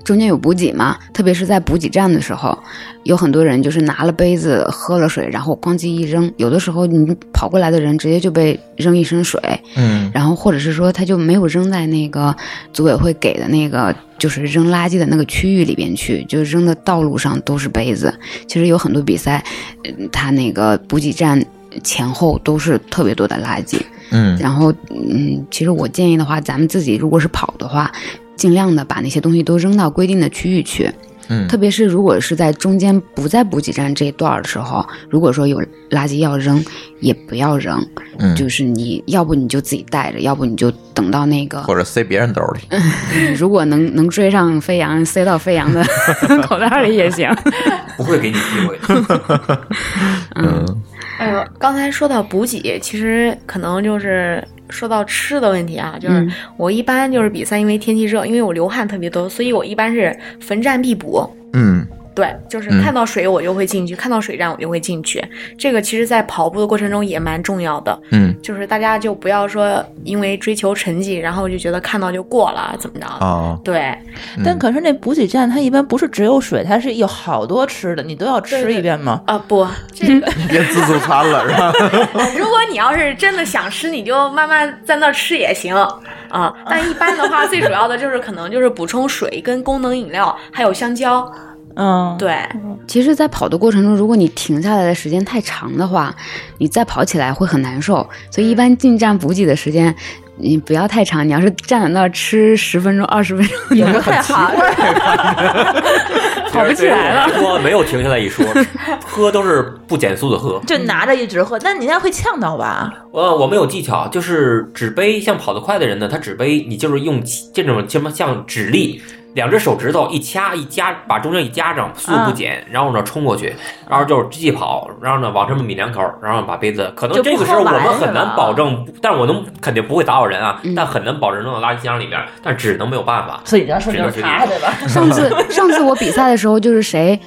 中间有补给嘛？特别是在补给站的时候，有很多人就是拿了杯子喝了水，然后咣叽一扔，有的时候你跑过来的人直接就被扔一身水。嗯然后或者是说他就没有扔在那个组委会给的那个就是扔垃圾的那个区域里边去，就扔的道路上都是杯子。其实有很多比赛，嗯他那个补给站前后都是特别多的垃圾。嗯然后，嗯，其实我建议的话，咱们自己如果是跑的话，尽量的把那些东西都扔到规定的区域去。嗯特别是如果是在中间不在补给站这一段儿的时候，如果说有垃圾要扔，也不要扔，嗯就是你要不你就自己带着，要不你就等到那个，或者塞别人兜里。 如果能能追上飞扬，塞到 飞扬的口袋里也行。不会给你机会的。嗯哎呦，刚才说到补给，其实可能就是说到吃的问题啊，就是嗯我一般就是比赛，因为天气热，因为我流汗特别多，所以我一般是逢站必补。嗯对，就是嗯看到水我就会进去，看到水站我就会进去。这个其实，在跑步的过程中也蛮重要的，嗯就是大家就不要说因为追求成绩，然后就觉得看到就过了怎么着。啊，对，嗯 但可是那补给站它一般不是只有水，它是有好多吃的，你都要对吃对一遍吗？啊不，这个别自助餐了是吧？如果你要是真的想吃，你就慢慢在那儿吃也行啊。但一般的话，最主要的就是可能就是补充水跟功能饮料，还有香蕉。嗯，对，其实，在跑的过程中，如果你停下来的时间太长的话，你再跑起来会很难受。所嗯以，一般进站补给的时间，你不要太长。你要是站在那儿吃十分钟、二十分钟，也不太好。 跑不起来了。说没有停下来 一说，喝都是不减速的喝。就拿着一直喝，那你那会呛到吧？呃，我们有技巧，就是纸杯，像跑得快的人呢，他纸杯你就是用这种什么像指力。两只手指头一掐一夹，把中间一夹上，速嗯度不减，然后呢冲过去，然后就是继续跑，然后呢往上面抿两口，然后把杯子。可能就不这个时候我喝完们很是吧难保证，但我能肯定不会打扰人啊，嗯但很难保证扔到垃圾箱里面，但只能没有办 法。所以你要说就是他，对 吧？ 上次上次我比赛的时候，就是谁，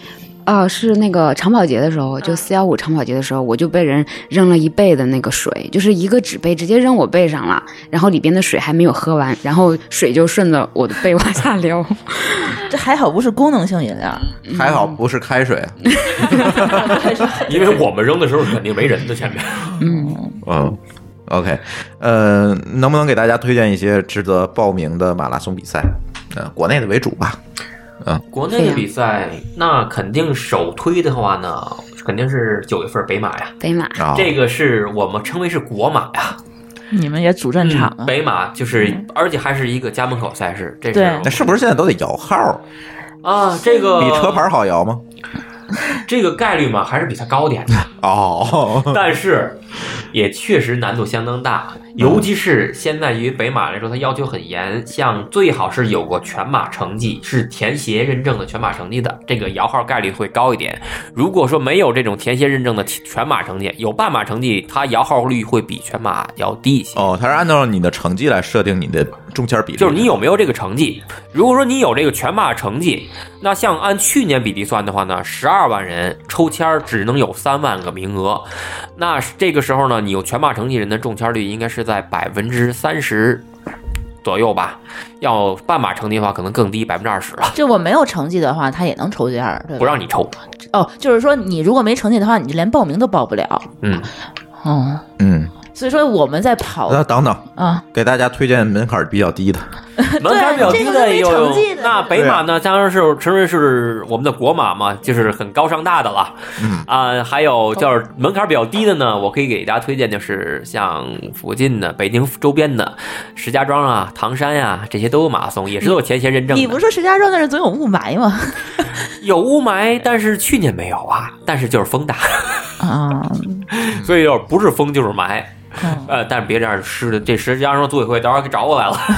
啊、是那个长跑节的时候，就四幺五长跑节的时候，我就被人扔了一背的那个水，就是一个纸杯直接扔我背上了，然后里边的水还没有喝完，然后水就顺着我的背往下流。这还好不是功能性饮料，还好不是开水。啊嗯因为我们扔的时候肯定没人的前 面。嗯，OK，呃，能不能给大家推荐一些值得报名的马拉松比赛？呃，国内的为主吧。国内啊的比赛，那肯定首推的话呢，肯定是九月份北马呀，北马，啊，这个是我们称为是国马呀。嗯你们也主战场啊？北马就是，而且还是一个家门口赛事，这是对那是不是现在都得摇号？啊，这个比车牌好摇吗？这个概率嘛，还是比它高点 的， 哦，但是也确实难度相当大，嗯尤其是现在于北马来说，它要求很严，像最好是有个全马成绩，是田协认证的全马成绩的，这个摇号概率会高一点。如果说没有这种田协认证的全马成绩，有半马成绩，它摇号率会比全马要低一些。哦，他是按照你的成绩来设定你的中间比例，就是你有没有这个成绩。如果说你有这个全马成绩，那像按去年比例算的话呢，十二万人抽签儿只能有三万个名额。那这个时候呢，你有全马成绩人的中签率应该是在百分之三十左右吧。要半马成绩的话，可能更低，百分之二十了，就我没有成绩的话，他也能抽签儿，对不吧？让你抽。哦，就是说你如果没成绩的话，你就连报名都报不了。嗯，哦，嗯，所以说我们在跑那等等，啊，给大家推荐门槛比较低的， 门槛比较低的也这有个都没成绩的。那北马呢，当然是成为是我们的国马嘛，就是很高尚大的了。嗯啊，还有就是门槛比较低的呢，我可以给大家推荐，就是像附近的北京周边的石家庄啊、唐山呀、这些都有马拉松，也是都有前贤认证你的不。是说石家庄那儿总有雾霾吗？ 有雾霾，但是去年没有啊，但是就是风大，啊， 所以就是不是风就是霾。嗯呃，但是别这样湿的，这石家庄组委会到时候给找我来了。嗯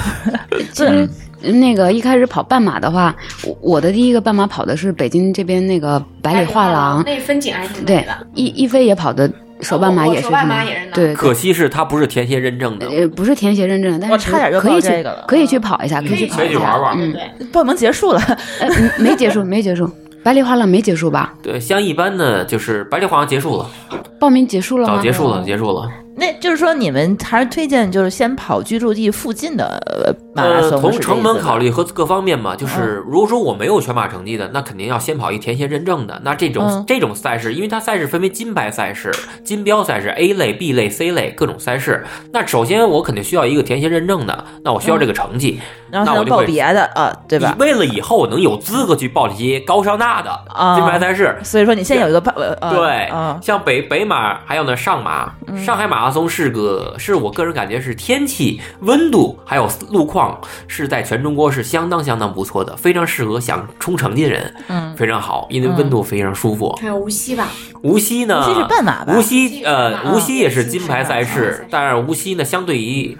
其实那个一开始跑半马的话，我我的第一个半马跑的是北京这边那个百里画廊，那风景还挺美对的。，一一飞也跑的手办马我我也是手什办马么也是？那对，可惜是它不是田协认证的，呃，不是田协认证的，但是我差点就可报以这去个了可以去跑一下，嗯可以去可跑以一去下，玩玩嗯，对，报名结束了，呃，嗯没结束，没结束，百里画廊没结束吧？对，像一般呢，就是白里画廊结束了，报名结哦束了早吗？结束了，结束了。那就是说你们还是推荐就是先跑居住地附近的呃马拉呃，松，从是这成意本思吧嗯考虑和各方面嘛，就是如果说我没有全马成绩的，那肯定要先跑一田协认证的。那这种、嗯这种赛事，因为它赛事分为金牌赛事、金标赛事、A 类、B 类、C 类各种赛事。那首先我肯定需要一个田协认证的，那我需要这个成绩，然后那才我能就报会别的啊，嗯对吧以？为了以后我能有资格去报这些高上大的啊金牌赛事，所以说你现在有一个报呃呃对，啊，像北北马还有呢上马，嗯上海马拉松是个是我个人感觉是天气、温度还有路况是在全中国是相当相当不错的，非常适合想冲成绩的人，嗯非常好，因为温度非常舒服。还有无锡吧，无锡呢，无锡是半马吧无锡无锡是半呃，马无锡也是金牌赛事嗯，但是无锡呢，相对于。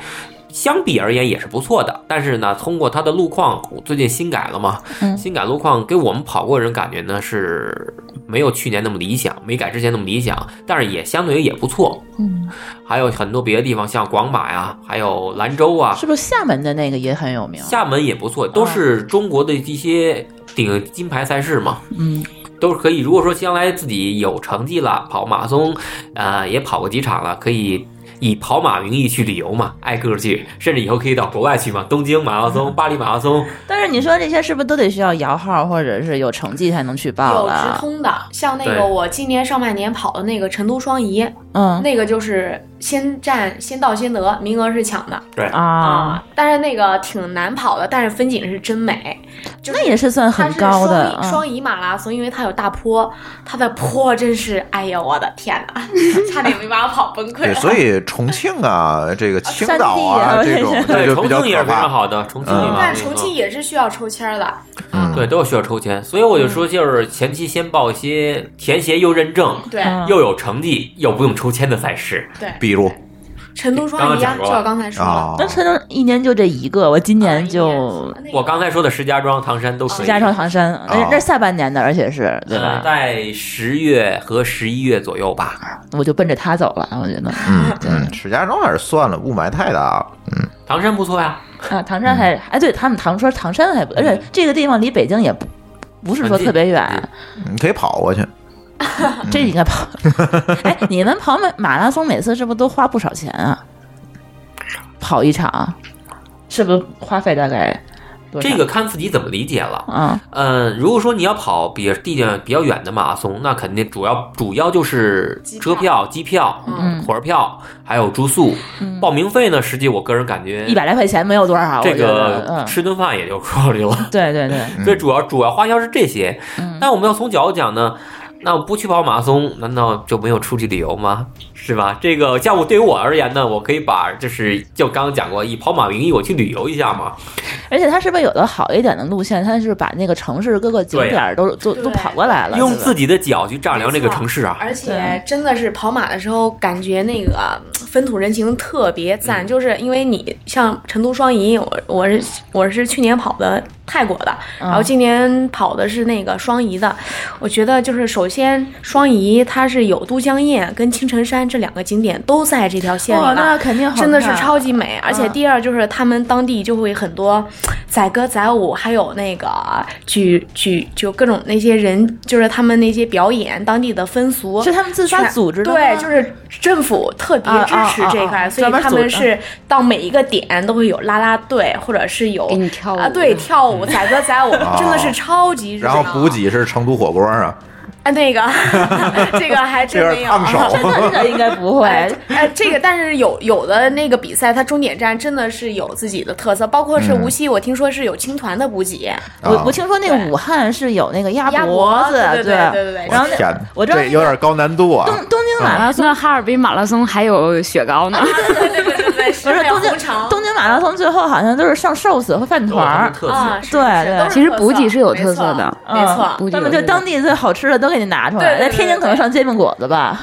相比而言也是不错的，但是呢，通过它的路况，最近新改了嘛，嗯新改路况给我们跑过的人感觉呢是没有去年那么理想，没改之前那么理想，但是也相对于也不错。嗯，还有很多别的地方，像广马呀，还有兰州啊，是不是厦门的那个也很有名？厦门也不错，都是中国的一些顶金牌赛事嘛。嗯，都是可以。如果说将来自己有成绩了，跑马拉松，呃，也跑过几场了，可以以跑马名义去旅游嘛，挨个儿去，甚至以后可以到国外去嘛，东京马拉松、巴黎马拉松，但是你说这些是不是都得需要摇号或者是有成绩才能去报有直了？通的，像那对个我今年上半年跑的那个成都双遗，嗯那个就是先占先到先得，名额是抢的啊，啊。但是那个挺难跑的，但是风景是真美，就是那也是算它很是高的双遗嗯双遗马拉松，因为它有大坡，它的坡真是，哎呀，我的天哪， 差点没把我跑崩溃对，了。所以重庆啊，这个青岛啊，山地啊这种这对，就重比较庆也可是非常怕。好的，重庆嗯啊也是但非常重好庆也是需要抽签儿的，嗯，对，都要需要抽签，所以我就说，就是前期先报一些填写又认证，对、嗯又有成绩又不用抽签的赛事。对。比如成都双刚刚遗啊讲，就过我刚才说的，啊那，成都一年就这一个，我今年就嗯我刚才说的石家庄、唐山哦都可以。石家庄、唐山，那哦那是下半年的，而且是嗯对呃，吧？在十月和十一月左右吧。我就奔着他走了，我觉得嗯嗯，石家庄还是算了，雾霾太大了。嗯，唐山不错呀，啊，唐山还哎，对他们唐说唐山还不，而且嗯这个地方离北京也不不是说特别很远近，你可以跑过去。嗯这应该跑。 哎，你们跑马马拉松每次是不是都花不少钱啊？跑一场是不是花费大概多少？这个看自己怎么理解了。啊，嗯，如果说你要跑比地点比较远的马拉松，那肯定主要主要就是车票、机票、嗯火车票，还有住宿。报名费呢，实际我个人感觉嗯一百来块钱没有多少，呃我这觉得个嗯嗯，吃顿饭也就考虑了。对对对，所以主要主要花销是这些。嗯但我们要从角度讲呢，那不去跑马拉松，难道就没有出去旅游吗？是吧？这个像我对于我而言呢，我可以把就是就刚刚讲过，以跑马名义我去旅游一下嘛。而且它是不是有的好一点的路线，它是把那个城市各个景对点儿都都都对跑过来了，用对吧自己的脚去丈量这个城市啊。而且对真的是跑马的时候，感觉那个嗯风土人情特别嗯赞，就是因为你像成都双遗，我我是我是去年跑的泰国的，嗯然啊后今年跑的是那个双遗的，我觉得就是首先双遗它是有都江堰跟青城山这两个景点都在这条线里哦哇，了。那肯定好看嗯真的是啊超级美，而且第二就是他们当地就会很多载歌载舞，还有那个举举就各种那些人，就是他们那些表演，当地的风俗是他们自发组织的吗对， 就是政府特别支持这一块，啊啊啊啊所以他专们门组织是到每一个点都会有啦啦队，或者是有给你跳舞嗯啊，对，跳舞载歌载舞，真的是超级热哦然闹后补给是成都火锅啊，啊， 那个，这个还真有没有，点烫手 真的这个应该不会。哎， 哎这个但是有有的那个比赛，它终点站真的是有自己的特色，包括是无锡，我听说是有青团的补给，哦我我听说那个武汉是有那个鸭脖子，鸭脖子对对对对对然后那天哪，我知道这那嗯有点高难度啊。东东京马马拉拉松、哈尔滨马拉松还有雪糕呢。 对对对对对，是 不是还有东京红肠东京马拉松最后好像都是上寿司和饭都有团哦他儿们，特色。啊，是对是对都其实特补色给是有没特错色的没嗯错补。他们就当地最好吃的都给你拿出来。对对对在天津可能上煎饼果子吧，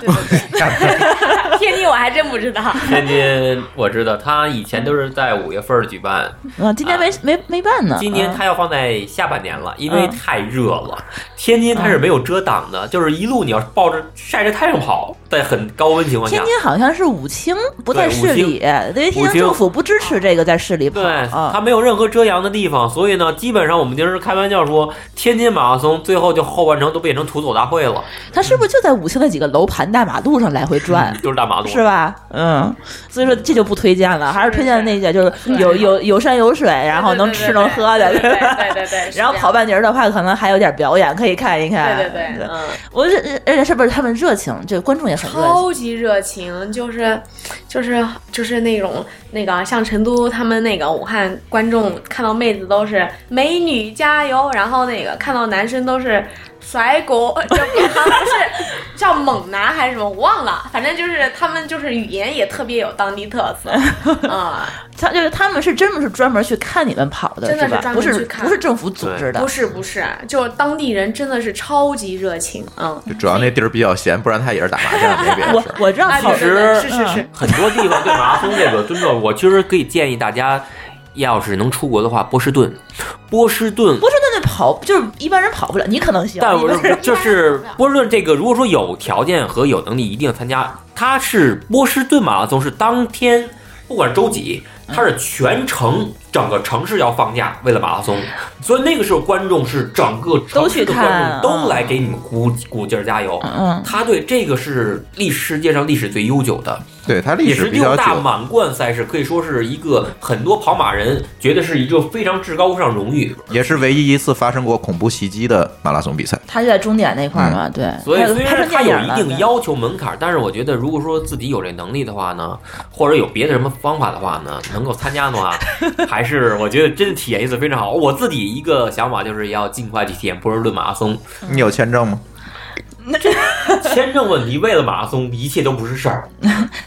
天津我还真不知道，天津我知道，他以前都是在五月份儿举办， 嗯，今年没没没办呢。啊今年嗯它要放在下半年了，因为嗯太热了。天津它是没有遮挡的，就是一路你要抱着晒着太阳跑，在很高温情况下天。津好像是武清不在对市里，因为武天津清政府不支持这个在市里跑对，啊。它没有任何遮阳的地方，所以呢，基本上我们就是开玩笑说，天津马拉松最后就后半程都变成土走大会了，他是不是就在武清的几个楼盘大马路上来回 转？就是大马路。哎是吧？嗯，所以说这就不推荐了，还是推荐那些就是有有有山有水，然后能吃能喝的，对对吧？对对对，是然后这样跑半截儿的话，可能还有点表演可以看一看。对对对，嗯。我是而且是不是他们热情，这观众也很热情。超级热情，就是，就是就是那种那个啊像成都他们那个武汉观众看到妹子都是美女加油，然后那个看到男生都是甩狗，就不 是叫猛男还是什么，我忘了，反正就是他们就是语言也特别有当地特 色，啊、他就是他们是真的是专门去看你们跑的，真的是是吧？专不门是去看不是政府组织的不。是不是，就是当地人真的是超级热情，嗯，主要那地儿比较闲，不然他也是打麻将，没别的我事儿。我知道哎跑对对对是是是，很多地方对马拉松这个尊重，我其实可以建议大家，要是能出国的话，波士顿，波士顿不是那那跑就是一般人跑不了，你可能 行。但你我们是就是波士顿这个，如果说有条件和有能力，一定要参加。它是波士顿马拉松，是当天不管周几，它是全城整个城市要放假，为了马拉松，所以那个时候观众是整个城市的观众都去看都来给你们鼓鼓劲儿加油。嗯，他对这个是历史世界上历史最悠久的，对他历也史是比六较大久，满贯赛事，可以说是一个很多跑马人觉得是一个非常至高无上荣誉。也是唯一一次发生过恐怖袭击的马拉松比赛。他就在终点那块儿嘛，对。嗯所以他虽他然是它电有影了一定对要求门槛，但是我觉得如果说自己有这能力的话呢，或者有别的什么方法的话呢，能够参加的 话，还是我觉得真的体验一次非常好。我自己一个想法就是要尽快去体验波士顿马拉 松，嗯你有签证吗？签证问题为了马拉松一切都不是事儿。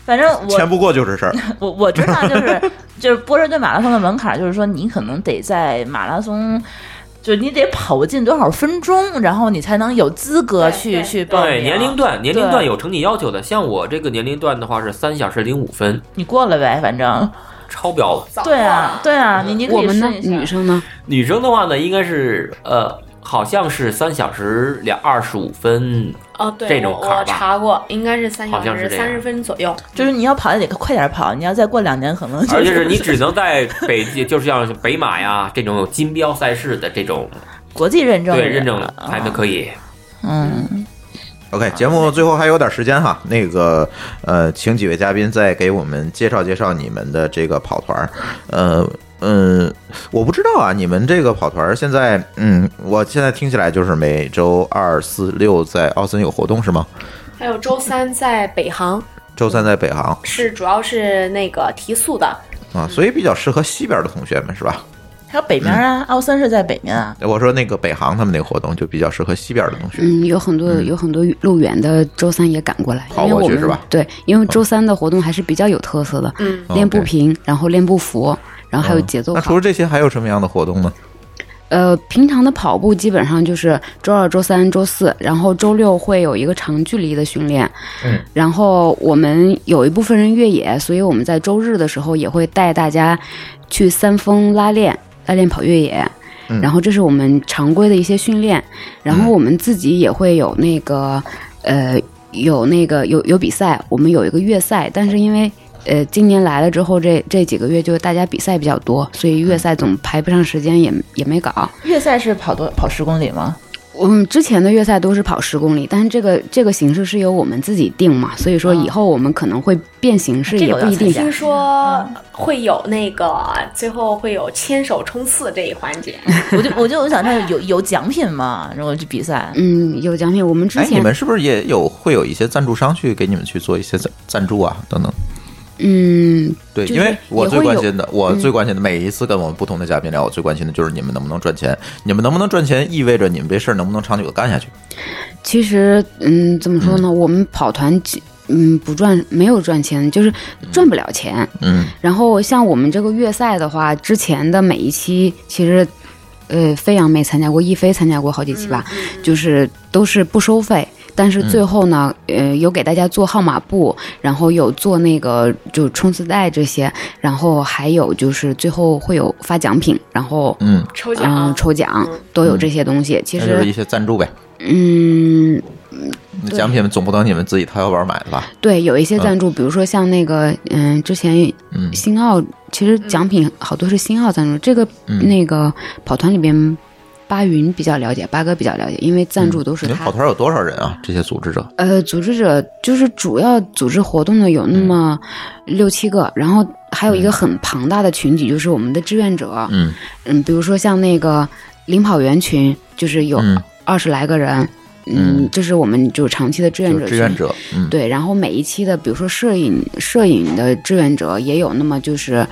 反正我签不过就是 事儿。我我知道，就是 就是波士顿马拉松的门槛，就是说你可能得在马拉松，就是你得跑进多少分钟，然后你才能有资格对去对去报对名。哎年龄段，年龄对段有成绩要求的，像我这个年龄段的话是三小时零五分，你过了呗，反正超标了。早对了嗯啊，对啊，你你 可我以们呢，试一女下。生呢？女生的话呢，应该是呃，好像是三小时两二十五分，哦，对，这种我坎儿我吧查过，应该是三小好像时是这样三十分左右，就是你要跑也得快点跑，你要再过两年可 能就而且啊是你只能在北，就是像北马呀这种有金标赛事的这种国际认证对的认证的啊才能可以。嗯， OK，节目最后还有点时间哈，那个呃，请几位嘉宾再给我们介绍介绍你们的这个跑团儿，呃。嗯，我不知道啊，你们这个跑团儿现在，嗯，我现在听起来就是每周二、四、六在奥森有活动是吗？还有周三在北航。周三在北航是主要是那个提速的，嗯啊，所以比较适合西边的同学们是吧？还有北面嗯啊，奥森是在北面啊，我说那个北航他们那个活动就比较适合西边的同学。嗯，有很多有很多路远的周三也赶过来，跑因为过我去们是吧哦对，因为周三的活动还是比较有特色的，嗯练 OK 哦步频，然后练步幅，然后还有节嗯奏那除跑了。这些还有什么样的活动呢？呃，平常的跑步基本上就是周二、周三、周四，然后周六会有一个长距离的训练。嗯，然后我们有一部分人越野，所以我们在周日的时候也会带大家去三峰拉练，拉练跑越野。嗯然后这是我们常规的一些训练，然后我们自己也会有那个，呃，有那个有有比赛，我们有一个月赛，但是因为呃，今年来了之后，这这几个月就大家比赛比较多，所以月赛总排不上时间也，也没搞。月赛是跑多跑十公里吗？ 我们之前的越赛都是跑十公里，但是这个这个形式是由我们自己定嘛，所以说以后我们可能会变形式，啊这也个我不一要参定加。听说会有那个最后会有牵手冲刺这一环节，我就我就我想看有有奖品吗？如果去比赛，嗯，有奖品。我们之哎，你前们是不是也有会有一些赞助商去给你们去做一些赞赞助啊等等？嗯，对，就因是为我也最会关有嗯心的，我最关心的，每一次跟我们不同的嘉宾聊，我最关心的就是你们能不能赚钱。你们能不能赚钱，意味着你们这事儿能不能长久的干下去。其实嗯，怎么说呢？我们跑团嗯不赚没有赚钱，就是赚不了钱。嗯，然后像我们这个月赛的话，之前的每一期其实，呃，飞扬没参加过，一飞参加过好几期嗯吧，就是都是不收费。但嗯是最后呢，呃，有给大家做号码布，然后有做那个就冲刺带这些，然后还有就是最后会有发奖品，然后嗯，抽奖、嗯、抽奖都有这些东西。其那嗯就是一实，些赞助呗。嗯，那奖品总不能你们自己掏腰包买的吧？对，有一些赞助，比如说像那个，嗯，之前嗯新奥，其实奖品好多是新奥赞助，这个、嗯那个跑团里边，巴云比较了解，巴哥比较了解，因为赞助都是你们嗯哎他。跑团有多少人啊？这些组织者？呃，组织者就是主要组织活动的有那么嗯六七个，然后还有一个很庞大的群体，就是我们的志愿者，嗯嗯，比如说像那个领跑员群，就是有嗯，二十来个人，嗯这是我们就长期的志愿就者是群，志愿者。嗯，对，然后每一期的，比如说摄影摄影的志愿者也有那么就是，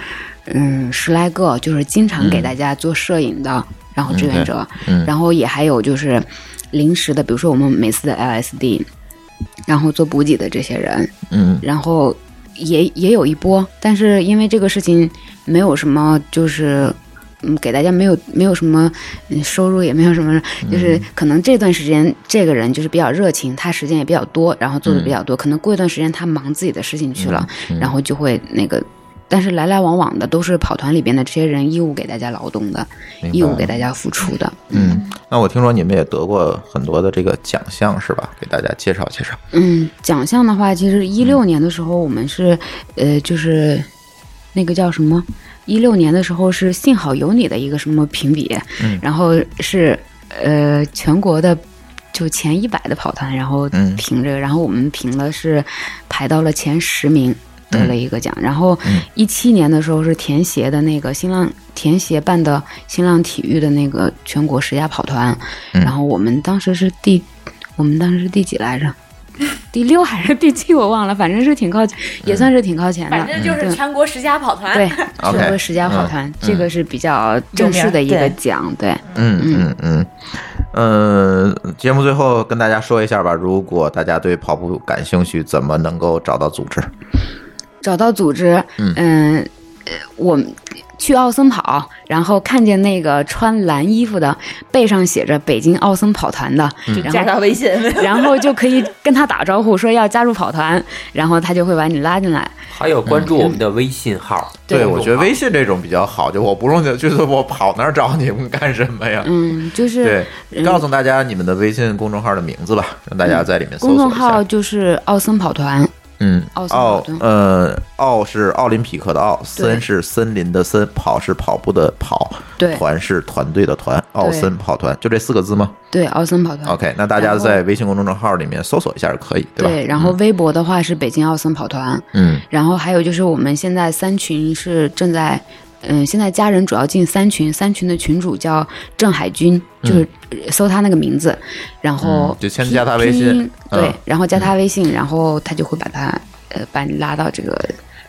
嗯，十来个，就是经常给嗯大家做摄影的，然后志愿者，嗯然后也还有就是临时的，比如说我们每次的 LSD，然后做补给的这些人，嗯然后也也有一波，但是因为这个事情没有什么就是。嗯，给大家没有没有什么嗯收入，也没有什么，就是嗯可能这段时间这个人就是比较热情，他时间也比较多，然后做的比嗯较多。可能过一段时间他忙自己的事情去了，然后就会那个，但是来来往往的都是跑团里边的这些人义务给大家劳动的，明白义务给大家付出的。嗯。那我听说你们也得过很多的这个奖项是吧？给大家介绍介绍。嗯，奖项的话，其实嗯一六年的时候，我们是，呃，就是那个叫什么，一六年的时候是《幸好有你》的一个什么评比，嗯然后是呃全国的就前一百的跑团，然后嗯评这个，然后我们评了是排到了前十名。得嗯了一个奖，然后嗯一七年的时候是田协的那个新浪田协办的新浪体育的那个全国十佳跑团，嗯然后我们当时是第，我们当时是第几来着？ 第六还是第七，我忘了，反正是挺靠，嗯也算是挺靠前的。反正就是全国十佳跑团。对， OK，全国十佳跑团嗯，这个是比较正式的一个奖，对，嗯嗯嗯，呃，节目最后跟大家说一下吧，如果大家对跑步感兴趣，怎么能够找到组织？找到组织，嗯嗯，呃我们去奥森跑，然后看见那个穿蓝衣服的，背上写着北京奥森跑团的，嗯嗯然加后他微信，然后就可以跟他打招呼，说要加入跑团，然后他就会把你拉进来。还有关嗯注我们的微信号。对，我觉得微信这种比较好，就我不用就是我跑那儿找你们干什么呀？嗯，就是对，告诉大家你们的微信公众号的名字吧，让大家在里面搜嗯公索众一号下。就是奥森跑团，嗯，奥森奥跑团呃，奥是奥林匹克的奥，森对是森林的森，跑是跑步的跑，对团是团队的团，奥森跑团就这四个字吗对，奥森跑团。 ？OK，那大家然后在微信公众号里面搜索一下就可以，吧？对，然后微博的话是北京奥森跑团，嗯，然后还有就是我们现在三群是正在，嗯，现在家人主要进三群，三群的群主叫郑海军，就是搜他那个名字，然后嗯就先拼加他微信拼音嗯对，然后加他微信，然后他就会把他呃把你拉到这个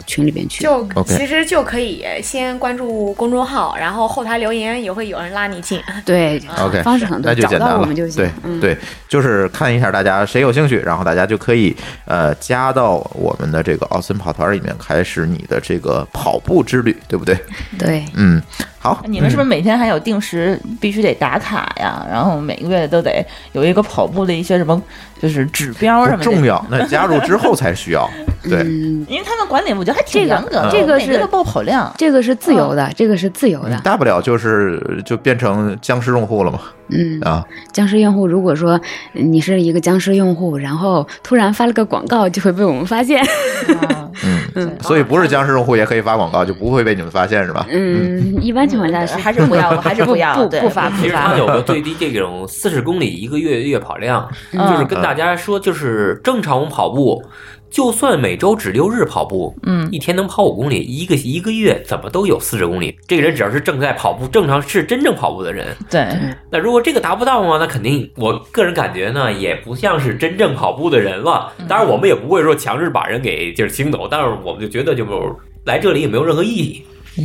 群里边去。就 OK 其实就可以先关注公众号，然后后台留言也会有人拉你进。对嗯 OK，方式很多，那就找简单到了，我们就行。对、嗯，对，就是看一下大家谁有兴趣，然后大家就可以呃加到我们的这个奥森跑团里面，开始你的这个跑步之旅，对不对？对，嗯，好，你们是不是？是每天还有定时必须得打卡呀？然后每个月都得有一个跑步的一些什么，就是指标什么不的。重要，那加入之后才 需要。对，嗯，因为他们管理我觉得还挺严格的，这个每这个是都报跑量。这个是自由的，这个是自由你的。嗯大不了就是就变成僵尸用户了嘛嗯，啊！僵尸用户，如果说你 是一个僵尸用户，然后突然发了个广告，就会被我们发现。啊嗯，嗯所以不是僵尸用户也可以发广告，就不会被你们发现是吧？嗯，一般情况下是还是不要还是不要不对不发不其实它发。有个最低这种四十公里一个月月跑量，嗯就是跟大家说，就是正常我们跑步，就算每周只六日跑步，嗯一天能跑五公里，一个一个月怎么都有四十公里。这个人只要是正在跑步，正常是真正跑步的人，对，那如果这个达不到嘛，那肯定我个人感觉呢，也不像是真正跑步的人了。当然，我们也不会说强制把人给就是清走，但是我们就觉得就没有来这里也没有任何意义。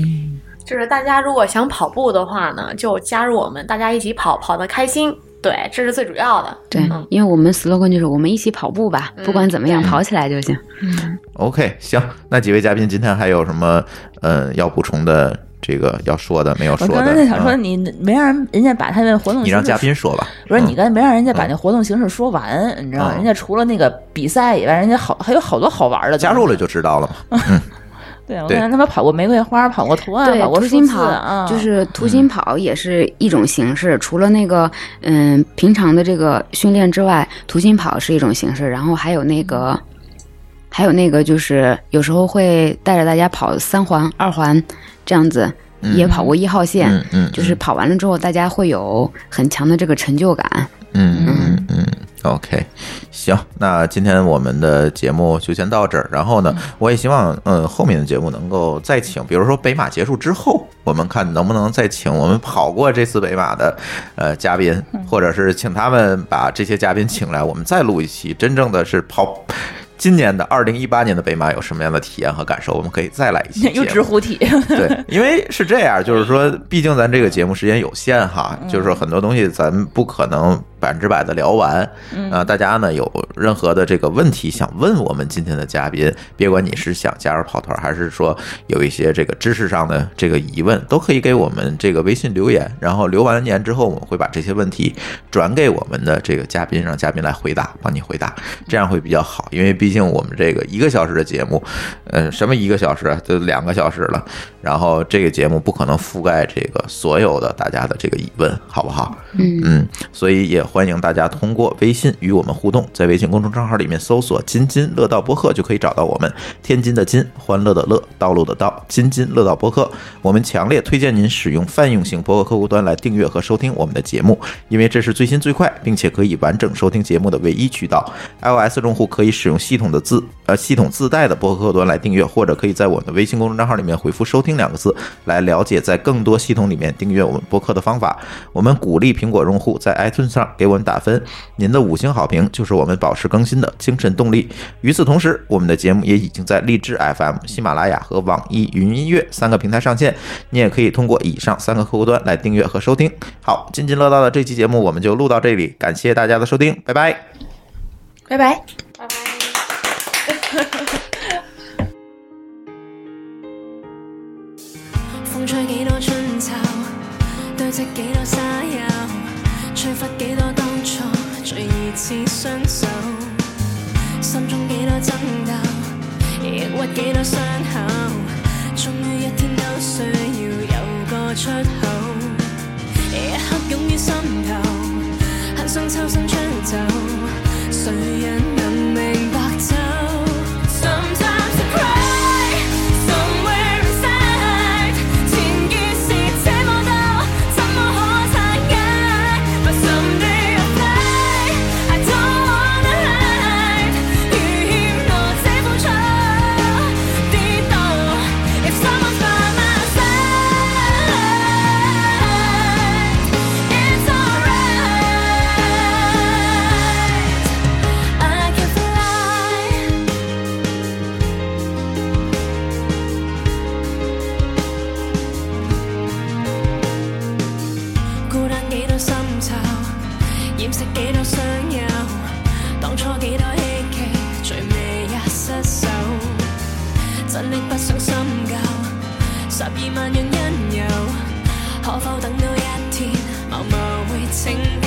就是大家如果想跑步的话呢，就加入我们，大家一起跑，跑得开心。对，这是最主要的。对嗯，因为我们 slogan 就是我们一起跑步吧，嗯不管怎么样，对跑起来就行。 OK，行，那几位嘉宾今天还有什么呃要补充的？这个要说的没有我说的？刚才在想说嗯你没让人人家把他的活动你让形嘉式宾说吧。不是嗯你跟没让人家把那活动形式说完，你知道吗？嗯人家除了那个比赛以外，人家好还有好多好玩的。加入了，就知道了嘛。对我对看他们跑过玫瑰花，跑过图案，对，跑过图嗯数形字跑、啊，就是图形跑也是一种形式，除了那个嗯平常的这个训练之外，图形跑是一种形式，然后还有那个。还有那个就是有时候会带着大家跑三环、二环这样子，也跑过一号线，嗯嗯，就是跑完了之后，大家会有很强的这个成就感。嗯嗯嗯嗯，OK，行，那今天我们的节目就先到这儿。然后呢，我也希望，嗯，后面的节目能够再请，比如说北马结束之后，我们看能不能再请我们跑过这次北马的呃嘉宾，或者是请他们把这些嘉宾请来，我们再录一期，真正的是跑。今年的二零一八年的北马有什么样的体验和感受？我们可以再来一期节目。又直呼体， 对，因为是这样，就是说，毕竟咱这个节目时间有限哈，就是说很多东西咱不可能百分之百的聊完。啊、大家呢有任何的这个问题想问我们今天的嘉宾，别管你是想加入跑团，还是说有一些这个知识上的这个疑问，都可以给我们这个微信留言。然后留完言之后，我们会把这些问题转给我们的这个嘉宾，让嘉宾来回答，帮你回答，这样会比较好。因为毕竟我们这个一个小时的节目，呃，什么一个小时啊，就两个小时了。然后这个节目不可能覆盖这个所有的大家的这个疑问，好不好？嗯嗯，所以也欢迎大家通过微信与我们互动，在微信公众账号里面搜索“津津乐道播客”就可以找到我们。天津的津，欢乐的乐，道路的道，津津乐道播客。我们强烈推荐您使用泛用型播客客户端来订阅和收听我们的节目，因为这是最新最快，并且可以完整收听节目的唯一渠道。iOS 用户可以使用系统的自呃系统自带的播客客户端来订阅，或者可以在我们的微信公众账号里面回复“收听”两个字来了解在更多系统里面订阅我们播客的方法。我们鼓励苹果用户在 iTunes 上给我们打分，您的五星好评就是我们保持更新的精神动力。与此同时，我们的节目也已经在荔枝 FM、喜马拉雅和网易云音乐三个平台上线，你也可以通过以上三个客户端来订阅和收听。好，津津乐道的这期节目我们就录到这里，感谢大家的收听，拜拜。拜拜。風吹幾多春秋，堆積幾多沙丘，吹拂幾多當初最熱熾雙手，心中幾多爭鬥，抑鬱幾多傷口，終於一天都需要有個出口，一刻湧於心頭，很想抽身將走，誰人能明白就？Sometimes I cry somewhere inside，前緣是這麼多，怎麼可拆解？But someday I fly, I don't wanna hide，如欠我這風吹跌倒，If someone's by my side, it's alright. I can fly. cô đơn 幾多深秋，掩飾幾多傷憂，當初幾多希冀，最尾也失手，真的不想深究，十二萬樣因由，可否等到一天，某某會拯救 Mm,